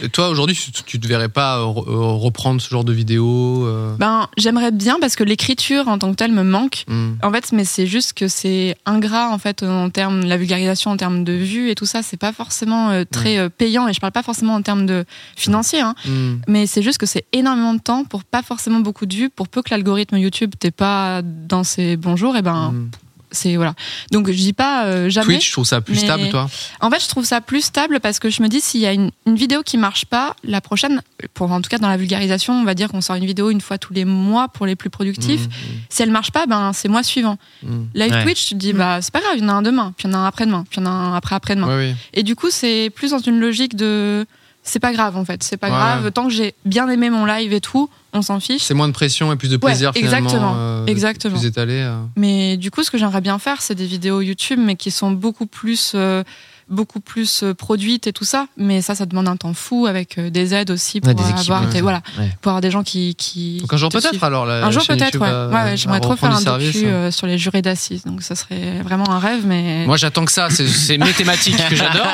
[SPEAKER 1] Et toi, aujourd'hui, tu, tu te verrais pas euh, re- euh, reprendre ce genre de vidéo euh,
[SPEAKER 3] Ben, j'aimerais bien parce que l'écriture en tant que telle me manque.
[SPEAKER 1] hmm.
[SPEAKER 3] En fait, mais c'est juste que c'est ingrat en fait en termes la vulgarisation en termes de vues et tout ça, c'est pas forcément euh, très euh, payant et je parle pas forcément en termes de financier. hein.
[SPEAKER 1] Hmm.
[SPEAKER 3] Mais c'est juste que c'est énormément de temps pour pas forcément beaucoup de vues, pour peu que l'algorithme YouTube t'es pas dans ses bons jours, et ben
[SPEAKER 1] Hmm.
[SPEAKER 3] c'est voilà. Donc je dis pas euh, jamais.
[SPEAKER 1] Twitch, je trouve ça plus
[SPEAKER 3] mais-
[SPEAKER 1] stable, toi.
[SPEAKER 3] En fait, je trouve ça plus stable parce que je me dis s'il y a une, une vidéo qui marche pas, la prochaine, pour en tout cas dans la vulgarisation, on va dire qu'on sort une vidéo une fois tous les mois pour les plus
[SPEAKER 1] Mm,
[SPEAKER 3] productifs. Si elle marche pas, ben c'est mois suivant.
[SPEAKER 1] Hmm, hmm,
[SPEAKER 3] Live
[SPEAKER 2] Ouais.
[SPEAKER 3] Twitch, tu te dis bah c'est pas grave, il y en a un demain, puis il y en a un après-demain, puis il y en a un
[SPEAKER 1] hmm.
[SPEAKER 3] après-après-demain.
[SPEAKER 1] Ouais, oui.
[SPEAKER 3] Et du coup, c'est plus dans une logique de c'est pas grave en fait, c'est pas
[SPEAKER 1] Ouais.
[SPEAKER 3] grave. Tant que j'ai bien aimé mon live et tout, on s'en fiche.
[SPEAKER 1] C'est moins de pression et plus de plaisir,
[SPEAKER 3] exactement,
[SPEAKER 1] finalement. euh,
[SPEAKER 3] exactement.
[SPEAKER 1] Plus étalé. euh.
[SPEAKER 3] Mais du coup, ce que j'aimerais bien faire, c'est des vidéos YouTube, mais qui sont beaucoup plus euh, beaucoup plus euh, produite et tout ça. Mais ça, ça demande un temps fou avec euh, des aides aussi pour
[SPEAKER 2] Ouais, des équipes,
[SPEAKER 3] avoir
[SPEAKER 2] ouais.
[SPEAKER 3] des- voilà,
[SPEAKER 2] Ouais.
[SPEAKER 3] pour avoir des gens qui qui.
[SPEAKER 1] Donc un jour
[SPEAKER 3] qui te
[SPEAKER 1] peut-être
[SPEAKER 3] suivent.
[SPEAKER 1] alors. la-
[SPEAKER 3] Un jour
[SPEAKER 1] chaîne
[SPEAKER 3] peut-être,
[SPEAKER 1] YouTube
[SPEAKER 3] ouais.
[SPEAKER 1] va-
[SPEAKER 3] Ouais, ouais, J'aimerais
[SPEAKER 1] va
[SPEAKER 3] trop faire
[SPEAKER 1] reprendre
[SPEAKER 3] un
[SPEAKER 1] du service.
[SPEAKER 3] docu euh, sur les jurés d'assises. Donc ça serait vraiment un rêve, mais.
[SPEAKER 1] Moi, j'attends que ça. C'est- C'est mes thématiques que j'adore.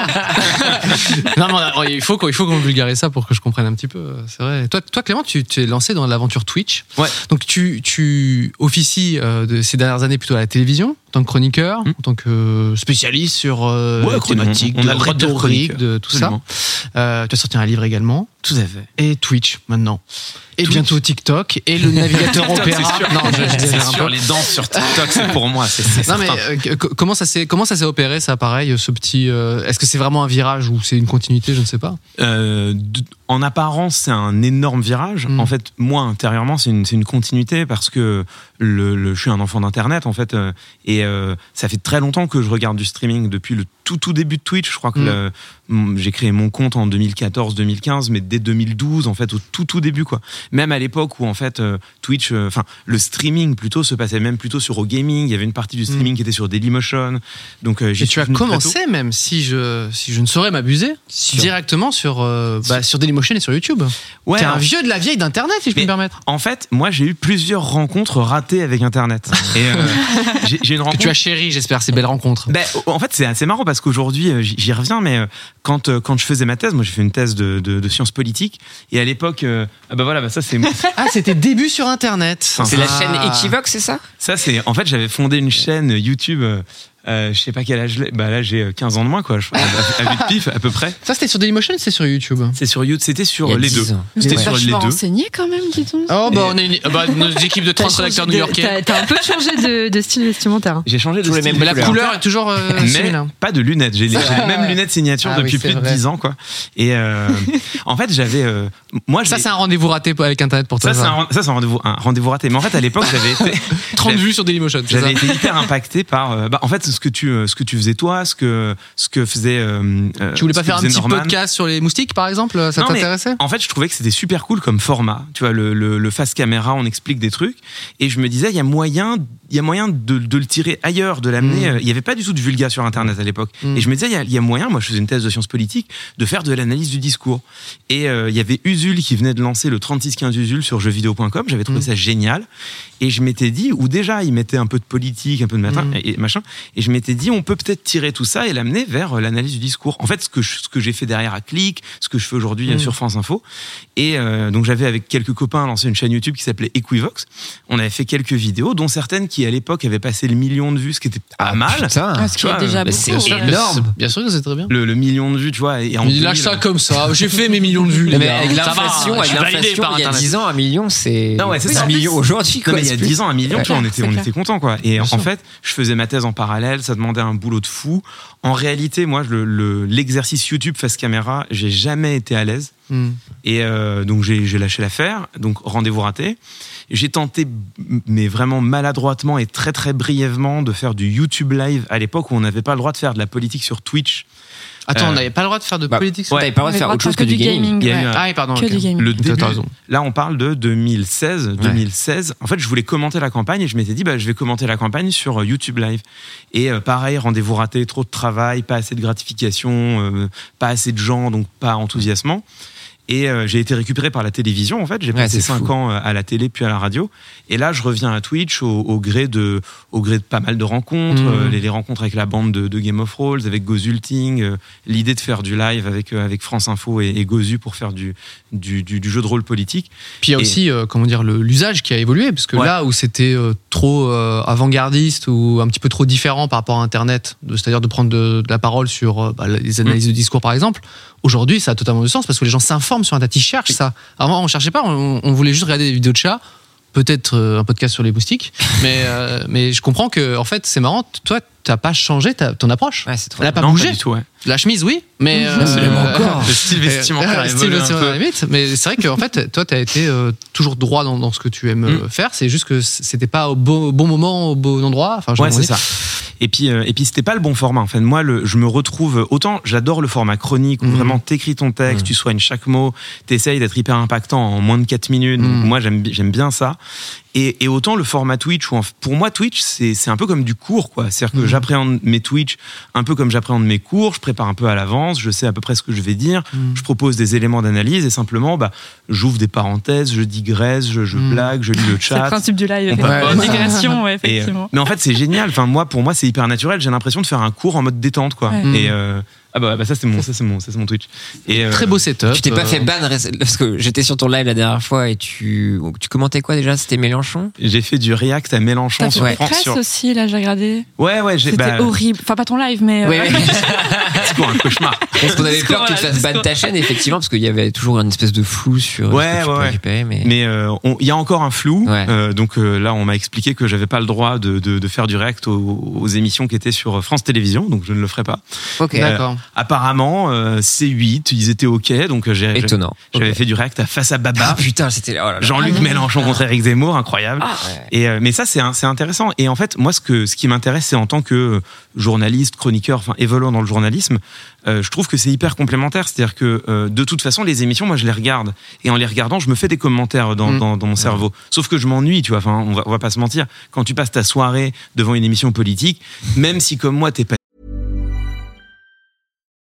[SPEAKER 1] non, mais on a- il faut qu'on il faut qu'on vulgarise ça pour que je comprenne un petit peu. C'est vrai. Toi, toi Clément, tu tu es lancé dans l'aventure Twitch.
[SPEAKER 6] Ouais.
[SPEAKER 1] Donc, tu, tu officies euh, de ces dernières années plutôt à la télévision, en tant que chroniqueur,
[SPEAKER 6] Hmm.
[SPEAKER 1] en tant que euh, spécialiste sur euh,
[SPEAKER 6] Ouais,
[SPEAKER 1] les thématiques,
[SPEAKER 6] on- on
[SPEAKER 1] de
[SPEAKER 6] a le droit de dire
[SPEAKER 1] rhétorique,
[SPEAKER 6] chroniqueur.
[SPEAKER 1] de tout
[SPEAKER 6] Absolument.
[SPEAKER 1] ça. Euh, tu as sorti un livre également.
[SPEAKER 6] Tout à fait.
[SPEAKER 1] Et Twitch maintenant. Et
[SPEAKER 6] Twitch.
[SPEAKER 1] bientôt TikTok et le navigateur
[SPEAKER 6] TikTok,
[SPEAKER 1] opéra.
[SPEAKER 6] c'est sûr.
[SPEAKER 1] Non, je, je
[SPEAKER 6] C'est
[SPEAKER 1] dérive un peu.
[SPEAKER 6] sûr, les danses sur TikTok, c'est pour moi, c'est c'est
[SPEAKER 1] Non mais
[SPEAKER 6] certain.
[SPEAKER 1] euh, que- que- comment ça s'est comment ça s'est opéré ça pareil ce petit euh, est-ce que c'est vraiment un virage ou c'est une continuité je ne sais pas
[SPEAKER 6] Euh, d- en apparence, c'est un énorme virage.
[SPEAKER 1] Mm.
[SPEAKER 6] En fait, moi, intérieurement, c'est une, c'est une continuité parce que le, le- je suis un enfant d'Internet, en fait. euh, et euh, ça fait très longtemps que je regarde du streaming depuis le tout, tout début de Twitch. Je crois que
[SPEAKER 1] Mm.
[SPEAKER 6] le- mon- j'ai créé mon compte en 2014-2015, mais dès 2012, en fait, au tout, tout début, quoi. Même à l'époque où, en fait, euh, Twitch, euh, enfin, le streaming plutôt se passait même plutôt sur au gaming. Il y avait une partie du streaming qui était sur Dailymotion. Donc, euh, j'y
[SPEAKER 1] Mm. et
[SPEAKER 6] suis
[SPEAKER 1] tu as
[SPEAKER 6] venu très tôt.
[SPEAKER 1] commencé même si je si je ne saurais m'abuser directement sur euh, bah, sur Dailymotion et sur YouTube
[SPEAKER 6] Ouais,
[SPEAKER 1] t'es un
[SPEAKER 6] alors-
[SPEAKER 1] vieux de la vieille d'internet si je peux
[SPEAKER 6] Mais-
[SPEAKER 1] me permettre
[SPEAKER 6] En fait, moi, j'ai eu plusieurs rencontres ratées avec Internet. Et euh, j'ai j'ai une
[SPEAKER 1] que
[SPEAKER 6] rencontre.
[SPEAKER 1] tu as chéri j'espère ces belles rencontres
[SPEAKER 6] Ben, en fait, c'est assez marrant parce qu'aujourd'hui, euh, j'y j'y reviens, mais euh, quand, euh, quand je faisais ma thèse, moi j'ai fait une thèse de, de- de sciences politiques, et à l'époque, euh, ah bah voilà, bah ça c'est.
[SPEAKER 1] ah c'était début sur internet
[SPEAKER 2] C'est la
[SPEAKER 1] Ah.
[SPEAKER 2] chaîne Equivox, c'est ça
[SPEAKER 6] ça c'est. En fait, j'avais fondé une chaîne YouTube, euh, euh, je sais pas quel âge, j'ai. bah là j'ai euh, 15 ans de moins, quoi, je, à, à vue de pif, à peu près.
[SPEAKER 1] ça c'était sur Dailymotion ou c'est sur YouTube
[SPEAKER 6] C'est sur YouTube, c'était
[SPEAKER 2] Il y
[SPEAKER 6] sur
[SPEAKER 2] a
[SPEAKER 6] les
[SPEAKER 2] 10
[SPEAKER 6] deux.
[SPEAKER 2] ans.
[SPEAKER 6] C'était sur les
[SPEAKER 3] vachement
[SPEAKER 6] deux.
[SPEAKER 3] renseigné quand même, dis donc.
[SPEAKER 1] oh bah on est une- bah, nos équipes de 30 rédacteurs
[SPEAKER 5] T'as-
[SPEAKER 1] new-yorkais
[SPEAKER 5] T'as un peu changé de, de style vestimentaire.
[SPEAKER 6] J'ai changé de
[SPEAKER 2] Toujours les
[SPEAKER 6] style.
[SPEAKER 2] mêmes
[SPEAKER 1] mais la
[SPEAKER 2] couleurs.
[SPEAKER 1] couleur est toujours euh,
[SPEAKER 6] mais
[SPEAKER 1] similaire.
[SPEAKER 6] pas de lunettes. J'ai les, j'ai les mêmes lunettes signature
[SPEAKER 1] Ah oui,
[SPEAKER 6] depuis
[SPEAKER 1] c'est
[SPEAKER 6] plus de
[SPEAKER 1] vrai.
[SPEAKER 6] 10 ans, quoi. Et euh, en fait, j'avais. euh, moi,
[SPEAKER 1] ça
[SPEAKER 6] j'ai-
[SPEAKER 1] c'est un rendez-vous raté avec internet pour
[SPEAKER 6] ça,
[SPEAKER 1] toi
[SPEAKER 6] c'est
[SPEAKER 1] ça.
[SPEAKER 6] un, ren- ça, c'est un rendez-vous, un rendez-vous raté. Mais en fait, à l'époque, j'avais été,
[SPEAKER 1] 30 vues sur Dailymotion c'est ça
[SPEAKER 6] j'avais été hyper impacté par, euh, bah, en fait, ce que tu, euh, ce que tu faisais toi, ce que, ce que faisait. euh, euh,
[SPEAKER 1] Tu voulais
[SPEAKER 6] ce
[SPEAKER 1] pas
[SPEAKER 6] que
[SPEAKER 1] faire un
[SPEAKER 6] faisait
[SPEAKER 1] petit
[SPEAKER 6] Norman.
[SPEAKER 1] podcast sur les moustiques, par exemple euh, Ça
[SPEAKER 6] Non, mais-
[SPEAKER 1] t'intéressait
[SPEAKER 6] En fait, je trouvais que c'était super cool comme format. Tu vois, le, le- le face caméra, on explique des trucs. Et je me disais, il y a moyen, il y a moyen de, de le tirer ailleurs, de l'amener.
[SPEAKER 1] Mm.
[SPEAKER 6] euh, Il n'y avait pas du tout de vulga sur Internet à l'époque.
[SPEAKER 1] Mm.
[SPEAKER 6] Et je me disais, il y a- il y, a moyen, moi je faisais une thèse de sciences politiques, de faire de l'analyse du discours. Et euh, il y avait Usul qui venait de lancer le 3615 Usul sur jeuxvideo.com. J'avais trouvé
[SPEAKER 1] Mm.
[SPEAKER 6] ça génial. Et je m'étais dit, ou déjà, il mettait un peu de politique, un peu de matin,
[SPEAKER 1] Mm.
[SPEAKER 6] et, et machin. Et je m'étais dit, on peut peut-être tirer tout ça et l'amener vers euh, l'analyse du discours. En fait, ce que je- ce que j'ai fait derrière à Click, ce que je fais aujourd'hui euh,
[SPEAKER 1] Mm.
[SPEAKER 6] sur France Info. Et euh, donc, j'avais avec quelques copains lancé une chaîne YouTube qui s'appelait Equivox. On avait fait quelques vidéos, dont certaines qui, à l'époque, avaient passé le million de vues, ce qui était pas mal.
[SPEAKER 2] Putain.
[SPEAKER 3] Ah, ce qui
[SPEAKER 6] tu
[SPEAKER 3] est
[SPEAKER 6] vois,
[SPEAKER 3] déjà
[SPEAKER 2] bah,
[SPEAKER 3] beaucoup.
[SPEAKER 2] c'est
[SPEAKER 3] ouais.
[SPEAKER 2] sûr que
[SPEAKER 1] énorme. Bien sûr que c'est très bien.
[SPEAKER 6] Le, le million de vues, tu vois. Et en
[SPEAKER 1] Il lâche
[SPEAKER 6] 2000,
[SPEAKER 1] ça comme ça. J'ai fait mes millions de vues.
[SPEAKER 2] Mais
[SPEAKER 1] les gars.
[SPEAKER 2] avec
[SPEAKER 1] Ça va,
[SPEAKER 2] l'inflation,
[SPEAKER 1] je
[SPEAKER 2] avec
[SPEAKER 1] suis validé
[SPEAKER 2] l'inflation,
[SPEAKER 1] par
[SPEAKER 2] il y a
[SPEAKER 1] Internet.
[SPEAKER 2] 10 ans, un million, c'est.
[SPEAKER 6] hein. Non, ouais, c'est ça.
[SPEAKER 2] Un million aujourd'hui,
[SPEAKER 6] Non,
[SPEAKER 2] quoi.
[SPEAKER 6] mais il y a
[SPEAKER 2] c'est plus-
[SPEAKER 6] 10 ans, un million, tu vois, on
[SPEAKER 3] Ouais,
[SPEAKER 6] était,
[SPEAKER 3] c'est
[SPEAKER 6] on
[SPEAKER 3] clair.
[SPEAKER 6] était contents, quoi. Et en
[SPEAKER 1] sûr.
[SPEAKER 6] fait, je faisais ma thèse en parallèle, ça demandait un boulot de fou. En réalité, moi, je- le- l'exercice YouTube face caméra, j'ai jamais été à l'aise.
[SPEAKER 1] Hmm.
[SPEAKER 6] Et euh, donc j'ai j'ai lâché l'affaire, donc rendez-vous raté. J'ai tenté, mais vraiment maladroitement et très très brièvement, de faire du YouTube live à l'époque où on n'avait pas le droit de faire de la politique sur Twitch.
[SPEAKER 1] Attends,
[SPEAKER 6] Euh,
[SPEAKER 1] on n'avait pas le droit de faire de
[SPEAKER 2] bah,
[SPEAKER 1] politique.
[SPEAKER 6] ouais.
[SPEAKER 2] T'avais pas le droit de
[SPEAKER 3] Mais
[SPEAKER 2] faire
[SPEAKER 3] pas
[SPEAKER 2] autre chose que du gaming.
[SPEAKER 6] Il y a
[SPEAKER 3] ouais.
[SPEAKER 6] eu un-
[SPEAKER 1] Ah oui, pardon.
[SPEAKER 3] Que
[SPEAKER 1] ok.
[SPEAKER 3] du gaming.
[SPEAKER 6] le
[SPEAKER 1] T'as- t'as
[SPEAKER 6] début.
[SPEAKER 1] raison.
[SPEAKER 6] Là, on parle de 2016. 2016. En fait, je voulais commenter la campagne et je m'étais dit, bah, je vais commenter la campagne sur euh, YouTube Live. Et euh, pareil, rendez-vous raté, trop de travail, pas assez de gratification, euh, pas assez de gens, donc pas enthousiasmant. Et euh, j'ai été récupéré par la télévision, en fait. J'ai
[SPEAKER 2] Ouais,
[SPEAKER 6] passé
[SPEAKER 2] c'est
[SPEAKER 6] 5
[SPEAKER 2] fou.
[SPEAKER 6] ans euh, à la télé, puis à la radio. Et là, je reviens à Twitch au, au gré, de, au gré de pas mal de rencontres.
[SPEAKER 1] Mhm.
[SPEAKER 6] euh, les, les rencontres avec la bande de, de Game of Thrones, avec Gozulting, euh, l'idée de faire du live avec, euh, avec France Info et, et Gozu pour faire du, du, du- du jeu de rôle politique.
[SPEAKER 1] Puis il y a
[SPEAKER 6] Et-
[SPEAKER 1] aussi, euh, comment dire, le- l'usage qui a évolué, parce que
[SPEAKER 6] Ouais.
[SPEAKER 1] là où c'était euh, trop euh, avant-gardiste ou un petit peu trop différent par rapport à Internet, de- c'est-à-dire de prendre de, de la parole sur euh, bah, les analyses de discours par exemple, aujourd'hui ça a totalement du sens parce que les gens s'informent sur Internet, ils cherchent ça. Avant on cherchait pas, on, on voulait juste regarder des vidéos de chats. Peut-être euh, un podcast sur les moustiques, mais, euh, mais je comprends que, en fait, c'est marrant, toi, t'as pas changé ta- ton approche.
[SPEAKER 2] Ouais, c'est trop.
[SPEAKER 1] Elle a pas
[SPEAKER 6] Non,
[SPEAKER 1] bougé.
[SPEAKER 6] du tout, ouais. Mmh.
[SPEAKER 1] La chemise, oui, mais. euh,
[SPEAKER 2] Absolument. Encore.
[SPEAKER 6] Le style vestimentaire
[SPEAKER 1] euh,
[SPEAKER 6] a
[SPEAKER 1] style
[SPEAKER 6] évolué un
[SPEAKER 1] vestimentaire,
[SPEAKER 6] peu.
[SPEAKER 1] à la limite. Mais c'est vrai qu'en fait, toi, tu as été euh, toujours droit dans, dans ce que tu aimes
[SPEAKER 6] Mm.
[SPEAKER 1] euh, faire. C'est juste que c- c'était pas au bon, au bon moment, au bon endroit. Enfin, je
[SPEAKER 6] Ouais,
[SPEAKER 1] sais pas
[SPEAKER 6] c'est
[SPEAKER 1] comment
[SPEAKER 6] ça. Et puis, euh, et puis c'était pas le bon format. En fait, moi, le, je me retrouve autant. J'adore le format chronique où
[SPEAKER 1] Mhm.
[SPEAKER 6] vraiment t'écris ton texte, tu soignes chaque mot, t'essayes d'être hyper impactant en moins de 4 minutes. Donc,
[SPEAKER 1] Mhm.
[SPEAKER 6] moi, j'aime bi- j'aime bien ça. Et, et autant le format Twitch, où en- pour moi, Twitch, c'est c'est un peu comme du cours, quoi. C'est-à-dire
[SPEAKER 1] Mhm.
[SPEAKER 6] que j'appréhende mes Twitch un peu comme j'appréhende mes cours, je prépare un peu à l'avance, je sais à peu près ce que je vais dire,
[SPEAKER 1] Mm.
[SPEAKER 6] je propose des éléments d'analyse et simplement, bah, j'ouvre des parenthèses, je digresse, je, je
[SPEAKER 1] Mm.
[SPEAKER 6] blague, je lis le
[SPEAKER 3] C'est le
[SPEAKER 6] chat.
[SPEAKER 3] principe du live.
[SPEAKER 2] peut pas-
[SPEAKER 3] La digression, ouais,
[SPEAKER 6] Et, euh,
[SPEAKER 3] effectivement.
[SPEAKER 6] mais en fait, c'est génial. Enfin, moi, pour moi, c'est hyper naturel. J'ai l'impression de faire un cours en mode détente, quoi.
[SPEAKER 3] Ouais.
[SPEAKER 6] Et euh, ah bah, bah, ça c'est mon, ça c'est mon, ça c'est mon Twitch. Et euh,
[SPEAKER 1] Très beau setup.
[SPEAKER 2] Tu t'es pas
[SPEAKER 1] euh,
[SPEAKER 2] fait ban réc- parce que j'étais sur ton live la dernière fois et tu tu commentais quoi déjà C'était Mélenchon
[SPEAKER 6] J'ai fait du React à Mélenchon
[SPEAKER 3] T'as
[SPEAKER 6] sur
[SPEAKER 3] fait
[SPEAKER 6] France.
[SPEAKER 3] Pécresse
[SPEAKER 6] sur-
[SPEAKER 3] aussi, là, j'ai regardé.
[SPEAKER 6] Ouais, ouais, j'ai
[SPEAKER 3] C'était
[SPEAKER 6] bah,
[SPEAKER 3] horrible. Enfin, pas ton live, mais. euh,
[SPEAKER 2] Oui, oui.
[SPEAKER 6] c'est pour un cauchemar.
[SPEAKER 2] Parce qu'on avait
[SPEAKER 3] Discours,
[SPEAKER 2] peur que tu te
[SPEAKER 3] voilà,
[SPEAKER 2] fasses ban ta chaîne effectivement parce qu'il y avait toujours une espèce de flou sur ce
[SPEAKER 6] Ouais,
[SPEAKER 2] que tu
[SPEAKER 6] ouais,
[SPEAKER 2] peux
[SPEAKER 6] ouais.
[SPEAKER 2] récupérer, mais,
[SPEAKER 6] Mais euh, on- il y a encore un flou.
[SPEAKER 2] Ouais.
[SPEAKER 6] Euh, donc euh, là, on m'a expliqué que j'avais pas le droit de, de- de faire du React aux, aux émissions qui étaient sur France Télévisions, donc je ne le ferai pas. Euh,
[SPEAKER 2] ok
[SPEAKER 1] D'accord.
[SPEAKER 6] Apparemment, euh, C8, ils étaient ok, donc euh, j'ai- j'avais
[SPEAKER 2] étonnant. Ok.
[SPEAKER 6] fait du React à face à
[SPEAKER 2] Ah
[SPEAKER 6] Baba.
[SPEAKER 2] putain c'était oh là là.
[SPEAKER 6] Jean-Luc Mélenchon contre Eric Zemmour, incroyable.
[SPEAKER 2] Ouais.
[SPEAKER 6] Et euh, mais ça c'est un- c'est intéressant. Et en fait, moi ce que ce qui m'intéresse, c'est en tant que euh, journaliste, chroniqueur, enfin évoluant dans le journalisme, euh, je trouve que c'est hyper complémentaire. C'est-à-dire que euh, de toute façon, les émissions, moi je les regarde et en les regardant, je me fais des commentaires dans,
[SPEAKER 1] Mm.
[SPEAKER 6] dans, dans mon cerveau. Sauf que je m'ennuie, tu vois. Enfin, on va, on va pas se mentir. Quand tu passes ta soirée devant une émission politique, même si comme moi t'es pas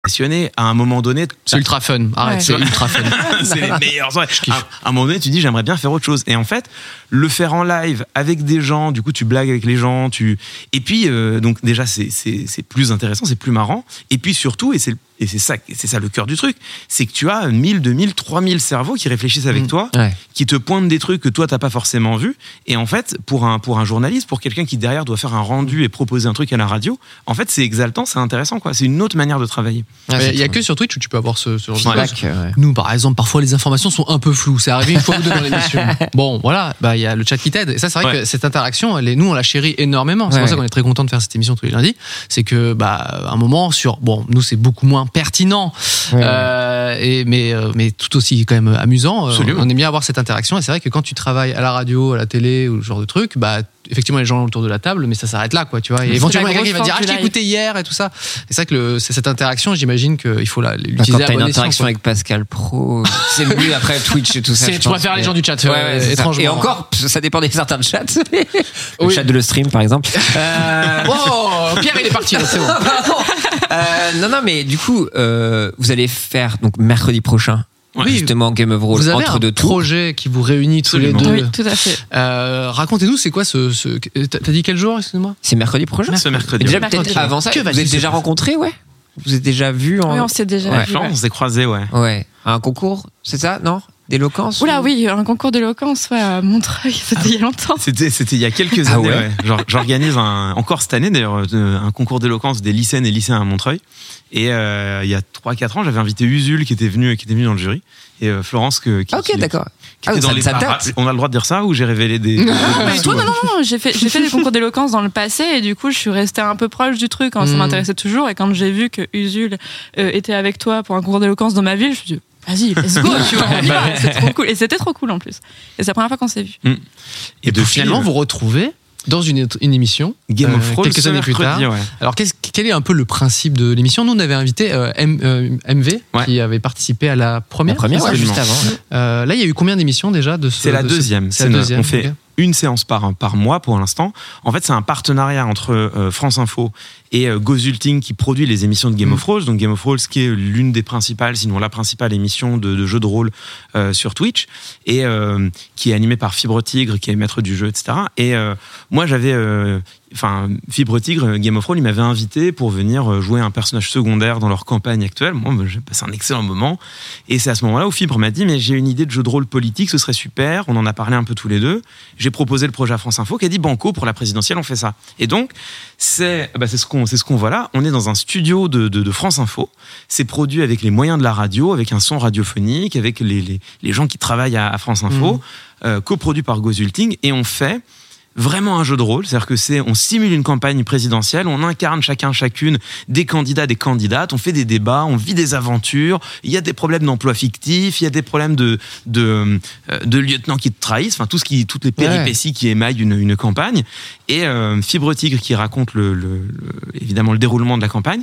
[SPEAKER 6] passionné, à un moment donné,
[SPEAKER 1] C'est ultra fun. Arrête,
[SPEAKER 3] Ouais.
[SPEAKER 1] c'est ultra fun.
[SPEAKER 6] c'est les meilleurs. Ouais. À, à un moment donné, tu dis j'aimerais bien faire autre chose. Et en fait, le faire en live avec des gens, du coup, tu blagues avec les gens, tu. Et puis, euh, donc déjà, c'est c'est- c'est plus intéressant, c'est plus marrant. Et puis surtout, et c'est et c'est ça, c'est ça le cœur du truc, c'est que tu as 1000, 2000, 3000 cerveaux qui réfléchissent avec toi,
[SPEAKER 2] Mm, Ouais.
[SPEAKER 6] qui te pointent des trucs que toi t'as pas forcément vu. Et en fait, pour un pour un journaliste, pour quelqu'un qui derrière doit faire un rendu et proposer un truc à la radio, en fait, c'est exaltant, c'est intéressant, quoi. C'est une autre manière de travailler.
[SPEAKER 2] Ah,
[SPEAKER 1] Il y
[SPEAKER 2] c'est
[SPEAKER 1] a
[SPEAKER 2] étonnant.
[SPEAKER 1] que sur Twitch où tu peux avoir ce, ce genre de
[SPEAKER 6] Ouais.
[SPEAKER 1] choses.
[SPEAKER 2] Feedback, ouais.
[SPEAKER 1] Nous, par exemple, parfois les informations sont un peu floues. C'est arrivé une fois ou deux dans l'émission. Bon, voilà, bah, il y a le chat qui t'aide. Et ça, c'est vrai
[SPEAKER 6] Ouais.
[SPEAKER 1] que cette interaction, elle est, nous, on la chérit énormément. C'est
[SPEAKER 2] Ouais.
[SPEAKER 1] pour ça qu'on est très content de faire cette émission tous les lundis. C'est que, bah, à un moment, sur. Bon, nous, c'est beaucoup moins pertinent,
[SPEAKER 2] Ouais, ouais.
[SPEAKER 1] euh, et, mais, euh, mais tout aussi quand même amusant. Euh,
[SPEAKER 6] Absolument.
[SPEAKER 1] On aime bien avoir cette interaction. Et c'est vrai que quand tu travailles à la radio, à la télé ou ce genre de truc, bah, effectivement, les gens autour de la table, mais ça s'arrête là, quoi, tu vois. Et
[SPEAKER 3] C'est
[SPEAKER 1] éventuellement,
[SPEAKER 3] la
[SPEAKER 1] quelqu'un qui va
[SPEAKER 3] grosse
[SPEAKER 1] dire, ah,
[SPEAKER 3] force
[SPEAKER 1] je
[SPEAKER 3] du
[SPEAKER 1] t'ai écouté hier et tout ça. Et c'est vrai que le- c'est cette interaction, j'imagine qu'il faut la-
[SPEAKER 2] Bah,
[SPEAKER 1] l'utiliser
[SPEAKER 2] Quand
[SPEAKER 1] à
[SPEAKER 2] t'as une
[SPEAKER 1] bon escient,
[SPEAKER 2] interaction
[SPEAKER 1] quoi.
[SPEAKER 2] avec Pascal Pro, c'est mieux après Twitch et tout ça.
[SPEAKER 1] C'est-
[SPEAKER 2] je
[SPEAKER 1] tu
[SPEAKER 2] pense,
[SPEAKER 1] préfères les
[SPEAKER 2] mais-
[SPEAKER 1] gens du chat,
[SPEAKER 2] Ouais,
[SPEAKER 1] euh,
[SPEAKER 2] ouais, c'est ça.
[SPEAKER 1] étrangement.
[SPEAKER 2] Et encore, ça dépend des certains chats. le
[SPEAKER 1] Oui.
[SPEAKER 2] chat de le stream, par exemple. Euh,
[SPEAKER 1] Oh, Pierre, il est parti. là, c'est bon.
[SPEAKER 2] euh, non, non, mais du coup, euh, vous allez faire donc mercredi prochain,
[SPEAKER 6] Ouais.
[SPEAKER 2] justement Game of Roll
[SPEAKER 1] Vous avez
[SPEAKER 2] entre
[SPEAKER 1] un
[SPEAKER 2] deux tours.
[SPEAKER 1] projet qui vous réunit tous les
[SPEAKER 6] Absolument.
[SPEAKER 1] deux.
[SPEAKER 3] Oui, tout à fait.
[SPEAKER 1] Euh, Racontez-nous, c'est quoi ce. ce- T'as t'as dit quel jour, excuse-moi
[SPEAKER 2] C'est mercredi prochain.
[SPEAKER 6] Ce mercredi.
[SPEAKER 2] Mais déjà
[SPEAKER 3] Mercredi.
[SPEAKER 2] peut-être avant ça,
[SPEAKER 1] Que
[SPEAKER 2] vous
[SPEAKER 1] va-t-il
[SPEAKER 2] êtes
[SPEAKER 1] se
[SPEAKER 2] déjà
[SPEAKER 1] passer
[SPEAKER 2] rencontrés, ouais. Vous êtes déjà vus en
[SPEAKER 3] Oui, on s'est déjà
[SPEAKER 2] Ouais.
[SPEAKER 3] vu.
[SPEAKER 6] On s'est croisés, ouais.
[SPEAKER 2] ouais à un concours, c'est ça, non D'éloquence
[SPEAKER 3] Oula,
[SPEAKER 2] ou-
[SPEAKER 3] oui, un concours d'éloquence ouais, à Montreuil, c'était il y a longtemps.
[SPEAKER 6] C'était, c'était il y a quelques
[SPEAKER 2] Ah
[SPEAKER 6] années.
[SPEAKER 2] ouais
[SPEAKER 6] ouais. Genre, J'organise un, encore cette année d'ailleurs euh, un concours d'éloquence des lycéennes et lycéens à Montreuil. Et euh, il y a 3-4 ans, j'avais invité Usul qui était venu qui était venu dans le jury et euh, Florence que, qui,
[SPEAKER 2] Ah, Ok,
[SPEAKER 6] qui-
[SPEAKER 2] d'accord.
[SPEAKER 6] qui
[SPEAKER 2] Ah,
[SPEAKER 6] était
[SPEAKER 2] donc
[SPEAKER 6] dans
[SPEAKER 2] ça-
[SPEAKER 6] les
[SPEAKER 2] ça
[SPEAKER 6] paras-
[SPEAKER 2] date.
[SPEAKER 6] On a le droit de dire ça ou j'ai révélé des. des- des
[SPEAKER 3] Mais
[SPEAKER 6] dessous,
[SPEAKER 3] toi, non,
[SPEAKER 6] euh.
[SPEAKER 3] non, non, j'ai fait, j'ai fait des concours d'éloquence dans le passé et du coup, je suis restée un peu proche du truc. hein, Ça
[SPEAKER 1] Mm.
[SPEAKER 3] m'intéressait toujours. Et quand j'ai vu que Usul euh, était avec toi pour un concours d'éloquence dans ma ville, je me suis dit, vas-y, let's go, tu vois, on y va. C'est trop cool. Et c'était trop cool en plus. Et c'est la première fois qu'on s'est vu.
[SPEAKER 6] Mm. Et
[SPEAKER 1] Puis,
[SPEAKER 6] depuis,
[SPEAKER 1] Finalement,
[SPEAKER 6] euh,
[SPEAKER 1] vous retrouvez dans une, é- une émission.
[SPEAKER 6] Game of
[SPEAKER 1] euh,
[SPEAKER 6] Thrones
[SPEAKER 1] quelques
[SPEAKER 6] ce
[SPEAKER 1] années plus
[SPEAKER 6] mercredi, ouais.
[SPEAKER 1] Alors, qu'est-ce- quel est un peu le principe de l'émission Nous, on avait invité euh, M- euh, MV
[SPEAKER 6] Ouais.
[SPEAKER 1] qui avait participé à la
[SPEAKER 2] La
[SPEAKER 1] première.
[SPEAKER 2] première,
[SPEAKER 1] c'est
[SPEAKER 2] ouais,
[SPEAKER 1] ça
[SPEAKER 2] juste avant. ouais.
[SPEAKER 1] Euh, là, il y a eu combien d'émissions déjà de ce-
[SPEAKER 6] C'est la
[SPEAKER 1] de ce-
[SPEAKER 6] deuxième.
[SPEAKER 1] C'est
[SPEAKER 6] C'est
[SPEAKER 1] la
[SPEAKER 6] une-
[SPEAKER 1] deuxième.
[SPEAKER 6] on fait
[SPEAKER 1] ok.
[SPEAKER 6] une séance par, par mois pour l'instant. En fait, c'est un partenariat entre euh, France Info et euh, Gozulting qui produit les émissions de Game
[SPEAKER 1] Mm.
[SPEAKER 6] of Thrones. Donc Game of Thrones qui est l'une des principales, sinon la principale émission de, de jeux de rôle euh, sur Twitch et euh, qui est animée par Fibre Tigre, qui est maître du jeu, etc. Et euh, moi, j'avais euh, Enfin, Fibre Tigre, Game of Thrones, il m'avait invité pour venir euh, jouer un personnage secondaire dans leur campagne actuelle. Moi, ben, j'ai passé un excellent moment. Et c'est à ce moment-là où Fibre m'a dit Mais j'ai une idée de jeu de rôle politique, ce serait super. On en a parlé un peu tous les deux. J'ai proposé le projet à France Info qui a dit Banco, pour la présidentielle, on fait ça. Et donc, c'est bah, c'est ce qu'on c'est ce qu'on voit là. On est dans un studio de, de- de France Info. C'est produit avec les moyens de la radio, avec un son radiophonique, avec les, les- les gens qui travaillent à, à France Info, euh, coproduit par Gozulting. Et on fait vraiment un jeu de rôle, c'est-à-dire que c'est on simule une campagne présidentielle, on incarne chacun chacune des candidats des candidates, on fait des débats, on vit des aventures, il y a des problèmes d'emploi fictif, il y a des problèmes de de, euh, de lieutenants qui te trahissent, enfin tout ce qui toutes les
[SPEAKER 2] Ouais.
[SPEAKER 6] péripéties qui émaillent une, une campagne et euh, Fibre Tigre qui raconte le, le- le- évidemment le déroulement de la campagne.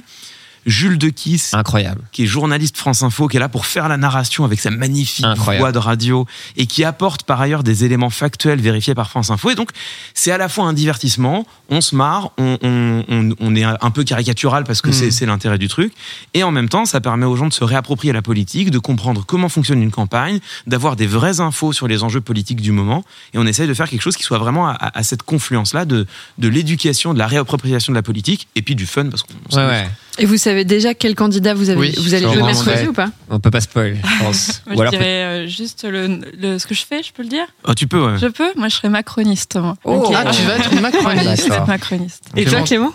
[SPEAKER 6] Jules Dequis,
[SPEAKER 2] Incroyable.
[SPEAKER 6] qui est journaliste France Info, qui est là pour faire la narration avec sa magnifique
[SPEAKER 2] Incroyable.
[SPEAKER 6] voix de radio et qui apporte par ailleurs des éléments factuels vérifiés par France Info. Et donc, c'est à la fois un divertissement, on se marre, on, on- on- on est un peu caricatural parce que c'est- c'est l'intérêt du truc, et en même temps, ça permet aux gens de se réapproprier la politique, de comprendre comment fonctionne une campagne, d'avoir des vraies infos sur les enjeux politiques du moment, et on essaye de faire quelque chose qui soit vraiment à, à- à cette confluence-là de, de l'éducation, de la réappropriation de la politique, et puis du fun, parce qu'on s'amuse.
[SPEAKER 2] Ouais, ouais.
[SPEAKER 5] Et vous savez déjà quel candidat vous, avez,
[SPEAKER 1] Oui,
[SPEAKER 5] vous allez
[SPEAKER 1] je
[SPEAKER 5] jouer
[SPEAKER 1] pense,
[SPEAKER 5] mercredi
[SPEAKER 2] ouais.
[SPEAKER 5] ou pas
[SPEAKER 2] On peut pas spoil, je euh, pense.
[SPEAKER 3] Moi,
[SPEAKER 2] Ou alors,
[SPEAKER 3] je dirais euh, juste le, le- ce que je fais, je peux le dire
[SPEAKER 1] Oh,
[SPEAKER 6] Ah, tu peux, ouais.
[SPEAKER 3] Je peux Moi, je serais macroniste. Moi.
[SPEAKER 2] Oh,
[SPEAKER 1] Ah, tu vas être
[SPEAKER 3] Ouais,
[SPEAKER 1] macroniste.
[SPEAKER 3] je vais être macroniste.
[SPEAKER 5] Et toi,
[SPEAKER 1] Clément
[SPEAKER 5] Clément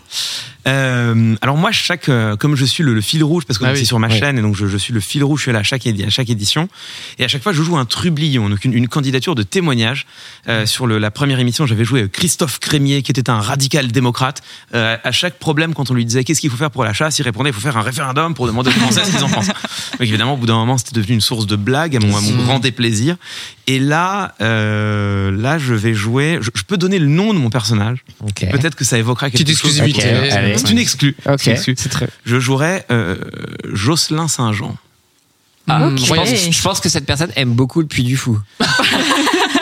[SPEAKER 6] Euh, alors moi, chaque, euh, comme je suis le, le fil rouge, parce que
[SPEAKER 1] Ah
[SPEAKER 6] donc,
[SPEAKER 1] oui,
[SPEAKER 6] c'est sur ma
[SPEAKER 2] ouais.
[SPEAKER 6] chaîne, et donc je, je suis le fil rouge, je suis là à chaque, édi- à chaque édition, et à chaque fois, je joue un trublion, donc une, une candidature de témoignage. Euh, sur le- la première émission, j'avais joué Christophe Crémier, qui était un radical démocrate. Euh, à chaque problème, quand on lui disait qu'est-ce qu'il faut faire pour la chasse, il répondait il faut faire un référendum pour demander aux Français ce qu'ils en pensent. Donc évidemment, au bout d'un moment, c'était devenu une source de blague, à mon,
[SPEAKER 1] Mmh.
[SPEAKER 6] à mon grand déplaisir. Et là, euh, là, je vais jouer. Je, je peux donner le nom de mon personnage.
[SPEAKER 2] Ok.
[SPEAKER 6] Peut-être que ça évoquera quelque
[SPEAKER 1] Petite
[SPEAKER 6] chose.
[SPEAKER 1] exclusivité.
[SPEAKER 2] Ok, allez.
[SPEAKER 6] C'est une exclue.
[SPEAKER 2] Ok.
[SPEAKER 6] C'est une exclue.
[SPEAKER 2] C'est très.
[SPEAKER 6] Je jouerais euh, Jocelyn Saint-Jean.
[SPEAKER 2] Ah,
[SPEAKER 1] Ok.
[SPEAKER 2] je, pense, je pense que cette personne aime beaucoup le Puy du Fou.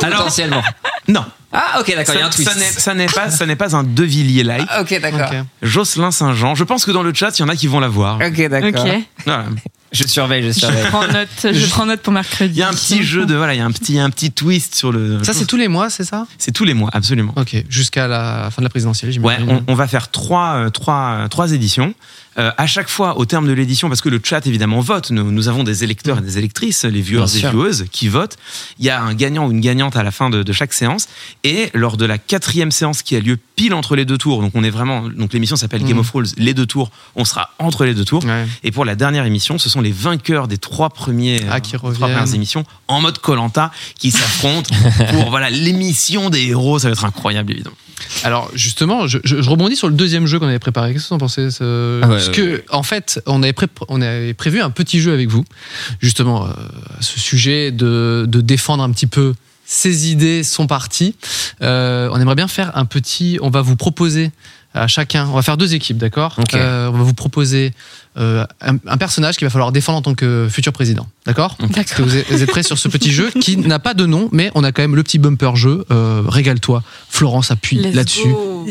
[SPEAKER 2] Potentiellement.
[SPEAKER 6] Non,
[SPEAKER 2] Ah, ok, d'accord, il y a un
[SPEAKER 6] ça, ça n'est-
[SPEAKER 2] twist.
[SPEAKER 6] ça n'est pas, ça n'est pas un Devilliers like.
[SPEAKER 2] Ah, Ok, d'accord.
[SPEAKER 1] Ok.
[SPEAKER 6] Jocelyn Saint-Jean. Je pense que dans le chat, il y en a qui vont la voir.
[SPEAKER 2] Ok, d'accord.
[SPEAKER 3] Ok.
[SPEAKER 6] Voilà.
[SPEAKER 2] Je surveille, je surveille.
[SPEAKER 3] Je prends note, je prends note pour mercredi.
[SPEAKER 6] Il y a un petit jeu de voilà, il y a un petit, il y a un petit twist sur le.
[SPEAKER 1] Ça, c'est tous les mois, c'est ça
[SPEAKER 6] C'est tous les mois, absolument.
[SPEAKER 1] Ok, jusqu'à la fin de la présidentielle,
[SPEAKER 6] Ouais,
[SPEAKER 1] j'imagine.
[SPEAKER 6] on, on va faire trois, euh, trois, euh, trois éditions. Euh, à chaque fois, au terme de l'édition, parce que le chat évidemment vote, nous, nous avons des électeurs et des électrices, les viewers
[SPEAKER 2] Bien
[SPEAKER 6] et
[SPEAKER 2] sûr.
[SPEAKER 6] vieweuses qui votent. Il y a un gagnant ou une gagnante à la fin de, de chaque séance. Et lors de la quatrième séance qui a lieu pile entre les deux tours, donc on est vraiment, donc l'émission s'appelle Game of Thrones, les deux tours, on sera entre les deux tours.
[SPEAKER 1] Mhm. Ouais.
[SPEAKER 6] Et pour la dernière émission, ce sont les vainqueurs des trois premiers
[SPEAKER 1] Ah, qui
[SPEAKER 6] euh, trois
[SPEAKER 1] reviennent.
[SPEAKER 6] premières émissions en mode Colanta qui s'affrontent pour voilà l'émission des héros. Ça va être incroyable évidemment.
[SPEAKER 1] Alors justement, je, je- je rebondis sur le deuxième jeu qu'on avait préparé. Qu'est-ce que vous en pensez ce-
[SPEAKER 2] Ah ouais,
[SPEAKER 1] Parce
[SPEAKER 2] ouais,
[SPEAKER 1] que en fait, on avait, pré- on avait prévu un petit jeu avec vous, justement, euh, à ce sujet de, de défendre un petit peu ses idées, son parti. Euh, on aimerait bien faire un petit. On va vous proposer à chacun. On va faire deux équipes, d'accord
[SPEAKER 2] Ok.
[SPEAKER 1] Euh, On va vous proposer euh, un, un personnage qu'il va falloir défendre en tant que futur président, d'accord Est-ce que
[SPEAKER 3] D'accord.
[SPEAKER 1] vous êtes vous êtes prêts sur ce petit jeu qui n'a pas de nom, mais on a quand même le petit bumper jeu. Euh, Régale-toi, Florence appuie
[SPEAKER 3] Let's
[SPEAKER 1] là-dessus.
[SPEAKER 3] go.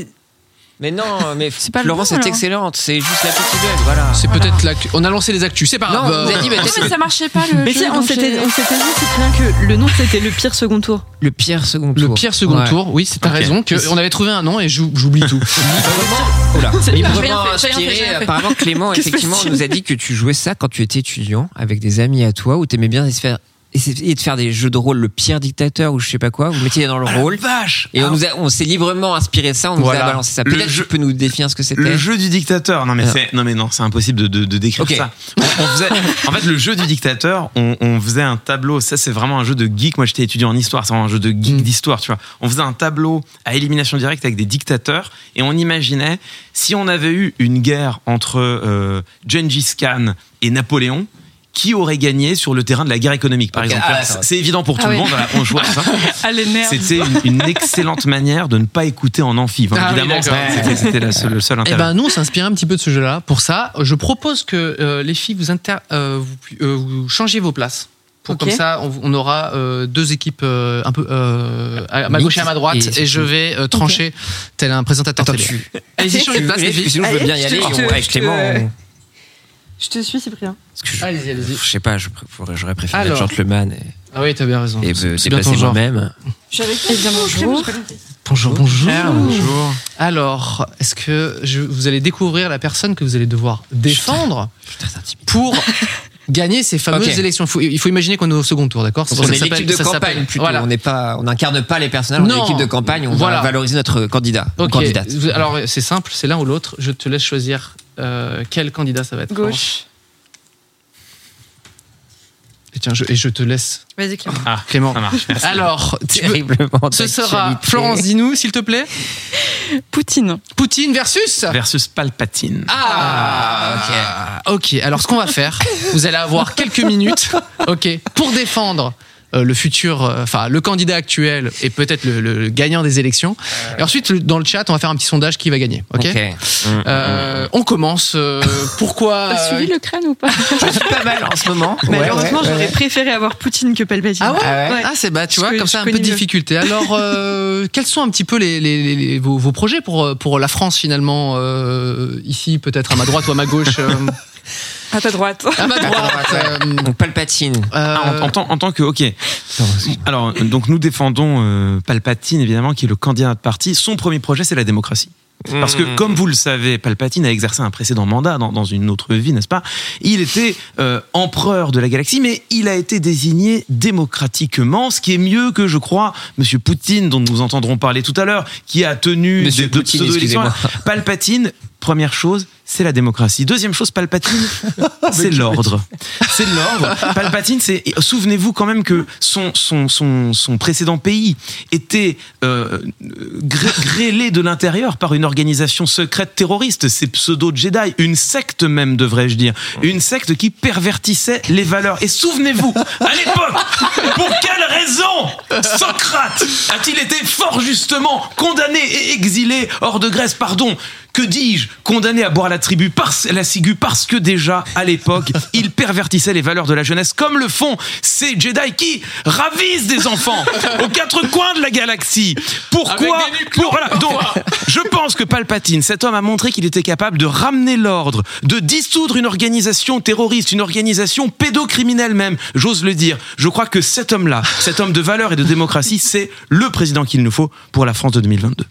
[SPEAKER 2] Mais non, mais
[SPEAKER 3] C'est pas le
[SPEAKER 2] Florence
[SPEAKER 3] bon,
[SPEAKER 2] est
[SPEAKER 3] alors.
[SPEAKER 2] excellente, c'est juste la petite duel, voilà.
[SPEAKER 1] C'est peut-être l'actu. On a lancé les actus, c'est pas
[SPEAKER 2] Non,
[SPEAKER 1] grave.
[SPEAKER 2] vous avez dit, mais
[SPEAKER 3] Ah,
[SPEAKER 2] peut-être
[SPEAKER 3] mais ça marchait pas le
[SPEAKER 5] bah, Mais
[SPEAKER 3] jeu,
[SPEAKER 5] si, on
[SPEAKER 3] donc j'ai-
[SPEAKER 5] s'était on s'était dit, Cyprien, que le nom c'était le pire second tour.
[SPEAKER 2] le pire second
[SPEAKER 1] Le
[SPEAKER 2] tour.
[SPEAKER 1] pire second
[SPEAKER 2] Ouais.
[SPEAKER 1] tour, oui, c'est ta
[SPEAKER 6] Ok.
[SPEAKER 1] raison. Que on avait trouvé un nom et j'ou- j'oublie tout.
[SPEAKER 2] Librement, Oula. librement
[SPEAKER 3] J'ai rien fait, j'ai rien fait, j'ai
[SPEAKER 2] inspiré.
[SPEAKER 3] rien fait.
[SPEAKER 2] Apparemment, Clément,
[SPEAKER 5] Qu'est-ce que
[SPEAKER 2] effectivement,
[SPEAKER 5] c'est
[SPEAKER 2] nous a dit que tu jouais ça quand tu étais étudiant avec des amis à toi, où t'aimais bien se faire- essayer de faire des jeux de rôle, le pire dictateur ou je sais pas quoi, vous mettiez dans le rôle.
[SPEAKER 6] Vache
[SPEAKER 2] Et on,
[SPEAKER 6] Ah,
[SPEAKER 2] nous a- on s'est librement inspiré de ça, on nous
[SPEAKER 1] Voilà.
[SPEAKER 2] a balancé ça.
[SPEAKER 6] Le
[SPEAKER 2] Peut-être que
[SPEAKER 6] jeu-
[SPEAKER 2] tu peux nous définir ce que c'était.
[SPEAKER 6] Le jeu du dictateur. Non mais
[SPEAKER 2] Ah.
[SPEAKER 6] c'est non mais non, c'est impossible de, de- de décrire
[SPEAKER 2] Ok.
[SPEAKER 6] ça. On, on faisait, en fait, le jeu du dictateur, on, on faisait un tableau. Ça, c'est vraiment un jeu de geek. Moi, j'étais étudiant en histoire. C'est vraiment un jeu de geek d'histoire, tu vois. On faisait un tableau à élimination directe avec des dictateurs et on imaginait si on avait eu une guerre entre euh, Gengis Khan et Napoléon. Qui aurait gagné sur le terrain de la guerre économique, par
[SPEAKER 2] Ok.
[SPEAKER 6] exemple
[SPEAKER 2] Ah,
[SPEAKER 6] Là,
[SPEAKER 2] d'accord.
[SPEAKER 6] C'est évident pour tout
[SPEAKER 3] Ah
[SPEAKER 6] le
[SPEAKER 3] oui.
[SPEAKER 6] monde. voilà, on joue à ça.
[SPEAKER 3] Allez, merde.
[SPEAKER 6] C'était une, une excellente manière de ne pas écouter en amphi. Enfin,
[SPEAKER 1] Ah oui,
[SPEAKER 6] évidemment,
[SPEAKER 1] d'accord.
[SPEAKER 6] c'était- c'était la seule- le seul
[SPEAKER 1] et
[SPEAKER 6] intérêt.
[SPEAKER 1] ben nous, on s'inspire un petit peu de ce jeu-là. Pour ça, je propose que euh, les filles vous, inter euh, vous, pu- euh, vous changiez vos places. Pour
[SPEAKER 5] Ok.
[SPEAKER 1] comme ça, on, on aura euh, deux équipes euh, un peu euh, à ma
[SPEAKER 2] Mix
[SPEAKER 1] gauche et à ma droite,
[SPEAKER 2] et-
[SPEAKER 1] et, je vais euh, trancher tel un présentateur.
[SPEAKER 2] Attends,
[SPEAKER 1] télé.
[SPEAKER 2] tu-
[SPEAKER 1] Allez-y, changez de place, les filles.
[SPEAKER 2] Sinon, je veux
[SPEAKER 5] Allez,
[SPEAKER 2] bien y
[SPEAKER 5] je te-
[SPEAKER 2] aller.
[SPEAKER 5] je te-
[SPEAKER 2] on- Avec
[SPEAKER 5] je te-
[SPEAKER 2] Clément, on-
[SPEAKER 5] Je te suis, Cyprien.
[SPEAKER 2] parce que je-
[SPEAKER 1] Allez-y,
[SPEAKER 2] je
[SPEAKER 1] allez-y.
[SPEAKER 2] sais pas, je pourrais- j'aurais préféré être
[SPEAKER 1] Alors.
[SPEAKER 2] gentleman et,
[SPEAKER 1] Ah oui, t'as bien raison.
[SPEAKER 2] et me
[SPEAKER 1] C'est bien ton
[SPEAKER 2] dépasser
[SPEAKER 1] genre.
[SPEAKER 2] moi-même.
[SPEAKER 5] Je suis avec toi, évidemment.
[SPEAKER 1] Bonjour, bonjour.
[SPEAKER 6] Bonjour.
[SPEAKER 1] Alors, est-ce que je- vous allez découvrir la personne que vous allez devoir défendre
[SPEAKER 2] Je suis très intimidé.
[SPEAKER 1] pour gagner ces fameuses
[SPEAKER 2] Ok.
[SPEAKER 1] élections Faut- Il faut imaginer qu'on est au second tour, d'accord
[SPEAKER 2] Donc
[SPEAKER 1] Ça
[SPEAKER 2] on est
[SPEAKER 1] s'appelle-
[SPEAKER 2] l'équipe de
[SPEAKER 1] ça
[SPEAKER 2] campagne
[SPEAKER 1] s'appelle-
[SPEAKER 2] plutôt.
[SPEAKER 1] Voilà.
[SPEAKER 2] On n'est pas, on n'incarne pas les personnages. On est
[SPEAKER 1] Non.
[SPEAKER 2] l'équipe de campagne. On
[SPEAKER 1] Voilà.
[SPEAKER 2] va valoriser notre candidat. ou
[SPEAKER 1] Ok.
[SPEAKER 2] hein, Candidate.
[SPEAKER 1] Vous- Alors, c'est simple, c'est l'un ou l'autre. Je te laisse choisir euh, quel candidat ça va être.
[SPEAKER 3] Gauche.
[SPEAKER 1] Et, tiens, je, et je te laisse,
[SPEAKER 5] Vas-y, Clément.
[SPEAKER 6] Ah,
[SPEAKER 1] Clément.
[SPEAKER 6] ça marche. merci.
[SPEAKER 1] Alors, tu peux-
[SPEAKER 2] Terriblement.
[SPEAKER 1] ce sera
[SPEAKER 2] d'actualité.
[SPEAKER 1] Florence, dis-nous, s'il te plaît.
[SPEAKER 3] Poutine.
[SPEAKER 1] Poutine versus.
[SPEAKER 6] Versus Palpatine.
[SPEAKER 1] Ah, ok. Ok, alors ce qu'on va faire, vous allez avoir quelques minutes, ok, pour défendre euh, le futur, euh, enfin le candidat actuel et peut-être le, le- le gagnant des élections. Et ensuite, le- dans le chat, on va faire un petit sondage qui va gagner, ok,
[SPEAKER 2] Ok. Mm.
[SPEAKER 1] Euh, On commence. euh, pourquoi
[SPEAKER 3] T'as
[SPEAKER 1] euh,
[SPEAKER 3] suivi Bah, le crâne ou pas
[SPEAKER 2] Je suis pas mal en ce moment.
[SPEAKER 5] Malheureusement,
[SPEAKER 2] Ouais, ouais,
[SPEAKER 5] j'aurais
[SPEAKER 2] ouais.
[SPEAKER 5] préféré avoir Poutine que Palpatine.
[SPEAKER 1] Ah ouais,
[SPEAKER 2] Ah ouais.
[SPEAKER 1] Ah, c'est bah tu
[SPEAKER 5] Je
[SPEAKER 1] vois
[SPEAKER 5] connais-
[SPEAKER 1] comme ça
[SPEAKER 5] je
[SPEAKER 1] un peu de
[SPEAKER 5] connais mieux.
[SPEAKER 1] difficulté. Alors euh, quels sont un petit peu les, les- les- les- vos, vos projets pour euh, pour la France finalement euh, ici peut-être à ma droite ou à ma gauche euh,
[SPEAKER 3] À ta droite.
[SPEAKER 1] à ma
[SPEAKER 2] Ah,
[SPEAKER 1] droite. euh,
[SPEAKER 2] Donc Palpatine.
[SPEAKER 6] Ah,
[SPEAKER 1] euh,
[SPEAKER 6] en, en tant, en tant que, ok. Alors, donc nous défendons euh, Palpatine, évidemment, qui est le candidat de parti. Son premier projet, c'est la démocratie. Parce
[SPEAKER 2] Mhm.
[SPEAKER 6] que, comme vous le savez, Palpatine a exercé un précédent mandat dans, dans une autre vie, n'est-ce pas Il était euh, empereur de la galaxie, mais il a été désigné démocratiquement, ce qui est mieux que, je crois, Monsieur Poutine, dont nous entendrons parler tout à l'heure, qui a tenu
[SPEAKER 2] Monsieur
[SPEAKER 6] des, de
[SPEAKER 2] Poutine,
[SPEAKER 6] pseudo-élections.
[SPEAKER 2] excusez-moi.
[SPEAKER 6] Palpatine, première chose, c'est la démocratie. Deuxième chose, Palpatine,
[SPEAKER 1] Ah,
[SPEAKER 6] c'est l'ordre. C'est l'ordre. Palpatine, c'est. et Souvenez-vous quand même que son, son, son, son précédent pays était euh, gré- grêlé de l'intérieur par une organisation secrète terroriste, ces pseudo-Jedi, une secte même, devrais-je dire. Une secte qui pervertissait les valeurs. Et souvenez-vous, à l'époque, pour quelle raison Socrate a-t-il été fort justement condamné et exilé hors de Grèce Pardon, que dis-je Condamné à boire la tribu, parce, la ciguë, parce que déjà, à l'époque, il pervertissait les valeurs de la jeunesse, comme le font ces Jedi qui ravissent des enfants aux quatre coins de la galaxie. Pourquoi
[SPEAKER 1] Avec des nucléos.
[SPEAKER 6] Pour- voilà. Donc, je pense que Palpatine, cet homme a montré qu'il était capable de ramener l'ordre, de dissoudre une organisation terroriste, une organisation pédocriminelle même. J'ose le dire. Je crois que cet homme-là, cet homme de valeur et de démocratie, c'est le président qu'il nous faut pour la France de 2022.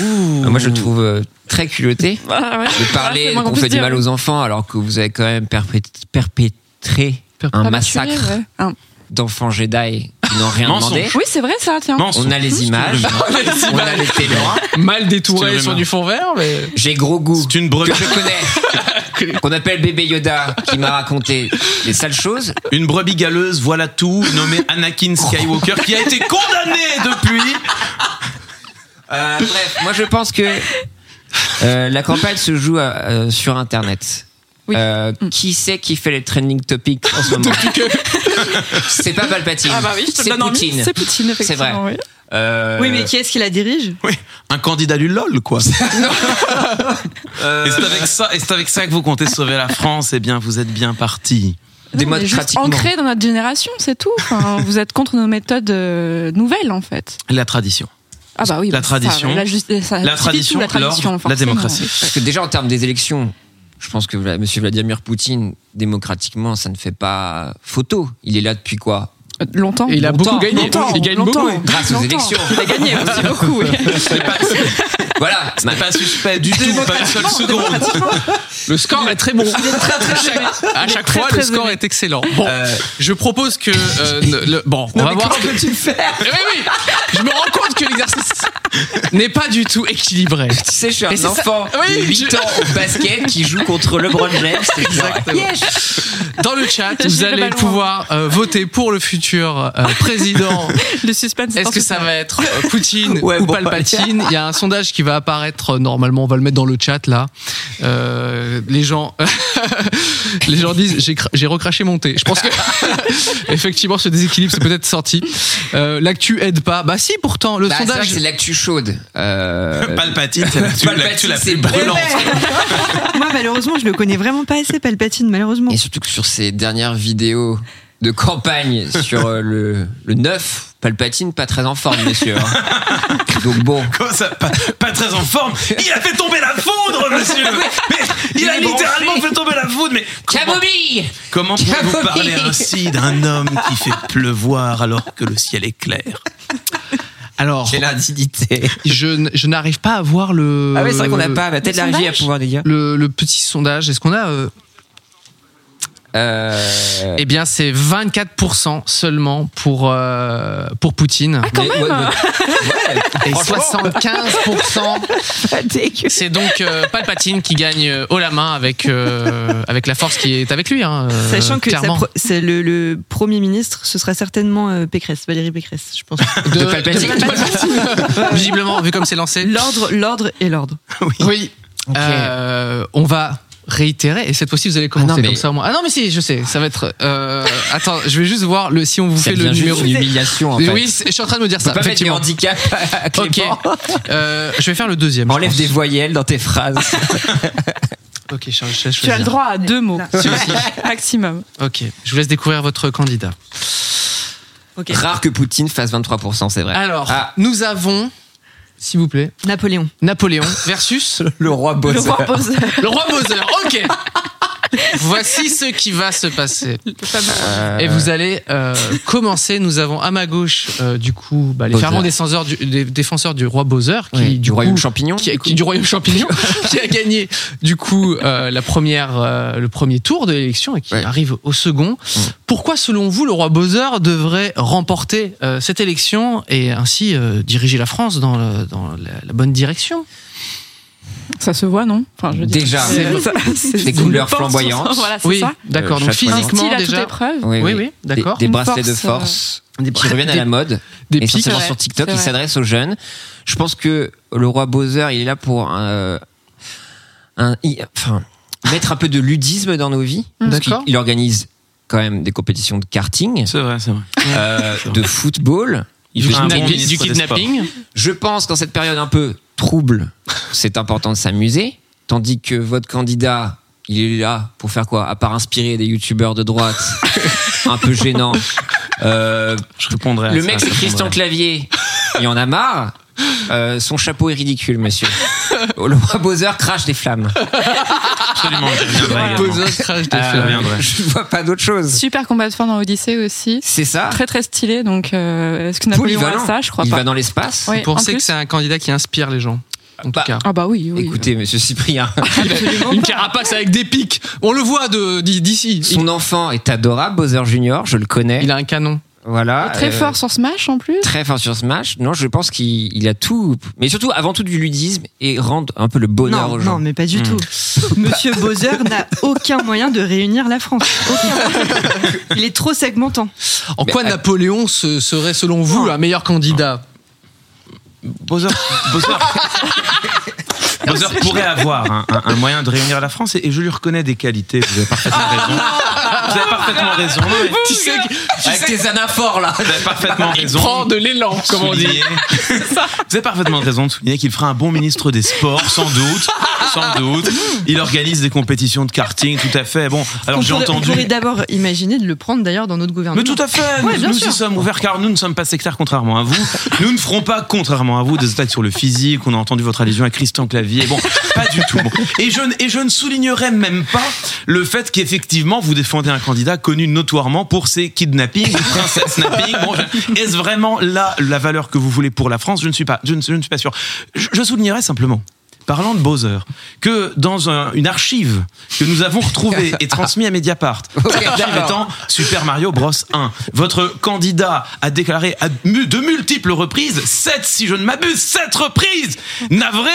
[SPEAKER 2] Euh, Moi, je le trouve euh, très culotté
[SPEAKER 3] Ah ouais.
[SPEAKER 2] de
[SPEAKER 3] Ah,
[SPEAKER 2] parler
[SPEAKER 3] c'est moins
[SPEAKER 2] qu'on
[SPEAKER 3] qu'on
[SPEAKER 2] fait
[SPEAKER 3] puisse
[SPEAKER 2] du
[SPEAKER 3] dire.
[SPEAKER 2] mal aux enfants alors que vous avez quand même perpét- perpétré
[SPEAKER 1] Perp-
[SPEAKER 2] un
[SPEAKER 3] Pas
[SPEAKER 2] massacre
[SPEAKER 3] maturé, ouais. Ah.
[SPEAKER 2] d'enfants Jedi qui n'ont rien
[SPEAKER 6] Mensonge.
[SPEAKER 2] demandé.
[SPEAKER 3] Oui, c'est vrai ça, tiens.
[SPEAKER 6] Mensonge.
[SPEAKER 2] On a les images, on a les témoins.
[SPEAKER 1] mal
[SPEAKER 6] C'est
[SPEAKER 1] détouré
[SPEAKER 6] une
[SPEAKER 1] sur
[SPEAKER 6] rumeur.
[SPEAKER 1] du fond vert, mais
[SPEAKER 2] J'ai gros goût.
[SPEAKER 6] C'est une bretonne.
[SPEAKER 2] que je connais, qu'on appelle bébé Yoda, qui m'a raconté les sales choses.
[SPEAKER 6] Une brebis galeuse, voilà tout, nommée Anakin
[SPEAKER 2] Oh.
[SPEAKER 6] Skywalker, qui a été condamné depuis.
[SPEAKER 2] Euh, bref, moi je pense que euh, la campagne se joue à- euh, sur Internet.
[SPEAKER 3] Oui. Mm.
[SPEAKER 2] Euh, qui c'est qui fait les trending topics en ce moment C'est pas Palpatine,
[SPEAKER 3] Ah bah oui, je te le
[SPEAKER 2] c'est
[SPEAKER 3] donne en mille.
[SPEAKER 2] Poutine.
[SPEAKER 3] C'est Poutine, effectivement. oui.
[SPEAKER 2] Euh,
[SPEAKER 5] Oui, mais qui est-ce qui la dirige
[SPEAKER 6] Oui, un candidat du LOL, quoi. Et c'est avec ça, et c'est avec ça que vous comptez sauver la France. Eh bien, vous êtes bien parti.
[SPEAKER 3] Non, mais juste
[SPEAKER 2] démocratiquement.
[SPEAKER 3] ancré dans notre génération, c'est tout. Enfin, vous êtes contre nos méthodes euh, nouvelles, en fait.
[SPEAKER 6] La tradition,
[SPEAKER 3] Ah bah oui.
[SPEAKER 6] La
[SPEAKER 3] bah, ça,
[SPEAKER 6] tradition.
[SPEAKER 3] la, justi- ça justifie
[SPEAKER 6] tradition,
[SPEAKER 3] tout, la tradition,
[SPEAKER 6] l'ordre, la
[SPEAKER 3] forcément.
[SPEAKER 6] démocratie.
[SPEAKER 2] Parce que déjà en termes des élections, je pense que Vla- Monsieur Vladimir Poutine, démocratiquement, ça ne fait pas photo. Il est là depuis quoi
[SPEAKER 3] Euh, Longtemps.
[SPEAKER 1] il a
[SPEAKER 2] Longtemps,
[SPEAKER 1] beaucoup gagné.
[SPEAKER 3] longtemps,
[SPEAKER 1] il gagne
[SPEAKER 3] longtemps.
[SPEAKER 1] beaucoup.
[SPEAKER 2] Grâce aux
[SPEAKER 3] Longtemps.
[SPEAKER 2] élections.
[SPEAKER 3] Il a gagné aussi beaucoup. oui.
[SPEAKER 2] Voilà.
[SPEAKER 6] n'est pas suspect du tout, pas une seule seconde.
[SPEAKER 1] Le score est très bon. à chaque fois, le score est excellent. Euh, Bon, je propose que euh, ne- le- bon, on va voir. ce que-
[SPEAKER 2] tu faire
[SPEAKER 1] Eh Oui, oui. Je me rends compte que l'exercice n'est pas du tout équilibré.
[SPEAKER 2] Tu sais, je suis
[SPEAKER 1] Et c'est
[SPEAKER 2] un
[SPEAKER 1] ça-
[SPEAKER 2] enfant
[SPEAKER 1] Oui,
[SPEAKER 2] de 8
[SPEAKER 1] je-
[SPEAKER 2] ans au basket qui joue contre LeBron James.
[SPEAKER 1] Exactement. Dans le chat,
[SPEAKER 3] Je
[SPEAKER 1] vous
[SPEAKER 3] vais pas
[SPEAKER 1] allez
[SPEAKER 2] hein.
[SPEAKER 3] loin.
[SPEAKER 1] pouvoir euh, voter pour le futur euh, président
[SPEAKER 3] Le suspense.
[SPEAKER 1] Est-ce que ça va être euh, Poutine
[SPEAKER 2] Ouais,
[SPEAKER 1] ou
[SPEAKER 2] bon,
[SPEAKER 1] Palpatine Il y a un sondage qui va apparaître euh, normalement. On va le mettre dans le chat là. Euh, les gens, les gens disent j'ai cra- j'ai recraché mon thé. Je pense que effectivement ce déséquilibre c'est peut-être sorti. Euh, L'actu aide pas. Bah si pourtant le
[SPEAKER 2] Bah, c'est vrai que
[SPEAKER 1] sondage.
[SPEAKER 2] c'est de l'actu chaude. Euh,
[SPEAKER 6] Palpatine, c'est l'actu-
[SPEAKER 2] Palpatine,
[SPEAKER 6] l'actu la
[SPEAKER 2] c'est
[SPEAKER 6] plus brûlante.
[SPEAKER 5] Moi, malheureusement, je le connais vraiment pas assez, Palpatine, malheureusement.
[SPEAKER 2] Et surtout que sur ces dernières vidéos de campagne sur euh, le, le 9, Palpatine pas très en forme, monsieur. hein. Donc bon.
[SPEAKER 6] Comme ça, pas, pas très en forme. Il a fait tomber la foudre, monsieur. Mais il a
[SPEAKER 2] Il est
[SPEAKER 6] littéralement
[SPEAKER 2] branché.
[SPEAKER 6] fait tomber la foudre. Mais comment,
[SPEAKER 2] Camomille
[SPEAKER 6] comment pouvez-vous
[SPEAKER 2] Camomille.
[SPEAKER 6] parler ainsi d'un homme qui fait pleuvoir alors que le ciel est clair
[SPEAKER 1] Alors,
[SPEAKER 2] C'est l'indignité.
[SPEAKER 1] je, n- je n'arrive pas à voir le.
[SPEAKER 2] Ah ouais, c'est vrai qu'on n'a pas. bah, Peut-être
[SPEAKER 3] le
[SPEAKER 2] la régie à
[SPEAKER 3] sondage
[SPEAKER 2] pouvoir les dire.
[SPEAKER 1] Le, le petit sondage, est-ce qu'on a euh,
[SPEAKER 2] Euh,
[SPEAKER 1] Eh bien, c'est 24% seulement pour, euh, pour Poutine
[SPEAKER 3] Ah, Quand
[SPEAKER 2] mais-
[SPEAKER 3] même.
[SPEAKER 2] ouais, mais- ouais,
[SPEAKER 1] et
[SPEAKER 2] Ah. franchement.
[SPEAKER 1] 75%. C'est donc euh, Palpatine qui gagne euh, haut la main avec, euh, avec la force qui est avec lui. hein, euh,
[SPEAKER 5] Sachant que ça
[SPEAKER 1] clairement.
[SPEAKER 5] pro- c'est le, le premier ministre, ce sera certainement euh, Pécresse, Valérie Pécresse, je pense.
[SPEAKER 1] de,
[SPEAKER 2] de Palpatine.
[SPEAKER 1] de Visiblement, vu comme c'est lancé.
[SPEAKER 5] L'ordre, l'ordre et l'ordre.
[SPEAKER 1] Oui.
[SPEAKER 2] Ok.
[SPEAKER 1] Euh, on va réitérer et cette fois-ci vous allez commencer
[SPEAKER 2] Ah non, mais-
[SPEAKER 1] comme ça moi. Ah non mais si, je sais, ça va être. euh, attends, je vais juste voir le si on vous
[SPEAKER 2] Ça
[SPEAKER 1] fait le
[SPEAKER 2] devient juste
[SPEAKER 1] numéro.
[SPEAKER 2] une humiliation en
[SPEAKER 1] Mais
[SPEAKER 2] fait.
[SPEAKER 1] Oui, c'est- je suis en train de me dire
[SPEAKER 2] On peut
[SPEAKER 1] ça.
[SPEAKER 2] pas mettre des
[SPEAKER 1] Effectivement.
[SPEAKER 2] handicaps à
[SPEAKER 1] Ok.
[SPEAKER 2] Clément.
[SPEAKER 1] Euh, je vais faire le deuxième. je
[SPEAKER 2] Enlève
[SPEAKER 1] pense.
[SPEAKER 2] des voyelles dans tes phrases.
[SPEAKER 1] Ok, je, je- je
[SPEAKER 3] Tu as le
[SPEAKER 1] choisis.
[SPEAKER 3] droit à deux mots.
[SPEAKER 1] Si, si.
[SPEAKER 3] Maximum.
[SPEAKER 1] Ok, je vous laisse découvrir votre candidat.
[SPEAKER 2] Rare que Poutine fasse 23%, c'est vrai.
[SPEAKER 1] Alors,
[SPEAKER 2] Ah.
[SPEAKER 1] nous avons, s'il vous plaît,
[SPEAKER 5] Napoléon.
[SPEAKER 1] Napoléon versus
[SPEAKER 2] Le roi Bowser.
[SPEAKER 5] Le roi Bowser.
[SPEAKER 1] le roi Bowser. Ok. Voici ce qui va se passer.
[SPEAKER 2] Euh,
[SPEAKER 1] Et vous allez euh, commencer. Nous avons à ma gauche, euh, du coup, bah, les
[SPEAKER 2] Bowser.
[SPEAKER 1] fervents défenseurs du, des défenseurs du roi Bowser, qui,
[SPEAKER 2] oui,
[SPEAKER 1] du,
[SPEAKER 2] du
[SPEAKER 1] coup,
[SPEAKER 2] royaume champignon.
[SPEAKER 1] qui, qui- du royaume champignon, qui a gagné du coup euh, la première, euh, le premier tour de l'élection et qui
[SPEAKER 2] Ouais.
[SPEAKER 1] arrive au second. Pourquoi, selon vous, le roi Bowser devrait remporter euh, cette élection et ainsi euh, diriger la France dans, le- dans la, la bonne direction
[SPEAKER 3] Ça se voit, non enfin, je veux dire,
[SPEAKER 2] Déjà.
[SPEAKER 3] c'est- c'est-
[SPEAKER 2] Des couleurs
[SPEAKER 3] on pense-
[SPEAKER 2] flamboyantes.
[SPEAKER 3] Voilà, c'est
[SPEAKER 1] Oui,
[SPEAKER 3] ça.
[SPEAKER 1] d'accord.
[SPEAKER 2] Euh,
[SPEAKER 1] donc
[SPEAKER 2] chaque fois.
[SPEAKER 3] Un
[SPEAKER 1] physiquement
[SPEAKER 3] style à toute
[SPEAKER 1] déjà,
[SPEAKER 3] épreuve.
[SPEAKER 1] Oui, oui, d'accord.
[SPEAKER 2] Des, des
[SPEAKER 3] Une
[SPEAKER 2] bracelets
[SPEAKER 3] force, euh,
[SPEAKER 2] de force
[SPEAKER 1] Des
[SPEAKER 2] qui reviennent à
[SPEAKER 1] des-
[SPEAKER 2] la mode.
[SPEAKER 1] des
[SPEAKER 2] et
[SPEAKER 1] pics.
[SPEAKER 2] essentiellement
[SPEAKER 3] ouais.
[SPEAKER 2] sur TikTok,
[SPEAKER 3] C'est
[SPEAKER 2] il
[SPEAKER 3] vrai.
[SPEAKER 2] s'adresse aux jeunes. Je pense que le roi Bowser, il est là pour euh, un, il- enfin, mettre un peu de ludisme dans nos vies.
[SPEAKER 3] Mm.
[SPEAKER 2] Parce qu'il-
[SPEAKER 1] D'accord.
[SPEAKER 2] Il organise quand même des compétitions de karting,
[SPEAKER 6] C'est vrai, c'est vrai.
[SPEAKER 2] euh, de football.
[SPEAKER 6] Il
[SPEAKER 1] Du
[SPEAKER 6] fait un
[SPEAKER 1] kidna-
[SPEAKER 6] bon
[SPEAKER 1] du- du
[SPEAKER 6] ministre des Sports.
[SPEAKER 1] kidnapping.
[SPEAKER 2] Je pense qu'en cette période un peu trouble, c'est important de s'amuser, tandis que votre candidat, il est là pour faire quoi À part inspirer des youtubeurs de droite, un peu gênant.
[SPEAKER 6] Je répondrai à
[SPEAKER 2] le
[SPEAKER 6] ça,
[SPEAKER 2] mec,
[SPEAKER 6] je
[SPEAKER 2] c'est Christian
[SPEAKER 6] répondrai.
[SPEAKER 2] Clavier. Il en a marre. Euh, son chapeau est ridicule, monsieur. Le roi Bowser crache des flammes.
[SPEAKER 6] Absolument, je reviendrai également.
[SPEAKER 1] Bowser crash des
[SPEAKER 6] Euh,
[SPEAKER 1] flammes.
[SPEAKER 6] reviendrai.
[SPEAKER 2] Je vois pas d'autre chose.
[SPEAKER 3] Super combat de fin dans Odyssey aussi.
[SPEAKER 2] C'est ça
[SPEAKER 3] Très très stylé. Donc, euh, est-ce que Napoléon a
[SPEAKER 2] Polyvalent.
[SPEAKER 3] ça Je crois
[SPEAKER 2] il
[SPEAKER 3] pas.
[SPEAKER 2] va dans l'espace.
[SPEAKER 3] Ouais,
[SPEAKER 1] Vous
[SPEAKER 3] en
[SPEAKER 1] pensez
[SPEAKER 3] plus-
[SPEAKER 1] que c'est un candidat qui inspire les gens En
[SPEAKER 2] Bah,
[SPEAKER 1] tout cas.
[SPEAKER 3] Ah bah oui, oui.
[SPEAKER 2] Écoutez, monsieur Cyprien,
[SPEAKER 1] Il a une carapace avec des pics. On le voit de- d'i- d'ici. Il,
[SPEAKER 2] son enfant est adorable, Bowser Junior, je le connais.
[SPEAKER 1] il a un canon.
[SPEAKER 2] Voilà.
[SPEAKER 3] Oh, Très
[SPEAKER 2] euh,
[SPEAKER 3] fort sur Smash en plus.
[SPEAKER 2] très fort sur Smash. Non, je pense qu'il il a tout. Mais surtout, avant tout, du ludisme et rendre un peu le bonheur
[SPEAKER 5] Non,
[SPEAKER 2] aux gens.
[SPEAKER 5] non, mais pas du
[SPEAKER 1] Hmm.
[SPEAKER 2] Mm.
[SPEAKER 5] tout. Monsieur Bowser n'a aucun moyen de réunir la France. Aucun. Il est trop segmentant.
[SPEAKER 1] En
[SPEAKER 2] Mais
[SPEAKER 1] quoi
[SPEAKER 2] à-
[SPEAKER 1] Napoléon se- serait, selon vous, un meilleur candidat
[SPEAKER 6] Bowser, Bowser, Bowser pourrait avoir un, un- un moyen de réunir la France et, et je lui reconnais des qualités. Vous avez parfaitement
[SPEAKER 1] Ah,
[SPEAKER 6] raison. Vous avez parfaitement raison. Non, mais
[SPEAKER 1] Tu sais que-
[SPEAKER 2] Avec tes anaphores là
[SPEAKER 6] vous avez parfaitement raison.
[SPEAKER 1] prend de l'élan, comme on dit.
[SPEAKER 6] Souligner. Vous avez parfaitement raison de souligner qu'il fera un bon ministre des Sports, sans doute. Sans doute. Il organise des compétitions de karting, tout à fait. Bon, alors j'ai
[SPEAKER 5] On pourrait-
[SPEAKER 6] entendu.
[SPEAKER 5] On pourrait d'abord imaginer de le prendre d'ailleurs dans notre gouvernement.
[SPEAKER 6] Mais tout à fait,
[SPEAKER 5] Ouais,
[SPEAKER 6] nous,
[SPEAKER 5] bien
[SPEAKER 6] nous
[SPEAKER 5] sûr.
[SPEAKER 6] y sommes ouverts car nous ne sommes pas sectaires contrairement à vous. Nous ne ferons pas, contrairement à vous, des attaques sur le physique. On a entendu votre allusion à Christian Clavier. Bon, pas du tout. Bon. Et, je, ne- et je ne soulignerai même pas le fait qu'effectivement vous défendez un candidat connu notoirement pour ses kidnappings, princess snapping. Bon, je- Est-ce vraiment là la valeur que vous voulez pour la France Je ne suis pas, je ne, je ne suis pas sûr. Je, je soulignerai simplement. Parlant de Bowser, que dans un- une archive que nous avons retrouvée et transmise à Mediapart, l'archive
[SPEAKER 2] d'accord.
[SPEAKER 6] étant Super Mario Bros 1. Votre candidat a déclaré à mu- de multiples reprises, 7 si je ne m'abuse, 7 reprises Navré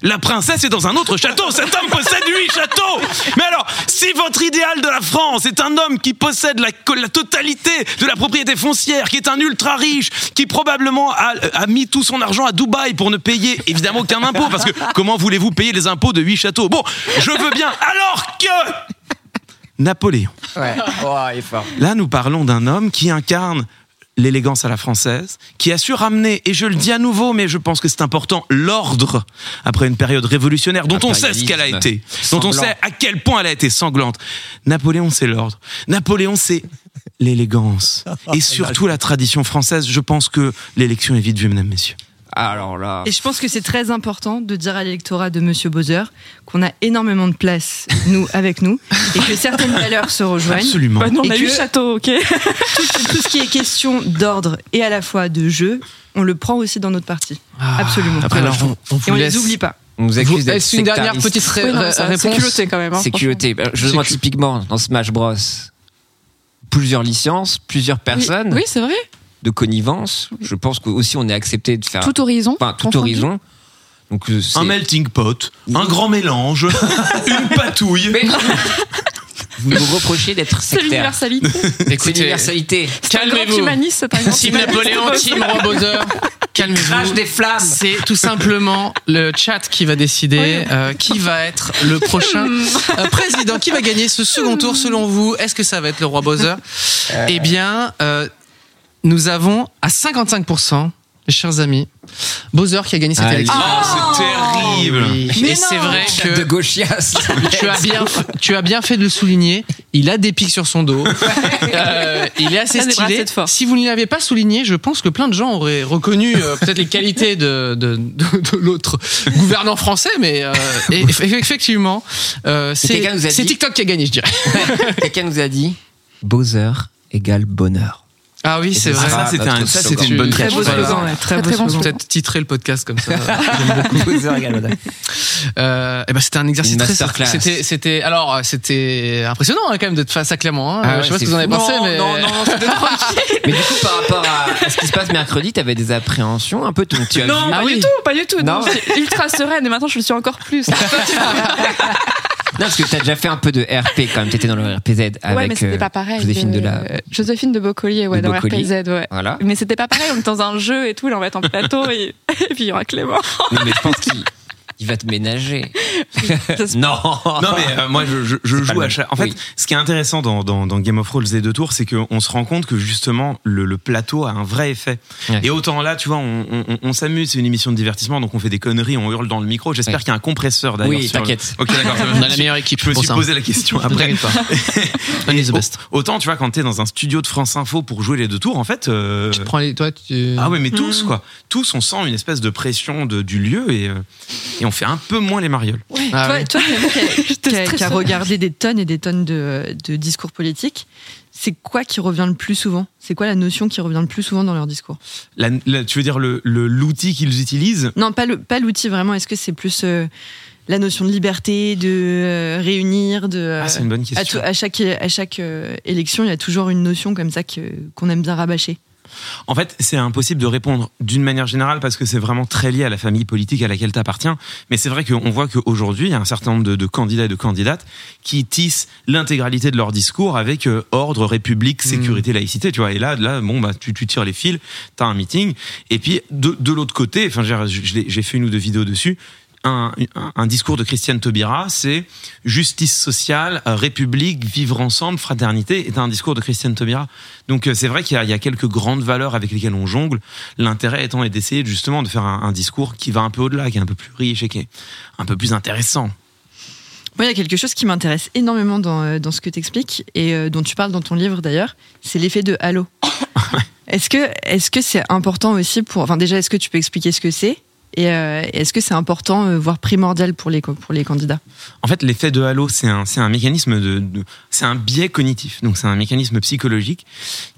[SPEAKER 6] la princesse est dans un autre château. Cet homme possède huit châteaux. Mais alors, si votre idéal de la France est un homme qui possède la, co- la totalité de la propriété foncière, qui est un ultra riche, qui probablement a, a mis tout son argent à Dubaï pour ne payer évidemment qu'un impôt, parce que comment voulez-vous payer les impôts de huit châteaux Bon, je veux bien. Alors que Napoléon.
[SPEAKER 2] Ouais, oh, il est fort.
[SPEAKER 6] Là, nous parlons d'un homme qui incarne l'élégance à la française, qui a su ramener, et je le dis à nouveau, mais je pense que c'est important, l'ordre après une période révolutionnaire dont on sait ce qu'elle a été, dont on
[SPEAKER 2] Sanglant.
[SPEAKER 6] sait à quel point elle a été sanglante. Napoléon, c'est l'ordre. Napoléon, c'est l'élégance. Et surtout la tradition française. Je pense que l'élection est vite vue, mesdames, messieurs.
[SPEAKER 2] Ah, Alors là.
[SPEAKER 5] Et je pense que c'est très important de dire à l'électorat de Monsieur Bowser qu'on a énormément de place, nous, avec nous, et que certaines valeurs se rejoignent.
[SPEAKER 6] Absolument.
[SPEAKER 3] Bah non, on
[SPEAKER 5] Et
[SPEAKER 3] a
[SPEAKER 5] que-
[SPEAKER 3] eu château, ok.
[SPEAKER 5] Tout, tout ce qui est question d'ordre et à la fois de jeu, on le prend aussi dans notre parti.
[SPEAKER 6] Ah,
[SPEAKER 5] Absolument.
[SPEAKER 2] Après,
[SPEAKER 1] Alors,
[SPEAKER 2] je-
[SPEAKER 1] on, on vous
[SPEAKER 5] Et on
[SPEAKER 1] laisse.
[SPEAKER 5] les oublie pas.
[SPEAKER 2] On nous accuse
[SPEAKER 1] Vous-
[SPEAKER 2] d'être
[SPEAKER 1] Est-ce une dernière petite ré-
[SPEAKER 3] Oui, non, mais
[SPEAKER 1] ré-
[SPEAKER 3] ça- C'est
[SPEAKER 1] réponse
[SPEAKER 3] culotté quand même. hein,
[SPEAKER 2] C'est
[SPEAKER 3] franchement.
[SPEAKER 2] culotté. Ben, Je vois
[SPEAKER 1] C'est cul-
[SPEAKER 2] typiquement dans Smash Bros. Plusieurs licences, plusieurs
[SPEAKER 3] Oui,
[SPEAKER 2] personnes
[SPEAKER 3] Oui, c'est vrai.
[SPEAKER 2] de connivence. Je pense qu'aussi on est accepté de faire
[SPEAKER 3] Tout horizon.
[SPEAKER 2] enfin, tout
[SPEAKER 3] confondu.
[SPEAKER 2] horizon. Donc, euh, c'est-
[SPEAKER 6] Un melting pot, un
[SPEAKER 2] Oui.
[SPEAKER 6] grand mélange, une patouille.
[SPEAKER 2] Mais- vous nous reprochez d'être
[SPEAKER 3] C'est
[SPEAKER 2] sectaire.
[SPEAKER 3] l'universalité.
[SPEAKER 2] C'est
[SPEAKER 1] Écoutez,
[SPEAKER 2] l'universalité.
[SPEAKER 3] C'est un grand
[SPEAKER 1] calmez-vous.
[SPEAKER 3] humaniste, c'est un grand
[SPEAKER 1] Team
[SPEAKER 3] humaniste.
[SPEAKER 1] Napoléon, Team Roi Bowser,
[SPEAKER 2] Crache
[SPEAKER 1] calmez-vous.
[SPEAKER 2] des flammes.
[SPEAKER 1] C'est tout simplement le chat qui va décider euh, qui va être le prochain euh, président, qui va gagner ce second tour selon vous. Est-ce que ça va être le roi Bowser Eh bien, euh, nous avons à 55%, mes chers amis, Bowser qui a gagné cette
[SPEAKER 2] Ah,
[SPEAKER 1] élection.
[SPEAKER 6] Ah, c'est terrible.
[SPEAKER 1] Oui.
[SPEAKER 3] Mais
[SPEAKER 1] Et c'est
[SPEAKER 3] non.
[SPEAKER 1] vrai
[SPEAKER 2] Chat de
[SPEAKER 1] que
[SPEAKER 2] gauchias.
[SPEAKER 1] tu as, bien, tu as bien fait de le souligner. Il a des pics sur son dos. Euh, il est assez
[SPEAKER 3] Il a des
[SPEAKER 1] stylé.
[SPEAKER 3] bracelets de force.
[SPEAKER 1] Si vous ne l'avez pas souligné, je pense que plein de gens auraient reconnu euh, peut-être les qualités de, de, de- de l'autre gouvernant français, mais euh, et- eff- effectivement, euh, c'est
[SPEAKER 2] quelqu'un nous a
[SPEAKER 1] c'est
[SPEAKER 2] dit-
[SPEAKER 1] TikTok qui a gagné, je dirais.
[SPEAKER 2] Quelqu'un nous a dit Bowser égale bonheur.
[SPEAKER 1] Ah oui, c'est
[SPEAKER 2] Et
[SPEAKER 1] vrai.
[SPEAKER 6] ça, c'était
[SPEAKER 2] notre
[SPEAKER 6] un- ça,
[SPEAKER 2] slogan.
[SPEAKER 6] c'était une bonne
[SPEAKER 5] Très beau
[SPEAKER 1] Voilà.
[SPEAKER 5] slogan, ouais, très,
[SPEAKER 3] Très,
[SPEAKER 5] beau
[SPEAKER 3] très bon
[SPEAKER 5] slogan.
[SPEAKER 1] Peut-être titrer le podcast comme ça.
[SPEAKER 2] Bowser égale bonheur.
[SPEAKER 1] Euh, eh ben c'était un exercice
[SPEAKER 2] Une
[SPEAKER 1] très
[SPEAKER 2] masterclass.
[SPEAKER 1] c'était c'était alors euh, c'était impressionnant hein, quand même d'être face à Clément. Hein.
[SPEAKER 2] Ah
[SPEAKER 1] Euh,
[SPEAKER 2] ouais,
[SPEAKER 1] je sais pas ce
[SPEAKER 2] c'est
[SPEAKER 1] que vous en avez
[SPEAKER 2] fou.
[SPEAKER 1] pensé,
[SPEAKER 2] Non,
[SPEAKER 1] mais
[SPEAKER 2] non, non, Mais du coup, par rapport à à ce qui se passe mercredi, t'avais des appréhensions un peu. Tu tu as
[SPEAKER 3] Ah. Non,
[SPEAKER 2] vu-
[SPEAKER 3] pas
[SPEAKER 1] Ah oui.
[SPEAKER 3] du tout, pas du tout.
[SPEAKER 2] Non.
[SPEAKER 3] Non, j'étais ultra sereine et maintenant je le suis encore plus.
[SPEAKER 2] Non, parce que t'as déjà fait un peu de RP quand même. T'étais dans le RPZ avec.
[SPEAKER 3] ouais, mais c'était
[SPEAKER 2] euh,
[SPEAKER 3] pas pareil. euh,
[SPEAKER 2] Joséphine de la-
[SPEAKER 3] Joséphine de Boccolier, ouais,
[SPEAKER 2] de
[SPEAKER 3] dans
[SPEAKER 2] Boccoli.
[SPEAKER 3] RPZ, ouais.
[SPEAKER 2] Voilà.
[SPEAKER 3] Mais c'était pas pareil, on est dans un jeu et tout, là on va être en plateau et, et puis il y aura Clément.
[SPEAKER 2] Non, mais je pense qu'il il va te ménager. non.
[SPEAKER 6] Non mais euh, moi je, je- je
[SPEAKER 2] C'est pas
[SPEAKER 6] joue
[SPEAKER 2] le
[SPEAKER 6] à
[SPEAKER 2] même.
[SPEAKER 6] chaque. En fait,
[SPEAKER 2] Oui.
[SPEAKER 6] ce qui est intéressant dans, dans- dans Game of Thrones et deux tours, c'est qu'on se rend compte que justement le, le plateau a un vrai effet.
[SPEAKER 2] Ouais.
[SPEAKER 6] Et autant là, tu vois, on, on- on- on s'amuse, c'est une émission de divertissement, donc on fait des conneries, on hurle dans le micro. J'espère
[SPEAKER 2] Ouais.
[SPEAKER 6] qu'il y a un compresseur d'ailleurs.
[SPEAKER 2] Oui,
[SPEAKER 6] sur le-
[SPEAKER 2] t'inquiète.
[SPEAKER 6] Ok, d'accord.
[SPEAKER 1] on a la meilleure équipe.
[SPEAKER 6] Je me
[SPEAKER 1] pour
[SPEAKER 6] suis
[SPEAKER 1] ça.
[SPEAKER 6] posé la question
[SPEAKER 1] Ne
[SPEAKER 6] après.
[SPEAKER 1] t'inquiète pas. On est the best.
[SPEAKER 6] Autant tu vois quand t'es dans un studio de France Info pour jouer les deux tours, en fait. euh,
[SPEAKER 1] Tu te prends les. Toi, tu.
[SPEAKER 6] Ah oui, mais
[SPEAKER 5] Mm.
[SPEAKER 6] tous quoi. Tous, on sent une espèce de pression de- du lieu et, euh, et on fait un peu moins les marioles.
[SPEAKER 1] Ah
[SPEAKER 5] Toi,
[SPEAKER 1] oui.
[SPEAKER 5] toi, Clément, qui a- qui a,
[SPEAKER 3] stresse.
[SPEAKER 5] qui a regardé des tonnes et des tonnes de, de discours politiques, c'est quoi qui revient le plus souvent C'est quoi la notion qui revient le plus souvent dans leurs discours
[SPEAKER 6] La- la- tu veux dire le le- l'outil qu'ils utilisent
[SPEAKER 5] Non, pas le- pas l'outil vraiment. Est-ce que c'est plus euh, la notion de liberté, de euh, réunir, de euh,
[SPEAKER 6] Ah, c'est une bonne question.
[SPEAKER 5] à, tout- à chaque à chaque euh, élection, il y a toujours une notion comme ça que- qu'on aime bien rabâcher.
[SPEAKER 6] En fait, c'est impossible de répondre d'une manière générale parce que c'est vraiment très lié à la famille politique à laquelle tu appartiens. Mais c'est vrai qu'on voit qu'aujourd'hui, il y a un certain nombre de, de candidats et de candidates qui tissent l'intégralité de leur discours avec euh, ordre, république, sécurité, laïcité. Tu vois, et là, là bon, bah, tu, tu tires les fils, tu as un meeting. Et puis, de, de l'autre côté, enfin, j'ai- je l'ai- j'ai fait une ou deux vidéos dessus. Un, un- un discours de Christiane Taubira, c'est justice sociale, euh, république, vivre ensemble, fraternité, est un discours de Christiane Taubira. Donc euh, c'est vrai qu'il y, a- il y a quelques grandes valeurs avec lesquelles on jongle. L'intérêt étant est d'essayer justement de faire un, un discours qui va un peu au-delà, qui est un peu plus riche et qui est un peu plus intéressant.
[SPEAKER 5] Moi, il y a quelque chose qui m'intéresse énormément dans, euh, dans ce que tu expliques et euh, dont tu parles dans ton livre d'ailleurs, c'est l'effet de halo. est-ce que est-ce que c'est important aussi pour enfin déjà est-ce que tu peux expliquer ce que c'est et euh, est-ce que c'est important euh, voire primordial pour les co- pour les candidats
[SPEAKER 6] En fait, l'effet de halo, c'est un, c'est un mécanisme de, de- c'est un biais cognitif. Donc c'est un mécanisme psychologique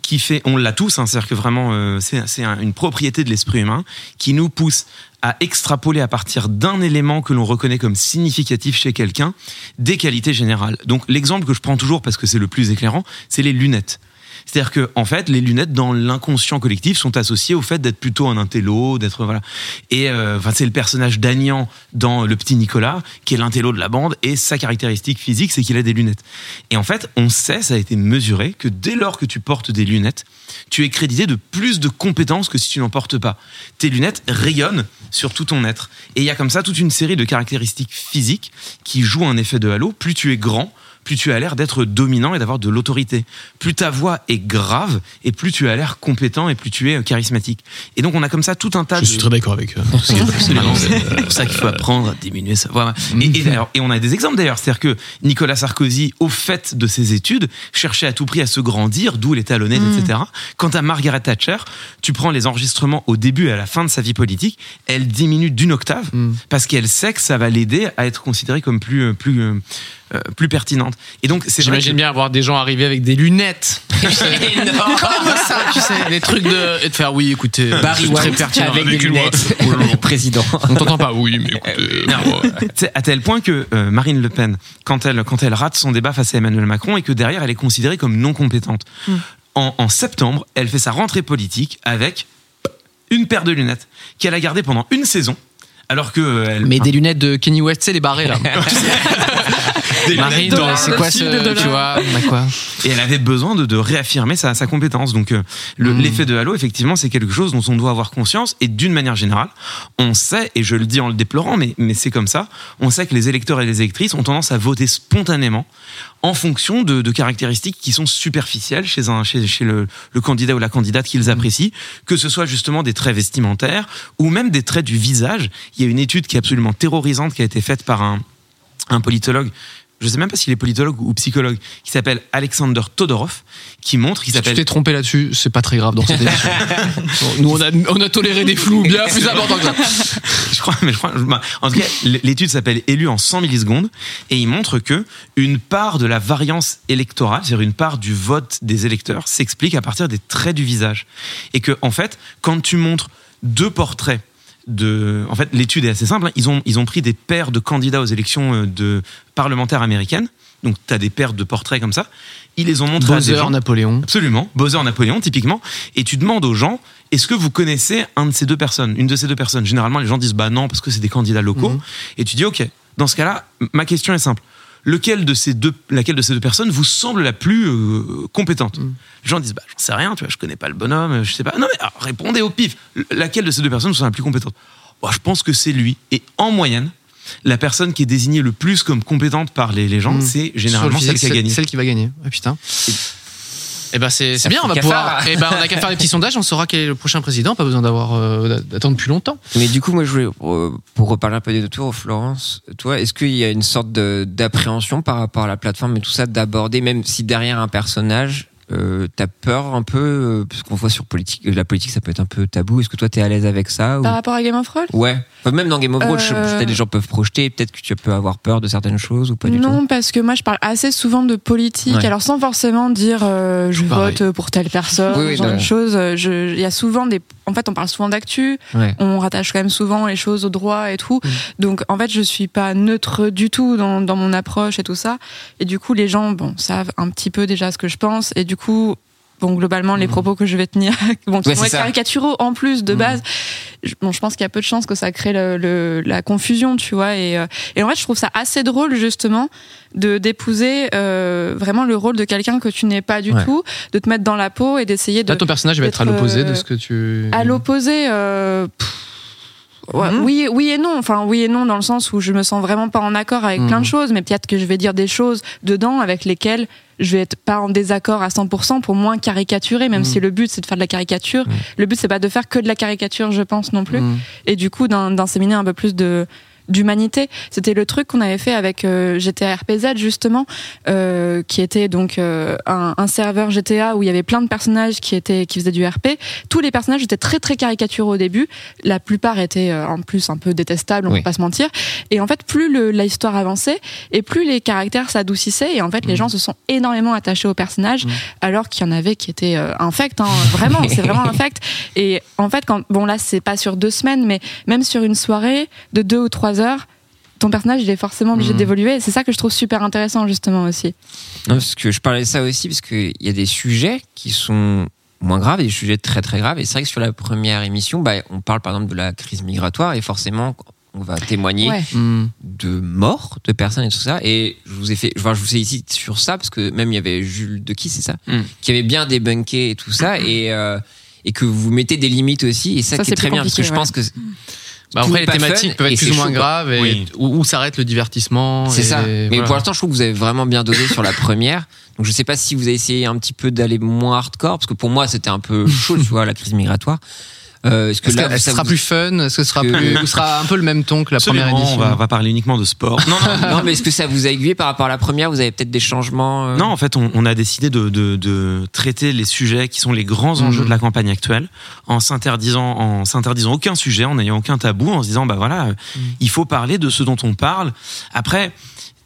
[SPEAKER 6] qui fait, on l'a tous, hein, c'est-à-dire que vraiment, euh, c'est, c'est un- une propriété de l'esprit humain qui nous pousse à extrapoler à partir d'un élément que l'on reconnaît comme significatif chez quelqu'un des qualités générales. Donc l'exemple que je prends toujours parce que c'est le plus éclairant, c'est les lunettes. C'est-à-dire que, en fait, les lunettes dans l'inconscient collectif sont associées au fait d'être plutôt un intello, d'être voilà. Et euh, enfin, c'est le personnage d'Agnan dans Le Petit Nicolas qui est l'intello de la bande et sa caractéristique physique, c'est qu'il a des lunettes. Et en fait, on sait, ça a été mesuré, que dès lors que tu portes des lunettes, tu es crédité de plus de compétences que si tu n'en portes pas. Tes lunettes rayonnent sur tout ton être. Et il y a comme ça toute une série de caractéristiques physiques qui jouent un effet de halo. Plus tu es grand, plus tu as l'air d'être dominant et d'avoir de l'autorité. Plus ta voix est grave et plus tu as l'air compétent et plus tu es euh, charismatique. Et donc on a comme ça tout un tas
[SPEAKER 7] Je suis
[SPEAKER 6] de...
[SPEAKER 7] très d'accord avec. euh,
[SPEAKER 6] Absolument. C'est pour ça qu'il faut apprendre à diminuer sa voix. Et,
[SPEAKER 1] Mm-hmm.
[SPEAKER 6] et d'ailleurs, et on a des exemples d'ailleurs. C'est-à-dire que Nicolas Sarkozy, au fait de ses études, cherchait à tout prix à se grandir, d'où les talonnettes,
[SPEAKER 1] Mm.
[SPEAKER 6] etc. Quant à Margaret Thatcher, tu prends les enregistrements au début et à la fin de sa vie politique, elle diminue d'une octave
[SPEAKER 1] Mm.
[SPEAKER 6] parce qu'elle sait que ça va l'aider à être considérée comme plus, plus, euh, plus pertinente. Et donc, c'est vrai
[SPEAKER 1] J'imagine
[SPEAKER 6] que-
[SPEAKER 1] bien avoir des gens arriver avec des lunettes.
[SPEAKER 2] Énorme.
[SPEAKER 1] Comme ça, tu sais, des trucs de. Et de faire, oui, écoutez, euh,
[SPEAKER 2] Barry
[SPEAKER 1] c'est très
[SPEAKER 2] White
[SPEAKER 1] pertinent.
[SPEAKER 2] avec des
[SPEAKER 1] Véhicule-moi.
[SPEAKER 2] lunettes.
[SPEAKER 1] Oh là là.
[SPEAKER 2] Président.
[SPEAKER 1] On t'entend pas, oui, mais écoutez.
[SPEAKER 6] Euh, Non. C'est à tel point que euh, Marine Le Pen, quand elle, quand elle rate son débat face à Emmanuel Macron et que derrière elle est considérée comme non compétente, en, en septembre, elle fait sa rentrée politique avec une paire de lunettes qu'elle a gardée pendant une saison, alors que euh, elle,
[SPEAKER 1] Mais des lunettes de Kenny West, c'est les barrés là.
[SPEAKER 6] des
[SPEAKER 1] Marine,
[SPEAKER 6] lunettes
[SPEAKER 1] euh,
[SPEAKER 6] d'or.
[SPEAKER 1] c'est quoi ce. Tu vois, bah quoi
[SPEAKER 6] et elle avait besoin de, de réaffirmer sa, sa compétence. Donc euh, le-
[SPEAKER 1] Mm.
[SPEAKER 6] l'effet de halo, effectivement, c'est quelque chose dont on doit avoir conscience et d'une manière générale, on sait, et je le dis en le déplorant, mais, mais c'est comme ça, on sait que les électeurs et les électrices ont tendance à voter spontanément en fonction de, de caractéristiques qui sont superficielles chez, un, chez, chez le, le candidat ou la candidate qu'ils
[SPEAKER 1] Hmm.
[SPEAKER 6] apprécient, que ce soit justement des traits vestimentaires ou même des traits du visage. Il y a une étude qui est absolument terrorisante qui a été faite par un, un politologue. Je sais même pas s'il est politologue ou psychologue, qui s'appelle Alexander Todorov, qui montre, qui
[SPEAKER 1] Si tu
[SPEAKER 6] s'appelle
[SPEAKER 1] t'es trompé là-dessus, c'est pas très grave dans cette émission. Bon, Nous, on a, on a toléré des flous bien plus importants que ça.
[SPEAKER 6] je crois, mais je crois. je- bah, en tout cas, l- l'étude s'appelle Élu en 100 millisecondes et il montre que une part de la variance électorale, c'est-à-dire une part du vote des électeurs, s'explique à partir des traits du visage. Et que, en fait, quand tu montres deux portraits de. En fait, l'étude est assez simple. hein, ils, ont, ils ont pris des paires de candidats aux élections euh, de parlementaires américaines. Donc, tu as des paires de portraits comme ça. Ils les ont montrés à des
[SPEAKER 1] Bowser,
[SPEAKER 6] gens.
[SPEAKER 1] Napoléon.
[SPEAKER 6] Absolument. Bowser Napoléon, typiquement. Et tu demandes aux gens, est-ce que vous connaissez un de ces deux personnes, une de ces deux personnes Généralement, les gens disent, bah non, parce que c'est des candidats locaux.
[SPEAKER 1] Mhm.
[SPEAKER 6] Et tu dis, ok, dans ce cas-là, m- ma question est simple. Lequel de ces deux, laquelle de ces deux personnes vous semble la plus euh, compétente
[SPEAKER 1] Mhm.
[SPEAKER 6] Les gens disent, bah j'en sais rien, tu vois, je connais pas le bonhomme, euh, je sais pas. Non mais alors, répondez au pif. L- Laquelle de ces deux personnes vous semble la plus compétente Bah, Je pense que c'est lui. Et en moyenne, la personne qui est désignée le plus comme compétente par les, les gens,
[SPEAKER 1] Mhm.
[SPEAKER 6] c'est généralement
[SPEAKER 1] Sur le
[SPEAKER 6] celle qui a
[SPEAKER 1] physique,
[SPEAKER 6] gagné.
[SPEAKER 1] Celle qui va gagner. Ah putain. Et ben c'est c'est
[SPEAKER 2] Ça
[SPEAKER 1] bien,
[SPEAKER 2] fait
[SPEAKER 1] on va
[SPEAKER 2] qu'à
[SPEAKER 1] pouvoir.
[SPEAKER 2] faire.
[SPEAKER 1] Et ben on a qu'à faire des petits sondages, on saura quel est le prochain président, pas besoin d'avoir euh, d'attendre plus longtemps.
[SPEAKER 2] Mais du coup, moi, je voulais, euh, pour reparler un peu des tours, Florence, toi, est-ce qu'il y a une sorte de- d'appréhension par rapport à la plateforme et tout ça, d'aborder, même si derrière un personnage, euh, t'as peur un peu, euh, parce qu'on voit sur politique, euh, la politique, ça peut être un peu tabou. Est-ce que toi, t'es à l'aise avec ça ou-
[SPEAKER 3] Par rapport à Game of Thrones
[SPEAKER 2] Ouais. Enfin, même dans Game of Thrones, je-
[SPEAKER 3] Euh.
[SPEAKER 2] peut-être les gens peuvent projeter, peut-être que tu peux avoir peur de certaines choses ou pas du
[SPEAKER 3] non,
[SPEAKER 2] tout.
[SPEAKER 3] parce que moi je parle assez souvent de politique,
[SPEAKER 2] Ouais.
[SPEAKER 3] alors sans forcément dire euh, je
[SPEAKER 1] Pareil.
[SPEAKER 3] vote pour telle personne,
[SPEAKER 2] Oui, oui,
[SPEAKER 3] ce genre
[SPEAKER 2] non.
[SPEAKER 3] de choses. Euh, je- Il y a souvent des. En fait, on parle souvent d'actu,
[SPEAKER 2] Ouais. Mm.
[SPEAKER 3] on rattache quand même souvent les choses au droit et tout. Donc en fait, je suis pas neutre du tout dans, dans mon approche et tout ça. Et du coup, les gens bon, savent un petit peu déjà ce que je pense. Et du coup, bon, globalement, les propos que je vais tenir, bon, qui
[SPEAKER 2] Mm. Ouais,
[SPEAKER 3] vont
[SPEAKER 2] c'est
[SPEAKER 3] être
[SPEAKER 2] ça.
[SPEAKER 3] caricaturaux en plus de
[SPEAKER 2] Mm.
[SPEAKER 3] base, je, bon, je pense qu'il y a peu de chances que ça crée le- le- la confusion, tu vois. Et, euh, et en fait, je trouve ça assez drôle justement de d'épouser euh, vraiment le rôle de quelqu'un que tu n'es pas du
[SPEAKER 2] Ouais.
[SPEAKER 3] tout, de te mettre dans la peau et d'essayer de
[SPEAKER 1] Là, ton personnage va être à
[SPEAKER 3] d'être,
[SPEAKER 1] l'opposé
[SPEAKER 3] euh,
[SPEAKER 1] de ce que tu.
[SPEAKER 3] à l'opposé, euh, pff, ouais,
[SPEAKER 1] Mhm.
[SPEAKER 3] oui, oui et non. Enfin, oui et non dans le sens où je me sens vraiment pas en accord avec
[SPEAKER 1] Mhm.
[SPEAKER 3] plein de choses, mais peut-être que je vais dire des choses dedans avec lesquelles je vais être pas en désaccord à 100% pour moins caricaturer, même
[SPEAKER 1] Mhm.
[SPEAKER 3] si le but c'est de faire de la caricature. Le but c'est pas de faire que de la caricature, je pense non plus.
[SPEAKER 1] Mm.
[SPEAKER 3] Et du coup, d'in- d'inséminer un peu plus de d'humanité. C'était le truc qu'on avait fait avec euh, GTA RPZ justement, euh, qui était donc euh, un, un serveur GTA où il y avait plein de personnages qui étaient qui faisaient du RP tous les personnages étaient très très caricaturaux au début. La plupart étaient euh, en plus un peu détestables, on
[SPEAKER 2] Oui.
[SPEAKER 3] peut pas se mentir. Et en fait, plus le- la histoire avançait et plus les caractères s'adoucissaient et en fait les gens se sont énormément attachés aux personnages alors qu'il y en avait qui étaient euh, infects. hein. Vraiment, c'est vraiment infect. Et en fait, quand bon là c'est pas sur deux semaines, mais même sur une soirée de deux ou trois heures. Ton personnage, il est forcément obligé
[SPEAKER 1] Mhm.
[SPEAKER 3] d'évoluer. Et C'est ça que je trouve super intéressant, justement, aussi.
[SPEAKER 2] Non, parce que je parlais de ça aussi, parce qu'il y a des sujets qui sont moins graves, et des sujets très très graves. Et c'est vrai que sur la première émission, bah, on parle par exemple de la crise migratoire, et forcément, on va témoigner
[SPEAKER 3] Ouais.
[SPEAKER 1] Mm.
[SPEAKER 2] de morts de personnes et tout ça. Et je vous ai fait, enfin, je vous ai ici sur ça, parce que même il y avait Jules de qui, c'est ça,
[SPEAKER 6] Mm.
[SPEAKER 2] qui avait bien débunké et tout ça, et, euh, et que vous mettez des limites aussi. Et ça,
[SPEAKER 3] Ça,
[SPEAKER 2] qui
[SPEAKER 3] c'est
[SPEAKER 2] est très
[SPEAKER 3] plus
[SPEAKER 2] bien, parce que je
[SPEAKER 3] compliqué,
[SPEAKER 2] pense que
[SPEAKER 1] Bah,
[SPEAKER 2] Tout
[SPEAKER 1] après,
[SPEAKER 2] est
[SPEAKER 1] les
[SPEAKER 2] pas
[SPEAKER 1] thématiques
[SPEAKER 2] fun
[SPEAKER 1] peuvent
[SPEAKER 2] et
[SPEAKER 1] être plus
[SPEAKER 2] c'est
[SPEAKER 1] ou moins
[SPEAKER 2] chaud, quoi.
[SPEAKER 1] graves et
[SPEAKER 6] Oui.
[SPEAKER 1] où, où s'arrête le divertissement.
[SPEAKER 2] C'est
[SPEAKER 1] et
[SPEAKER 2] ça. Mais
[SPEAKER 1] voilà.
[SPEAKER 2] pour l'instant, je trouve que vous avez vraiment bien dosé sur la première. Donc, je sais pas si vous avez essayé un petit peu d'aller moins hardcore, parce que pour moi, c'était un peu chaud, tu vois, la crise migratoire. Euh, est-ce que
[SPEAKER 1] Est-ce
[SPEAKER 2] là,
[SPEAKER 1] que ce
[SPEAKER 2] ça
[SPEAKER 1] sera
[SPEAKER 2] vous-
[SPEAKER 1] plus fun Est-ce que ce sera,
[SPEAKER 2] que-
[SPEAKER 1] plus... ou sera un peu le même ton que la première
[SPEAKER 6] Absolument,
[SPEAKER 1] édition
[SPEAKER 6] On va, on va parler uniquement de sport. Non, non,
[SPEAKER 2] non, mais est-ce que ça vous a aiguillé par rapport à la première Vous avez peut-être des changements euh,
[SPEAKER 6] Non, en fait, on, on a décidé de, de- de traiter les sujets qui sont les grands enjeux
[SPEAKER 1] Mhm.
[SPEAKER 6] de la campagne actuelle, en s'interdisant, en s'interdisant aucun sujet, en n'ayant aucun tabou, en se disant bah voilà, euh,
[SPEAKER 2] Mhm.
[SPEAKER 6] il faut parler de ce dont on parle. Après.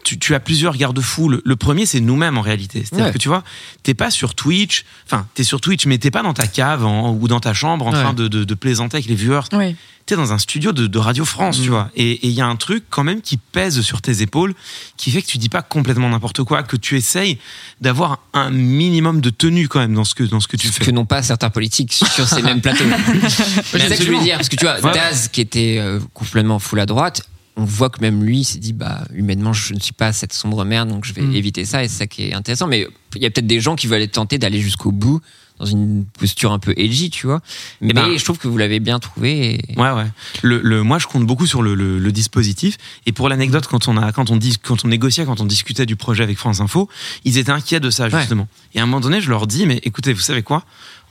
[SPEAKER 6] Tu, tu as plusieurs garde-fous. Le, le premier, c'est nous-mêmes en réalité. C'est-à-dire
[SPEAKER 2] Ouais.
[SPEAKER 6] que tu vois, t'es pas sur Twitch, enfin, t'es sur Twitch, mais t'es pas dans ta cave en- ou dans ta chambre en
[SPEAKER 1] Ouais.
[SPEAKER 6] train de, de- de plaisanter avec les viewers
[SPEAKER 3] Oui.
[SPEAKER 6] t'es dans un studio de, de Radio France, tu vois. Et et il y a un truc quand même qui pèse sur tes épaules, qui fait que tu dis pas complètement n'importe quoi, que tu essayes d'avoir un minimum de tenue quand même dans ce que, dans ce que tu
[SPEAKER 2] que
[SPEAKER 6] fais.
[SPEAKER 2] n'ont pas certains politiques sur ces mêmes plateaux. Mais c'est ça que je voulais dire, parce que tu vois,
[SPEAKER 6] Ouais.
[SPEAKER 2] Daz, qui était euh, complètement full à droite, on voit que même lui il s'est dit, bah, humainement, je ne suis pas cette sombre merde, donc je vais
[SPEAKER 1] Mm.
[SPEAKER 2] éviter ça, et c'est ça qui est intéressant. Mais il y a peut-être des gens qui veulent être tentés d'aller jusqu'au bout, dans une posture un peu edgy, tu vois. Mais
[SPEAKER 6] ben-
[SPEAKER 2] je trouve que vous l'avez bien trouvé. et-
[SPEAKER 6] Ouais, ouais. Le, le- moi, je compte beaucoup sur le, le- le dispositif. Et pour l'anecdote, quand on a, quand on dis- quand on négociait, quand on discutait du projet avec France Info, ils étaient inquiets de ça,
[SPEAKER 2] Ouais.
[SPEAKER 6] justement. Et à un moment donné, je leur dis, mais écoutez, vous savez quoi?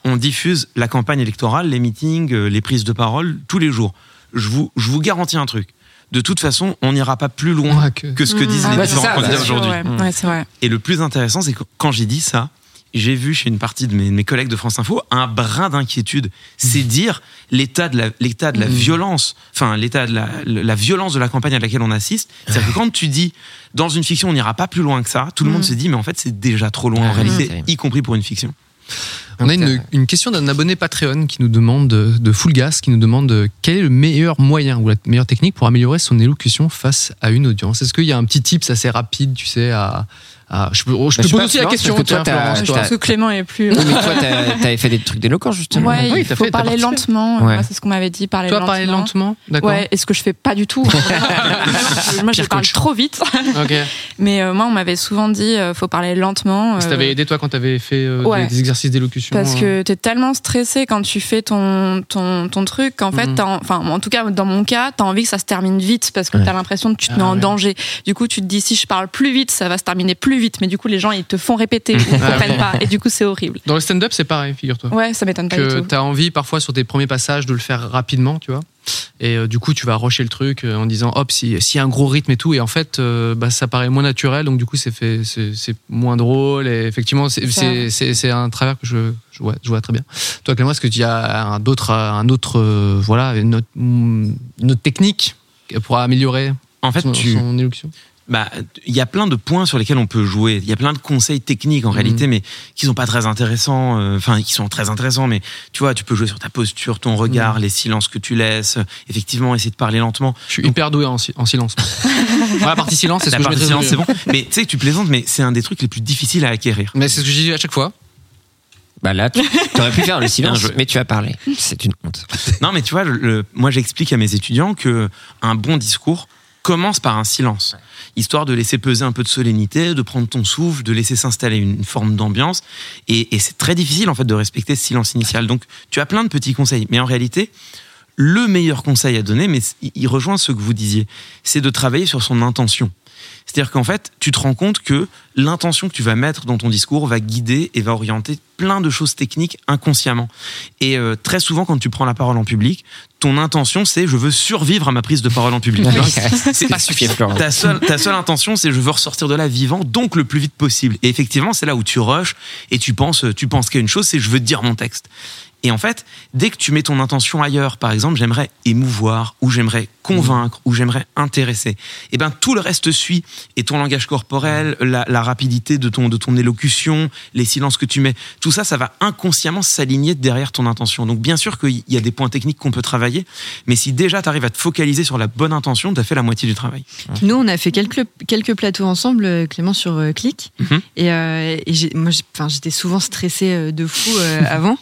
[SPEAKER 6] On diffuse la campagne électorale, les meetings, euh, les prises de parole tous les jours. Je vous, je vous garantis un truc. De toute façon, on n'ira pas plus loin
[SPEAKER 1] Ouais, que-
[SPEAKER 6] que ce que
[SPEAKER 3] Mmh.
[SPEAKER 6] disent
[SPEAKER 3] Ah,
[SPEAKER 6] les
[SPEAKER 2] bah, c'est
[SPEAKER 6] différents
[SPEAKER 2] ça, bah,
[SPEAKER 6] candidats
[SPEAKER 2] c'est
[SPEAKER 6] aujourd'hui. Mmh.
[SPEAKER 3] Ouais, ouais, c'est vrai.
[SPEAKER 6] Et le plus intéressant, c'est que quand j'ai dit ça, j'ai vu chez une partie de mes, mes collègues de France Info un brin d'inquiétude. C'est dire l'état de la, l'état de la violence, enfin l'état de la, la violence de la campagne à laquelle on assiste. C'est-à-dire que quand tu dis dans une fiction on n'ira pas plus loin que ça, tout le monde se dit mais en fait c'est déjà trop loin
[SPEAKER 2] Ah,
[SPEAKER 6] en
[SPEAKER 2] oui,
[SPEAKER 6] réalité,
[SPEAKER 2] c'est vrai.
[SPEAKER 6] y compris pour une fiction.
[SPEAKER 1] On a
[SPEAKER 2] Donc, euh,
[SPEAKER 1] une, une question d'un abonné Patreon qui nous demande, euh, de Full Gas, qui nous demande euh, quel est le meilleur moyen ou la meilleure technique pour améliorer son élocution face à une audience. Est-ce qu'il y a un petit tips assez rapide, tu sais, à. à- je peux- oh, je te
[SPEAKER 2] Bah, je
[SPEAKER 1] pose
[SPEAKER 2] sais pas,
[SPEAKER 1] aussi la
[SPEAKER 2] Florence,
[SPEAKER 1] question,
[SPEAKER 2] parce que toi,
[SPEAKER 1] tiens,
[SPEAKER 2] t'as-
[SPEAKER 1] Florence,
[SPEAKER 2] je
[SPEAKER 3] Je
[SPEAKER 1] toi.
[SPEAKER 2] t'as-
[SPEAKER 3] pense que Clément est plus. euh,
[SPEAKER 2] Oui, mais toi, t'as- t'avais fait des trucs d'éloquence, justement.
[SPEAKER 3] Ouais,
[SPEAKER 1] Oui,
[SPEAKER 3] il
[SPEAKER 1] t'as
[SPEAKER 3] faut
[SPEAKER 1] fait, t'as
[SPEAKER 3] parler
[SPEAKER 1] participé.
[SPEAKER 3] lentement.
[SPEAKER 6] euh,
[SPEAKER 2] Ouais.
[SPEAKER 3] Moi, c'est ce qu'on m'avait dit, parler
[SPEAKER 1] Toi,
[SPEAKER 3] lentement.
[SPEAKER 1] parler lentement, d'accord
[SPEAKER 3] Ouais, et ce que je fais pas du tout. Vraiment, Moi, je
[SPEAKER 1] Pire
[SPEAKER 3] parle
[SPEAKER 1] coach.
[SPEAKER 3] trop vite.
[SPEAKER 1] Ok.
[SPEAKER 3] Mais euh, moi, on m'avait souvent dit, euh, faut parler lentement.
[SPEAKER 1] Ça
[SPEAKER 3] euh,
[SPEAKER 1] t'avait aidé, toi, quand t'avais fait euh, des-
[SPEAKER 3] ouais.
[SPEAKER 1] des, exercices d'élocution
[SPEAKER 3] Parce
[SPEAKER 1] euh,
[SPEAKER 3] que t'es tellement stressé quand tu fais ton, ton, ton truc qu'en fait,
[SPEAKER 1] Mhm.
[SPEAKER 3] t'as en- enfin, en tout cas, dans mon cas, t'as envie que ça se termine vite parce que
[SPEAKER 2] Ouais.
[SPEAKER 3] t'as l'impression que tu te
[SPEAKER 1] Ah
[SPEAKER 3] mets en
[SPEAKER 1] ouais.
[SPEAKER 3] danger. Du coup, tu te dis, si je parle plus vite, ça va se terminer plus vite. Mais du coup, les gens, ils te font répéter ou ils
[SPEAKER 1] Ah
[SPEAKER 3] comprennent pas. Et du coup, c'est horrible.
[SPEAKER 1] Dans le stand-up, c'est pareil, figure-toi.
[SPEAKER 3] Ouais, ça m'étonne pas
[SPEAKER 1] que
[SPEAKER 3] du tout.
[SPEAKER 1] t'as envie parfois sur tes premiers passages de le faire rapidement, tu vois. Et euh, du coup, tu vas rusher le truc euh, en disant hop, si- s'il y a un gros rythme et tout. Et en fait, euh, bah, ça paraît moins naturel, donc du coup, c'est fait- c'est c'est moins drôle. Et effectivement, c'est-
[SPEAKER 3] Ça.
[SPEAKER 1] c'est c'est- c'est un travers que je, je, vois, je vois très bien. Toi, Clément, est-ce que tu as un d'autres, un autre, euh, voilà, une autre, mm, une autre technique pour améliorer
[SPEAKER 6] En fait,
[SPEAKER 1] son,
[SPEAKER 6] tu,
[SPEAKER 1] son élocution
[SPEAKER 6] bah, il y a plein de points sur lesquels on peut jouer. Il y a plein de conseils techniques en
[SPEAKER 1] Mhm.
[SPEAKER 6] réalité, mais qui sont pas très intéressants. euh, Enfin, qui sont très intéressants, mais tu vois, tu peux jouer sur ta posture, ton regard, les silences que tu laisses. euh, Effectivement, essayer de parler lentement.
[SPEAKER 1] Mhm. Je suis hyper doué en, si- en silence. Voilà, la partie silence, c'est ce
[SPEAKER 6] La
[SPEAKER 1] que je
[SPEAKER 6] part de
[SPEAKER 1] maîtrise le
[SPEAKER 6] silence, c'est
[SPEAKER 1] mieux.
[SPEAKER 6] bon. Mais tu sais que tu plaisantes, mais c'est un des trucs les plus difficiles à acquérir.
[SPEAKER 1] Mais c'est ce que j'ai dit à chaque fois.
[SPEAKER 2] Bah là, tu aurais pu faire le silence,
[SPEAKER 6] Bien joué.
[SPEAKER 2] mais tu as parlé. C'est une honte.
[SPEAKER 6] Non, mais tu vois, le- le- moi j'explique à mes étudiants que un bon discours commence par un silence, histoire de laisser peser un peu de solennité, de prendre ton souffle, de laisser s'installer une, une forme d'ambiance. Et, et c'est très difficile en fait de respecter ce silence initial. Donc tu as plein de petits conseils, mais en réalité, le meilleur conseil à donner, mais c- il rejoint ce que vous disiez, c'est de travailler sur son intention. C'est-à-dire qu'en fait, tu te rends compte que l'intention que tu vas mettre dans ton discours va guider et va orienter plein de choses techniques inconsciemment. Et euh, très souvent, quand tu prends la parole en public, ton intention, c'est je veux survivre à ma prise de parole en public. Tu vois,
[SPEAKER 2] c'est pas suffisant, Florent.
[SPEAKER 6] ta seule, ta seule intention, c'est je veux ressortir de là vivant, donc le plus vite possible. Et effectivement, c'est là où tu rushes et tu penses, tu penses qu'il y a une chose, c'est je veux dire mon texte. Et en fait, dès que tu mets ton intention ailleurs, par exemple, j'aimerais émouvoir, ou j'aimerais convaincre, ou j'aimerais intéresser, et ben tout le reste suit. Et ton langage corporel, la, la rapidité de ton, de ton élocution, les silences que tu mets, tout ça, ça va inconsciemment s'aligner derrière ton intention. Donc bien sûr qu'il y a des points techniques qu'on peut travailler, mais si déjà tu arrives à te focaliser sur la bonne intention, tu as fait la moitié du travail.
[SPEAKER 5] Nous, on a fait quelques, quelques plateaux ensemble, euh, Clément, sur euh, Click.
[SPEAKER 6] Mhm.
[SPEAKER 5] Et, euh, et j'ai- moi, j'ai- 'fin, j'étais souvent stressée euh, de fou euh, avant.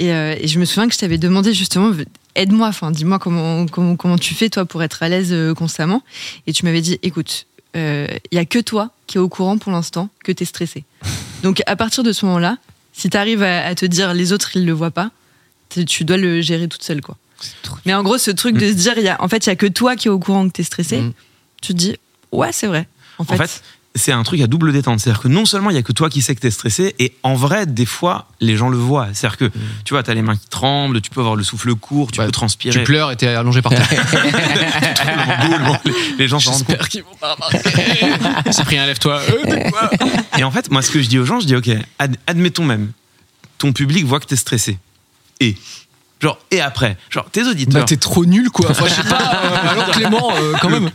[SPEAKER 5] Et, euh, et je me souviens que je t'avais demandé justement, aide-moi, enfin, dis-moi comment, comment, comment tu fais, toi, pour être à l'aise euh, constamment. Et tu m'avais dit, écoute, il n'y a que toi qui est au courant pour l'instant que tu es stressée. Donc, à partir de ce moment-là, si tu arrives à, à te dire les autres, ils ne le voient pas, tu tu dois le gérer toute seule, quoi. Mais en gros, ce truc de se dire, il y a, en fait, il y a que toi qui es au courant que t'es stressé.
[SPEAKER 1] Mm.
[SPEAKER 5] Tu te dis, ouais, c'est vrai. En fait,
[SPEAKER 6] En fait, c'est un truc à double détente. C'est-à-dire que non seulement il y a que toi qui sais que t'es stressé, et en vrai, des fois, les gens le voient. C'est-à-dire que tu vois, t'as les mains qui tremblent, tu peux avoir le souffle court, tu
[SPEAKER 1] Mm. Ouais.
[SPEAKER 6] peux
[SPEAKER 1] Tu
[SPEAKER 6] transpirer.
[SPEAKER 1] pleures et t'es allongé par terre.
[SPEAKER 6] Le roulement, les- les gens s'en rendent compte.
[SPEAKER 1] J'espère qu'ils vont pas remarquer. Cyprien, lève-toi. Euh, tais-toi.
[SPEAKER 6] Et en fait, moi, ce que je dis aux gens, je dis ok, ad- admettons même, ton public voit que t'es stressé. Et genre, et après, genre tes auditeurs.
[SPEAKER 1] Bah, t'es trop nul, quoi. Enfin, je sais pas. euh, alors, Clément, euh, quand même.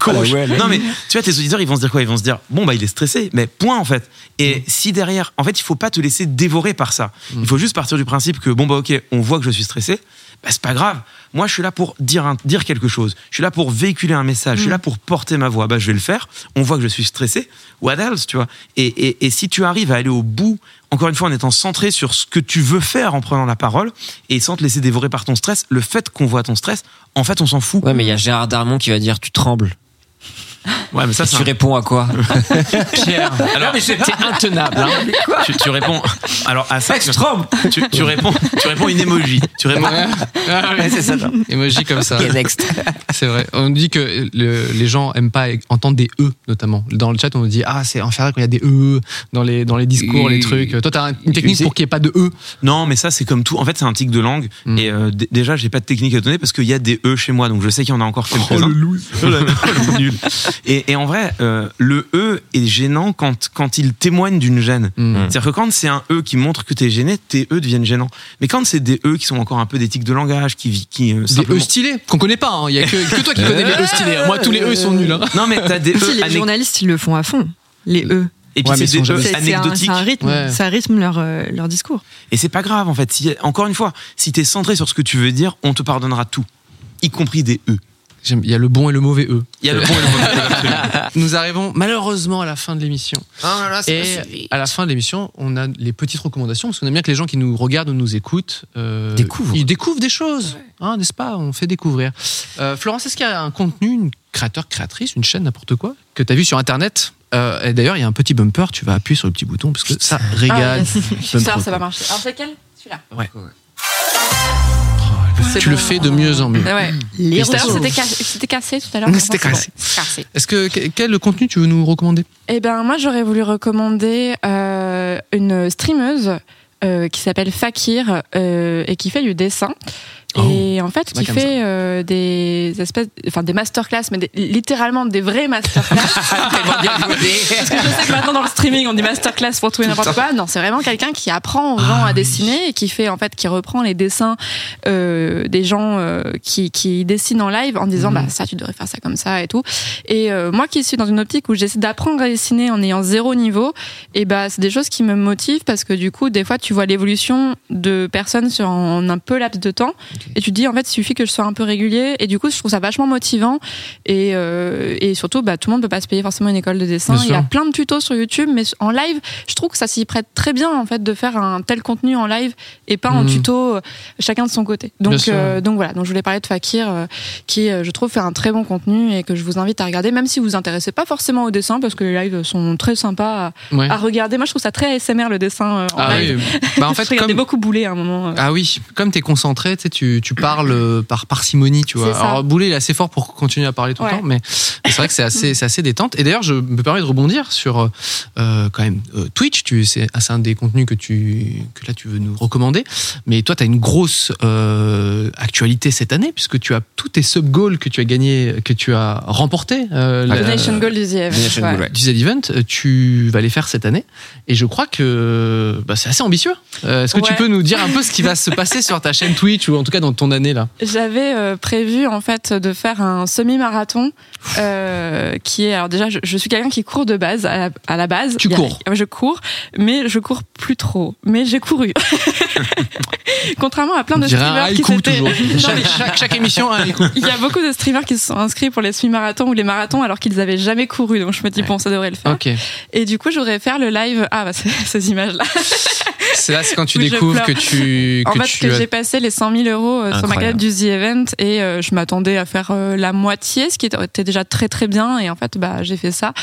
[SPEAKER 6] non mais tu vois tes auditeurs ils vont se dire quoi ils vont se dire bon bah il est stressé mais point en fait et si derrière en fait il faut pas te laisser dévorer par ça il faut juste partir du principe que bon bah ok on voit que je suis stressé bah c'est pas grave moi je suis là pour dire un- dire quelque chose je suis là pour véhiculer un message je suis là pour porter ma voix bah je vais le faire on voit que je suis stressé what else tu vois et, et, et si tu arrives à aller au bout encore une fois en étant centré sur ce que tu veux faire en prenant la parole et sans te laisser dévorer par ton stress le fait qu'on voit ton stress en fait on s'en fout
[SPEAKER 2] Ouais, mais il y a Gérard Darmon qui va dire tu trembles.
[SPEAKER 6] Ouais, mais ça
[SPEAKER 2] Et
[SPEAKER 6] c'est
[SPEAKER 2] tu
[SPEAKER 6] un-
[SPEAKER 2] réponds à quoi
[SPEAKER 1] Pierre. Alors, t'es intenable. hein.
[SPEAKER 6] tu, tu réponds alors à ça
[SPEAKER 2] Je tremble
[SPEAKER 6] tu, tu réponds tu réponds une émoji tu réponds
[SPEAKER 1] Ah, oui.
[SPEAKER 2] C'est ça. genre.
[SPEAKER 1] Emoji comme ça.
[SPEAKER 2] Ok, next.
[SPEAKER 1] C'est vrai. On nous dit que le- les gens aiment pas entendre des E, notamment. Dans le chat, on nous dit Ah, c'est infernal quand il y a des E dans les, dans les discours, les trucs. Toi, t'as un- une technique pour qu'il n'y ait pas de E. Mm.
[SPEAKER 6] non mais ça c'est comme tout en fait c'est un tic de langue et euh, d- déjà j'ai pas de technique à donner parce qu'il y a des e chez moi donc je sais qu'il y en a encore quelques-uns Oh là là, le nul. et, et en vrai euh, le e est gênant quand quand il témoigne d'une gêne
[SPEAKER 1] Mm.
[SPEAKER 6] c'est-à-dire que quand c'est un e qui montre que t'es gêné tes e deviennent gênants mais quand c'est des e qui sont encore un peu des tics de langage qui vi- qui euh,
[SPEAKER 1] Des E
[SPEAKER 6] simplement-
[SPEAKER 1] stylés qu'on connaît pas. hein. Il y a que, que toi qui connais les E stylés. Moi, tous les E sont nuls. hein.
[SPEAKER 6] non mais t'as des
[SPEAKER 5] Euh, si, les
[SPEAKER 6] e anec-
[SPEAKER 5] journalistes, ils le font à fond. Les E.
[SPEAKER 6] et puis
[SPEAKER 1] Ouais, mais ils
[SPEAKER 6] c'est
[SPEAKER 1] sont
[SPEAKER 6] des
[SPEAKER 1] jamais-
[SPEAKER 6] e
[SPEAKER 5] C'est c'est un, c'est
[SPEAKER 6] anecdotiques
[SPEAKER 5] un rythme,
[SPEAKER 1] Ouais.
[SPEAKER 5] ça rythme leur, euh, leur discours.
[SPEAKER 6] Et c'est pas grave en fait. Si, encore une fois, si t'es centré sur ce que tu veux dire, on te pardonnera tout, y compris des E.
[SPEAKER 1] J'aime- Il y a le bon et le mauvais E.
[SPEAKER 6] Il y a le bon et le mauvais. absolument.
[SPEAKER 1] Nous arrivons malheureusement à la fin de l'émission.
[SPEAKER 3] Oh
[SPEAKER 1] Et à la fin de l'émission, on a les petites recommandations, parce qu'on aime bien que les gens qui nous regardent ou nous écoutent euh,
[SPEAKER 2] Découvrent.
[SPEAKER 1] Ils découvrent des choses, hein, n'est-ce pas On fait découvrir. Euh, Florence, est-ce qu'il y a un contenu, une créateur, créatrice, une chaîne, n'importe quoi, que tu as vu sur Internet Euh, Et d'ailleurs, il y a un petit bumper, tu vas appuyer sur le petit bouton, parce que ça
[SPEAKER 3] Ah,
[SPEAKER 1] régale.
[SPEAKER 3] yes. Je suis
[SPEAKER 1] Bumper.
[SPEAKER 3] sûre, ça va marcher. Alors, c'est lequel Celui-là. C'est
[SPEAKER 1] tu le
[SPEAKER 3] bon.
[SPEAKER 1] fais de mieux en mieux.
[SPEAKER 3] Ah ouais.
[SPEAKER 5] Les
[SPEAKER 3] Et tout à l'heure,
[SPEAKER 5] ressources.
[SPEAKER 3] C'était ca- c'était cassé tout à l'heure.
[SPEAKER 1] Oui,
[SPEAKER 3] Enfin,
[SPEAKER 1] c'était
[SPEAKER 3] c'est bon.
[SPEAKER 1] cassé.
[SPEAKER 3] C'est cassé.
[SPEAKER 1] Est-ce que que- quel contenu tu veux nous recommander
[SPEAKER 3] Eh ben, moi, j'aurais voulu recommander euh, une streameuse euh, qui s'appelle Fakir euh, et qui fait du dessin. Et en fait,
[SPEAKER 1] pas
[SPEAKER 3] qui
[SPEAKER 1] comme ça.
[SPEAKER 3] fait euh, des espèces, enfin des masterclass, mais des- littéralement des vraies masterclass.
[SPEAKER 6] Ah,
[SPEAKER 3] Parce que je sais que maintenant dans le streaming, on dit masterclass pour tout et n'importe quoi. Non, c'est vraiment quelqu'un qui apprend aux gens
[SPEAKER 1] Ah
[SPEAKER 3] à dessiner et qui fait en fait, qui reprend les dessins euh, des gens euh, qui, qui dessinent en live en
[SPEAKER 1] Mhm.
[SPEAKER 3] disant bah ça tu devrais faire ça comme ça et tout. Et euh, moi qui suis dans une optique où j'essaie d'apprendre à dessiner en ayant zéro niveau, et bah c'est des choses qui me motivent parce que du coup des fois tu vois l'évolution de personnes sur en un peu laps de temps et tu te dis en fait il suffit que je sois un peu régulier et du coup je trouve ça vachement motivant et, euh, et surtout bah, tout le monde peut pas se payer forcément une école de dessin.
[SPEAKER 1] Bien
[SPEAKER 3] Il y a
[SPEAKER 1] sûr.
[SPEAKER 3] plein de tutos sur YouTube mais en live je trouve que ça s'y prête très bien en fait de faire un tel contenu en live et pas en
[SPEAKER 1] Mhm.
[SPEAKER 3] tuto euh, chacun de son côté.
[SPEAKER 1] Bien
[SPEAKER 3] Donc
[SPEAKER 1] sûr.
[SPEAKER 3] euh, donc voilà donc je voulais parler de Fakir euh, qui euh, je trouve fait un très bon contenu et que je vous invite à regarder même si vous vous intéressez pas forcément au dessin parce que les lives sont très sympas
[SPEAKER 1] Ouais.
[SPEAKER 3] à, à regarder. Moi je trouve ça très ASMR le dessin euh, en
[SPEAKER 1] Ah
[SPEAKER 3] live.
[SPEAKER 1] oui. Bah, en
[SPEAKER 3] je
[SPEAKER 1] fait,
[SPEAKER 3] regardais
[SPEAKER 1] comme,
[SPEAKER 3] beaucoup bouler à un moment. euh.
[SPEAKER 1] Ah oui, comme t'es concentré, tu, sais, tu, tu parles euh, par parcimonie, tu vois.
[SPEAKER 3] C'est ça.
[SPEAKER 1] Alors Boulet, il est assez fort pour continuer à parler tout le
[SPEAKER 3] Ouais.
[SPEAKER 1] temps, mais c'est vrai que c'est assez, c'est assez détente. Et d'ailleurs, je me permets de rebondir sur euh, quand même euh, Twitch. Tu, c'est c'est un des contenus que tu que là tu veux nous recommander. Mais toi, t'as une grosse euh, actualité cette année puisque tu as tous tes sub goals que tu as gagné, que tu as remporté. euh, la-
[SPEAKER 3] The Nation Gold du ZF.
[SPEAKER 2] Nation
[SPEAKER 3] ouais.
[SPEAKER 2] Gold, ouais.
[SPEAKER 1] du Z-Event, euh, tu vas les faire cette année. Et je crois que bah, c'est assez ambitieux. Euh, Est-ce que tu
[SPEAKER 3] Ouais.
[SPEAKER 1] peux nous dire un peu ce qui va se passer sur ta chaîne Twitch ou en tout cas dans ton année là
[SPEAKER 3] J'avais euh, prévu en fait de faire un semi-marathon euh, qui est alors déjà je, je suis quelqu'un qui court de base à la, à la base.
[SPEAKER 1] Tu
[SPEAKER 3] Il y a-
[SPEAKER 1] cours.
[SPEAKER 3] Ouais, Je cours, mais je cours plus trop. Mais j'ai couru. Contrairement à plein de
[SPEAKER 1] Je dirais
[SPEAKER 3] streamers
[SPEAKER 1] un
[SPEAKER 3] qui
[SPEAKER 1] haïku
[SPEAKER 3] s'étaient.
[SPEAKER 1] toujours.
[SPEAKER 3] Non,
[SPEAKER 1] Chaque,
[SPEAKER 3] mais-
[SPEAKER 1] chaque- chaque émission a un haïku.
[SPEAKER 3] Il y a beaucoup de streamers qui se sont inscrits pour les semi-marathons ou les marathons alors qu'ils avaient jamais couru. Donc je me dis bon ça devrait le faire.
[SPEAKER 1] Ok.
[SPEAKER 3] Et du coup j'aurais faire le live. Ah bah c'est- ces images là.
[SPEAKER 1] C'est là c'est quand tu
[SPEAKER 3] Oui, je
[SPEAKER 1] découvres que
[SPEAKER 3] pleure.
[SPEAKER 1] tu.
[SPEAKER 3] En
[SPEAKER 1] que
[SPEAKER 3] fait,
[SPEAKER 1] tu
[SPEAKER 3] que
[SPEAKER 1] as-
[SPEAKER 3] j'ai passé les 100 000 euros euros euh, sur ma
[SPEAKER 2] Incroyable.
[SPEAKER 3] galette du The Event et euh, je m'attendais à faire euh, la moitié, ce qui était déjà très très bien et en fait bah j'ai fait ça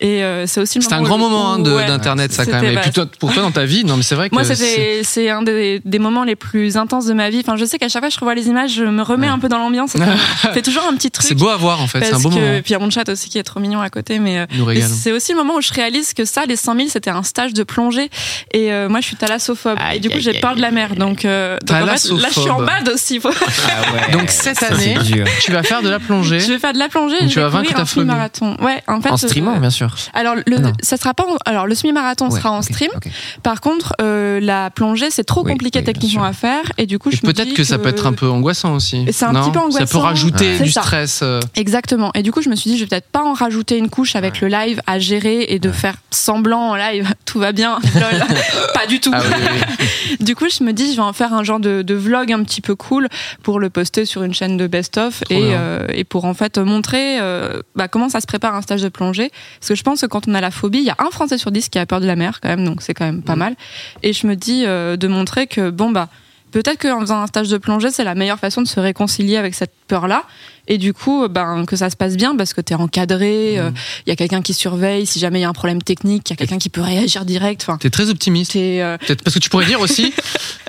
[SPEAKER 3] et euh, c'est aussi le
[SPEAKER 1] C'était un grand
[SPEAKER 3] moment où-
[SPEAKER 1] moment hein, de-
[SPEAKER 3] ouais.
[SPEAKER 1] d'internet, ça quand
[SPEAKER 3] C'était-
[SPEAKER 1] même. Et
[SPEAKER 3] bah,
[SPEAKER 1] puis toi, pour toi dans ta vie, non mais c'est vrai que
[SPEAKER 3] Moi,
[SPEAKER 1] c'est-
[SPEAKER 3] c'était c'est un des, des moments les plus intenses de ma vie. Enfin, je sais qu'à chaque fois que je revois les images, je me remets un peu dans l'ambiance. C'est toujours un petit truc.
[SPEAKER 1] c'est beau à voir en fait. C'est un
[SPEAKER 3] Parce
[SPEAKER 1] beau
[SPEAKER 3] que-
[SPEAKER 1] moment.
[SPEAKER 3] Puis il y a mon chat aussi qui est trop mignon à côté, mais euh,
[SPEAKER 1] Il nous
[SPEAKER 3] et
[SPEAKER 1] régale.
[SPEAKER 3] c'est aussi le moment où je réalise que ça, les 5000, c'était un stage de plongée. Et euh, moi, je suis thalassophobe. et du coup, j'ai peur de la mer. Donc, euh, donc, en fait, là, je suis en
[SPEAKER 1] Thalassophobe.
[SPEAKER 3] bad aussi.
[SPEAKER 2] Ah ouais,
[SPEAKER 1] Donc, cette
[SPEAKER 2] ça,
[SPEAKER 1] année,
[SPEAKER 2] c'est dur.
[SPEAKER 1] Tu vas faire de la plongée.
[SPEAKER 3] je vais faire de la plongée.
[SPEAKER 1] Donc,
[SPEAKER 3] et
[SPEAKER 1] tu
[SPEAKER 3] je vais
[SPEAKER 1] vas vaincre
[SPEAKER 3] courir
[SPEAKER 1] ta
[SPEAKER 3] un
[SPEAKER 1] phobie.
[SPEAKER 3] semi-marathon. Ouais, en fait.
[SPEAKER 2] en
[SPEAKER 3] je-
[SPEAKER 2] streamant, bien sûr.
[SPEAKER 3] Alors,
[SPEAKER 2] Ah non.
[SPEAKER 3] le, ça sera pas. en- alors, le semi-marathon
[SPEAKER 2] Ouais,
[SPEAKER 3] sera en
[SPEAKER 2] ok,
[SPEAKER 3] stream.
[SPEAKER 2] ok.
[SPEAKER 3] Par contre, euh, la plongée, c'est trop
[SPEAKER 2] Oui,
[SPEAKER 3] compliqué
[SPEAKER 2] oui, bien
[SPEAKER 3] techniquement
[SPEAKER 2] sûr.
[SPEAKER 3] à faire. Et du coup,
[SPEAKER 1] Et
[SPEAKER 3] je me
[SPEAKER 1] peut-être
[SPEAKER 3] dis
[SPEAKER 1] que, ça peut être un peu angoissant aussi.
[SPEAKER 3] Et c'est un
[SPEAKER 1] non
[SPEAKER 3] petit peu
[SPEAKER 1] Ça peut
[SPEAKER 3] angoissant.
[SPEAKER 1] rajouter
[SPEAKER 3] Ouais.
[SPEAKER 1] du
[SPEAKER 3] C'est ça.
[SPEAKER 1] stress. euh,
[SPEAKER 3] Exactement. Et du coup, je me suis dit, je vais peut-être pas en rajouter une couche avec le live à gérer et de faire semblant en live, tout va bien, lol. pas du tout.
[SPEAKER 1] Ah oui, oui, oui.
[SPEAKER 3] Du coup, je me dis, je vais en faire un genre de, de vlog un petit peu cool pour le poster sur une chaîne de best-of
[SPEAKER 1] Trop
[SPEAKER 3] et,
[SPEAKER 1] bien.
[SPEAKER 3] euh, et pour en fait montrer euh, bah, comment ça se prépare un stage de plongée. Parce que je pense que quand on a la phobie, il y a un Français sur dix qui a peur de la mer quand même, donc c'est quand même
[SPEAKER 1] Mm.
[SPEAKER 3] pas mal. Et je me dis euh, de montrer que, bon, bah, peut-être qu'en faisant un stage de plongée, c'est la meilleure façon de se réconcilier avec cette peur-là. Et du coup, euh, ben, que ça se passe bien parce que t'es
[SPEAKER 1] Mm.
[SPEAKER 3] encadré, euh, il y a quelqu'un qui surveille, si jamais il y a un problème technique, il y a quelqu'un qui peut réagir direct. Enfin,
[SPEAKER 1] T'es très optimiste.
[SPEAKER 3] t'es. euh,
[SPEAKER 1] Peut-être- Parce que tu pourrais dire aussi,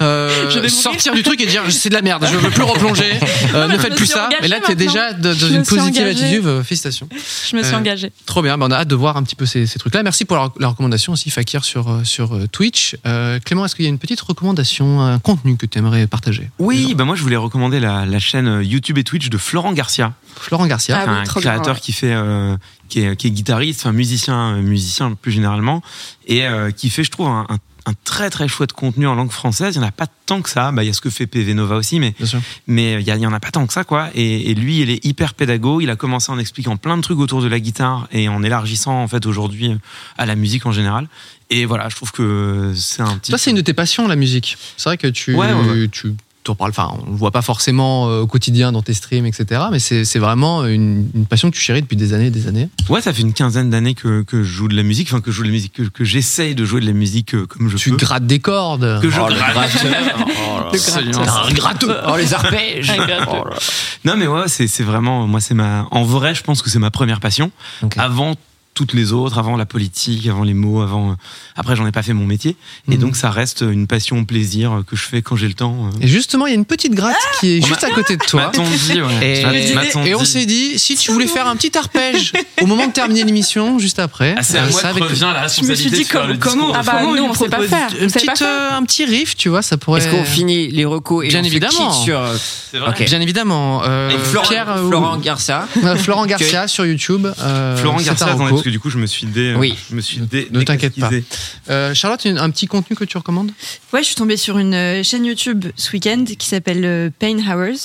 [SPEAKER 1] euh,
[SPEAKER 3] Je vais mourir.
[SPEAKER 1] sortir du truc et dire c'est de la merde, je veux plus replonger, euh,
[SPEAKER 3] mais
[SPEAKER 1] ne
[SPEAKER 3] je
[SPEAKER 1] faites
[SPEAKER 3] me
[SPEAKER 1] plus
[SPEAKER 3] suis
[SPEAKER 1] ça.
[SPEAKER 3] engagée
[SPEAKER 1] Mais là, t'es
[SPEAKER 3] maintenant.
[SPEAKER 1] déjà dans dans
[SPEAKER 3] Je
[SPEAKER 1] une
[SPEAKER 3] me suis
[SPEAKER 1] positive
[SPEAKER 3] engagée.
[SPEAKER 1] attitude, euh, félicitations.
[SPEAKER 3] je me suis
[SPEAKER 1] Euh,
[SPEAKER 3] engagée.
[SPEAKER 1] Trop bien, Ben, on a hâte de voir un petit peu ces, ces trucs-là. Merci pour la, la recommandation aussi, Fakir, sur, euh, sur euh, Twitch. Euh, Clément, est-ce qu'il y a une petite recommandation, un contenu que tu aimerais partager
[SPEAKER 6] Oui, bah moi je voulais recommander la, la chaîne euh, YouTube et Twitch de Florent Garcia,
[SPEAKER 1] Florent Garcia.
[SPEAKER 3] Ah
[SPEAKER 6] qui est
[SPEAKER 3] oui,
[SPEAKER 6] un
[SPEAKER 3] trop bien,
[SPEAKER 6] créateur
[SPEAKER 3] ouais.
[SPEAKER 6] qui fait, euh, qui, est, qui est guitariste, enfin musicien, euh, musicien plus généralement, et euh, qui fait, je trouve, un, un- un très très chouette contenu en langue française. Il n'y en a pas tant que ça. Bah, Il y a ce que fait PV Nova aussi, mais
[SPEAKER 1] Bien sûr.
[SPEAKER 6] mais euh, il y, a- il y en a pas tant que ça quoi et, et lui il est hyper pédago il a commencé en expliquant plein de trucs autour de la guitare et en élargissant en fait aujourd'hui euh, à la musique en général et voilà je trouve que c'est un petit
[SPEAKER 1] Toi, c'est une de tes passions, la musique. C'est vrai que tu.
[SPEAKER 6] Ouais, ouais,
[SPEAKER 1] tu t'en parles, enfin, on le voit pas forcément euh, au quotidien dans tes streams, etc. Mais c'est c'est vraiment une, une passion que tu chéris depuis des années et des années.
[SPEAKER 6] ouais ça fait une quinzaine d'années que, que je joue de la musique enfin que je joue de la musique que, que j'essaye de jouer de la musique euh, comme je
[SPEAKER 1] Tu
[SPEAKER 6] peux
[SPEAKER 1] grattes des cordes.
[SPEAKER 6] que je
[SPEAKER 2] le
[SPEAKER 6] gratte.
[SPEAKER 2] gratteur. Oh là
[SPEAKER 6] Absolument.
[SPEAKER 2] là. Un gratteux. Oh, les arpèges. Oh là là.
[SPEAKER 6] non mais ouais c'est c'est vraiment moi c'est ma en vrai je pense que c'est ma première passion
[SPEAKER 2] Ok.
[SPEAKER 6] avant toutes les autres, avant la politique, avant les mots, avant. euh, Après, j'en ai pas fait mon métier, et
[SPEAKER 1] Mhm.
[SPEAKER 6] donc ça reste une passion, plaisir euh, que je fais quand j'ai le temps. euh,
[SPEAKER 1] Et justement, il y a une petite gratte
[SPEAKER 3] Ah
[SPEAKER 1] qui est
[SPEAKER 6] On
[SPEAKER 1] juste à côté de toi.
[SPEAKER 6] M'a-t-on dit, ouais.
[SPEAKER 1] Et,
[SPEAKER 6] M'a- m'a-t-on
[SPEAKER 1] et on
[SPEAKER 6] dit.
[SPEAKER 1] s'est dit, si tu voulais faire un petit arpège au moment de terminer l'émission, juste après,
[SPEAKER 6] Ah, c'est à
[SPEAKER 1] euh,
[SPEAKER 6] moi
[SPEAKER 1] ça
[SPEAKER 6] que
[SPEAKER 1] avec
[SPEAKER 6] revient la
[SPEAKER 3] Je me suis
[SPEAKER 6] responsabilité
[SPEAKER 3] dit
[SPEAKER 6] de faire
[SPEAKER 3] comment,
[SPEAKER 6] le discours.
[SPEAKER 3] ah bah
[SPEAKER 5] Comment
[SPEAKER 3] non,
[SPEAKER 5] il
[SPEAKER 3] on sait pas
[SPEAKER 5] propose-
[SPEAKER 3] faire.
[SPEAKER 1] une
[SPEAKER 3] On sait pas
[SPEAKER 1] petite,
[SPEAKER 3] faire.
[SPEAKER 1] euh, un petit riff, tu vois, ça pourrait.
[SPEAKER 2] Est-ce qu'on finit les recos et
[SPEAKER 1] Bien
[SPEAKER 2] on se
[SPEAKER 1] évidemment.
[SPEAKER 2] quitte sur euh,
[SPEAKER 6] C'est vrai.
[SPEAKER 2] Ok.
[SPEAKER 1] Bien évidemment. euh,
[SPEAKER 6] Et Florent-
[SPEAKER 1] Pierre, euh,
[SPEAKER 2] Florent Garcia
[SPEAKER 1] euh, Florent Garcia sur YouTube. euh,
[SPEAKER 6] Florent
[SPEAKER 1] c'est
[SPEAKER 6] Garcia,
[SPEAKER 1] un
[SPEAKER 6] attendez,
[SPEAKER 1] reco.
[SPEAKER 6] parce que du coup, je me suis dé... euh,
[SPEAKER 2] Oui.
[SPEAKER 6] je me suis
[SPEAKER 1] Ne-
[SPEAKER 6] dé-
[SPEAKER 1] ne t'inquiète pas.
[SPEAKER 6] décasquisé.
[SPEAKER 1] Euh, Charlotte, une- un petit contenu que tu recommandes
[SPEAKER 5] Ouais, je suis tombée sur une euh, chaîne YouTube ce week-end qui s'appelle euh, Pain Hours.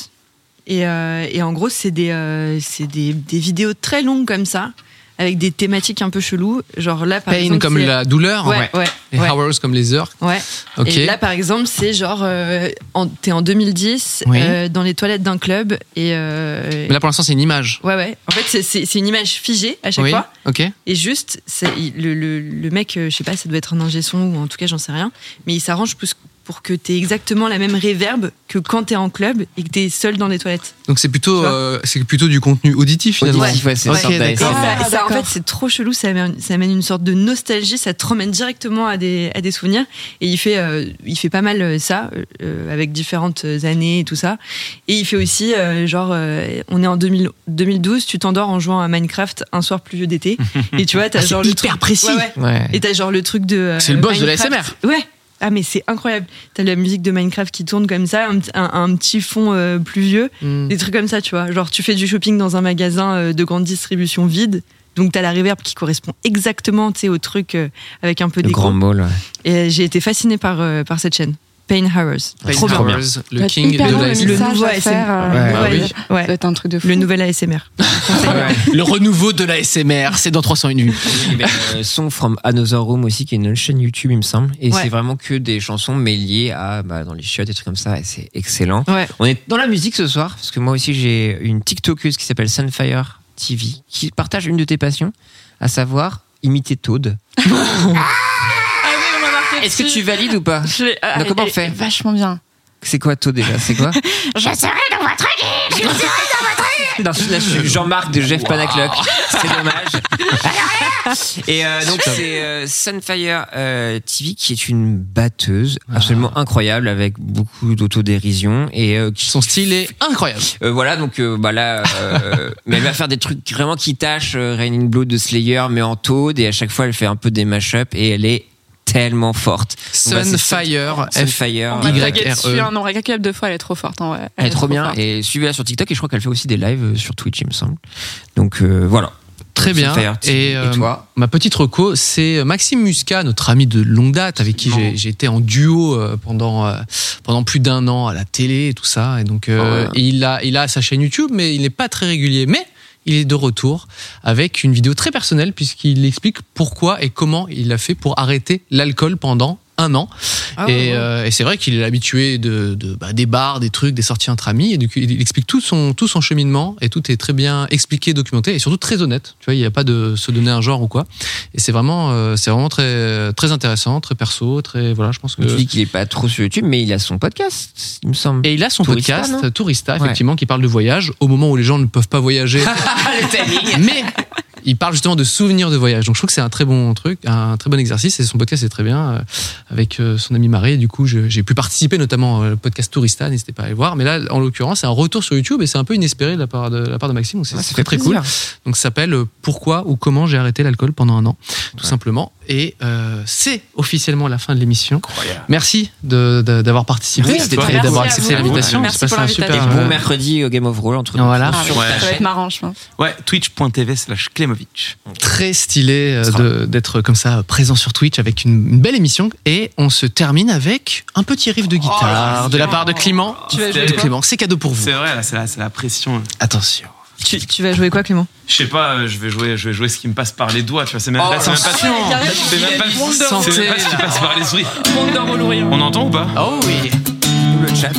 [SPEAKER 5] Et, euh, et en gros, c'est des, euh, c'est des, des vidéos très longues comme ça, avec des thématiques un peu cheloues. Genre là, par
[SPEAKER 1] Pain
[SPEAKER 5] exemple.
[SPEAKER 1] comme
[SPEAKER 5] c'est-
[SPEAKER 1] la douleur.
[SPEAKER 5] Ouais, ouais,
[SPEAKER 1] Et
[SPEAKER 5] ouais.
[SPEAKER 1] Hours comme les heures.
[SPEAKER 5] ouais.
[SPEAKER 1] Ok.
[SPEAKER 5] Et là, par exemple, c'est genre, euh, en- t'es en 2010,
[SPEAKER 1] Oui.
[SPEAKER 5] euh, dans les toilettes d'un club. Et, euh,
[SPEAKER 1] Mais là, pour l'instant, c'est une image.
[SPEAKER 5] ouais, ouais. En fait, c'est- c'est c'est une image figée à chaque
[SPEAKER 1] oui.
[SPEAKER 5] fois.
[SPEAKER 1] Ok.
[SPEAKER 5] Et juste, c'est- il- le, le- le mec, euh, je sais pas, ça doit être un ingé son ou en tout cas, j'en sais rien, mais il s'arrange pour, pour que t'aies exactement la même réverb que quand t'es en club et que t'es seul dans les toilettes.
[SPEAKER 1] Donc c'est plutôt,
[SPEAKER 5] Tu vois
[SPEAKER 1] euh, c'est plutôt du contenu auditif finalement.
[SPEAKER 2] Auditif, ouais, c'est une
[SPEAKER 1] Ok,
[SPEAKER 2] sorte
[SPEAKER 5] Et
[SPEAKER 1] Ah, d'accord.
[SPEAKER 2] d'ASMR.
[SPEAKER 5] ça- et ça, en
[SPEAKER 3] d'accord.
[SPEAKER 5] fait, c'est trop chelou, ça amène, ça amène une sorte de nostalgie, ça te ramène directement à des, à des souvenirs. Et il fait, euh, il fait pas mal euh, ça, euh, avec différentes années et tout ça. Et il fait aussi, euh, genre, euh, on est en 2000 2012, tu t'endors en jouant à Minecraft un soir pluvieux d'été. et tu vois, t'as
[SPEAKER 2] Ah, c'est
[SPEAKER 5] genre le
[SPEAKER 2] hyper
[SPEAKER 5] truc-
[SPEAKER 2] précis.
[SPEAKER 5] Ouais, ouais.
[SPEAKER 2] Ouais.
[SPEAKER 5] Et t'as genre le truc de. euh,
[SPEAKER 1] C'est le boss de
[SPEAKER 5] Minecraft.
[SPEAKER 1] l'ASMR.
[SPEAKER 5] Ouais. Ah mais c'est incroyable. T'as la musique de Minecraft qui tourne comme ça, un, petit- un- un petit fond euh, pluvieux,
[SPEAKER 1] Hmm.
[SPEAKER 5] des trucs comme ça, tu vois. Genre tu fais du shopping dans un magasin euh, de grande distribution vide. Donc t'as la reverb qui correspond exactement, tu sais, au truc euh, avec un peu
[SPEAKER 2] Le
[SPEAKER 5] d'écho.
[SPEAKER 2] grand mall. ouais.
[SPEAKER 5] Et euh, j'ai été fascinée par, euh, par cette chaîne. Pain Hours.
[SPEAKER 1] Pain
[SPEAKER 2] Trop bien.
[SPEAKER 1] Hours, le
[SPEAKER 3] Peut-être
[SPEAKER 1] king
[SPEAKER 3] Bah, hyper
[SPEAKER 1] de
[SPEAKER 3] long,
[SPEAKER 1] la
[SPEAKER 3] le
[SPEAKER 1] SMR.
[SPEAKER 5] le
[SPEAKER 3] message
[SPEAKER 5] nouveau
[SPEAKER 3] à
[SPEAKER 5] ASMR.
[SPEAKER 3] faire, euh,
[SPEAKER 2] Ouais,
[SPEAKER 1] bah oui.
[SPEAKER 5] ouais.
[SPEAKER 3] Ça doit être un truc de fou.
[SPEAKER 5] Le nouvel ASMR.
[SPEAKER 1] Ah Le renouveau de la SMR, c'est dans 301 vues.
[SPEAKER 2] Il y avait, euh, Song from Another Room aussi, qui est une autre chaîne YouTube, il me semble. Et
[SPEAKER 5] Ouais.
[SPEAKER 2] c'est vraiment que des chansons mêlées à bah, dans les chiottes, des trucs comme ça. Et c'est excellent.
[SPEAKER 5] Ouais.
[SPEAKER 2] On est dans la musique ce soir, parce que moi aussi j'ai une TikTokeuse qui s'appelle Sunfire TV, qui partage une de tes passions, à savoir imiter Toad.
[SPEAKER 3] Ah oui, on m'a marqué
[SPEAKER 2] Est-ce que
[SPEAKER 3] dessus.
[SPEAKER 2] tu valides ou pas
[SPEAKER 3] Je l'ai- ah,
[SPEAKER 2] Donc, comment
[SPEAKER 3] elle-
[SPEAKER 2] on fait
[SPEAKER 3] elle est Vachement bien.
[SPEAKER 2] C'est quoi tôt déjà C'est quoi
[SPEAKER 7] Je serai dans votre guide Je serai dans votre guide
[SPEAKER 2] Non, là, je suis Jean-Marc de Jeff Panaclock. C'est dommage. Et euh, donc, c'est euh, Sunfire euh, TV qui est une batteuse
[SPEAKER 1] Ah.
[SPEAKER 2] absolument incroyable avec beaucoup d'autodérision et euh, qui
[SPEAKER 1] Son style est incroyable.
[SPEAKER 2] Euh, voilà, donc euh, bah là, euh, mais elle va faire des trucs vraiment qui tâchent euh, Raining Blood de Slayer, mais en taude, et à chaque fois elle fait un peu des mashups et elle est tellement forte. Donc, bah, c'est
[SPEAKER 1] Sunfire,
[SPEAKER 2] Sun-
[SPEAKER 1] F.
[SPEAKER 2] Sunfire,
[SPEAKER 1] Y-
[SPEAKER 2] euh,
[SPEAKER 3] Raquette
[SPEAKER 1] R-E.
[SPEAKER 3] dessus, hein, non, Raquette deux fois, elle est trop forte. hein, ouais.
[SPEAKER 2] elle est trop bien
[SPEAKER 3] forte.
[SPEAKER 2] et suivez-la sur TikTok et je crois qu'elle fait aussi des lives euh, sur Twitch, il me semble. Donc euh, voilà.
[SPEAKER 1] Très bien.
[SPEAKER 2] Sunfire,
[SPEAKER 1] Et, euh,
[SPEAKER 2] toi
[SPEAKER 1] Ma petite reco, c'est Maxime Muscat, notre ami de longue date, avec qui j'ai j'ai été en duo euh, pendant, euh, pendant plus d'un an à la télé et tout ça. Et donc, euh,
[SPEAKER 2] Oh
[SPEAKER 1] il, a, il a sa chaîne YouTube, mais il n'est pas très régulier. Mais il est de retour avec une vidéo très personnelle, puisqu'il explique pourquoi et comment il a fait pour arrêter l'alcool pendant un an. et euh, et c'est vrai qu'il est habitué de, de- bah, des bars, des trucs, des sorties entre amis. Et du coup, il, il explique tout son, tout son cheminement et tout est très bien expliqué, documenté et surtout très honnête. Tu vois, il n'y a pas de se donner un genre ou quoi. Et c'est vraiment, euh, c'est vraiment très, très intéressant, très perso, très voilà. Je pense que.
[SPEAKER 2] Tu dis qu'il est pas trop sur YouTube, mais il a son podcast, il me semble.
[SPEAKER 1] Et il a son
[SPEAKER 2] Tourista,
[SPEAKER 1] podcast
[SPEAKER 2] non
[SPEAKER 1] Tourista,
[SPEAKER 2] Ouais.
[SPEAKER 1] effectivement, qui parle de voyage au moment où les gens ne peuvent pas voyager.
[SPEAKER 2] Ah, le timing.
[SPEAKER 1] mais il parle justement de souvenirs de voyage. Donc je trouve que c'est un très bon truc, un très bon exercice. Et son podcast est très bien euh, avec euh, son ami Marie. Du coup, je- j'ai pu participer notamment au podcast Tourista. N'hésitez pas à aller voir. Mais là, en l'occurrence, c'est un retour sur YouTube et c'est un peu inespéré de la part de, de la part de Maxime. Donc c'est
[SPEAKER 2] Ah, ça
[SPEAKER 1] très
[SPEAKER 2] fait
[SPEAKER 1] très cool.
[SPEAKER 2] plaisir.
[SPEAKER 1] Donc ça s'appelle euh, Pourquoi ou comment j'ai arrêté l'alcool pendant un an, tout simplement. Et euh, c'est officiellement la fin de l'émission. Merci de- de- d'avoir participé
[SPEAKER 2] Oui, c'était
[SPEAKER 1] et
[SPEAKER 2] très
[SPEAKER 3] bien.
[SPEAKER 1] d'avoir
[SPEAKER 3] Merci
[SPEAKER 1] accepté
[SPEAKER 3] à vous.
[SPEAKER 1] l'invitation.
[SPEAKER 3] Merci
[SPEAKER 1] J'ai passé
[SPEAKER 3] pour
[SPEAKER 1] un
[SPEAKER 2] Et
[SPEAKER 3] l'invitation.
[SPEAKER 1] super,
[SPEAKER 2] bon
[SPEAKER 1] euh,
[SPEAKER 2] mercredi euh, Game of Roll entre nous.
[SPEAKER 1] Voilà.
[SPEAKER 3] Ah,
[SPEAKER 2] sur
[SPEAKER 3] ça
[SPEAKER 2] ta
[SPEAKER 3] va
[SPEAKER 2] chaîne.
[SPEAKER 3] être marrant, je pense.
[SPEAKER 6] Ouais, twitch.tv slash Klemovic.
[SPEAKER 1] très stylé euh,
[SPEAKER 2] Ça
[SPEAKER 1] de- d'être comme ça euh, présent sur Twitch avec une, une belle émission et on se termine avec un petit riff de guitare de la part de Clément.
[SPEAKER 6] Tu vas jouer
[SPEAKER 1] de
[SPEAKER 6] quoi
[SPEAKER 1] Clément, c'est cadeau pour vous.
[SPEAKER 6] C'est vrai, là, c'est la, c'est la pression.
[SPEAKER 1] Attention.
[SPEAKER 5] Tu, tu vas jouer quoi, Clément
[SPEAKER 6] Je sais pas, euh, je vais jouer, je vais jouer ce qui me passe par les doigts, tu vois. C'est même,
[SPEAKER 2] Oh,
[SPEAKER 6] là, c'est même pas
[SPEAKER 2] attention.
[SPEAKER 6] C'est même pas,
[SPEAKER 1] Santé.
[SPEAKER 6] c'est même pas ce qui passe par l'esprit. On entend ou pas
[SPEAKER 1] Oh oui.
[SPEAKER 2] le chat.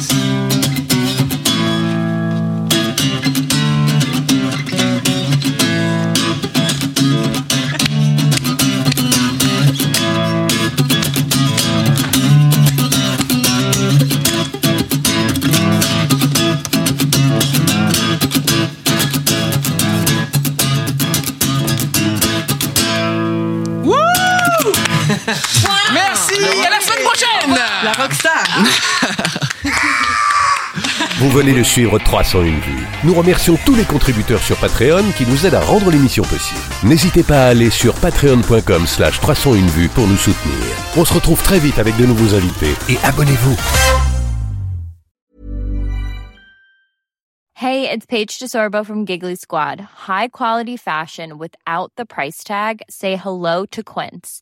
[SPEAKER 1] Oh, Merci. À la semaine prochaine.
[SPEAKER 5] La rockstar
[SPEAKER 4] Vous venez de suivre 301 vues. Nous remercions tous les contributeurs sur Patreon qui nous aident à rendre l'émission possible. N'hésitez pas à aller sur patreon.com slash 301 vues pour nous soutenir. On se retrouve très vite avec de nouveaux invités et abonnez-vous.
[SPEAKER 8] Hey, it's Paige DeSorbo from Giggly Squad. High quality fashion without the price tag. Say hello to Quince.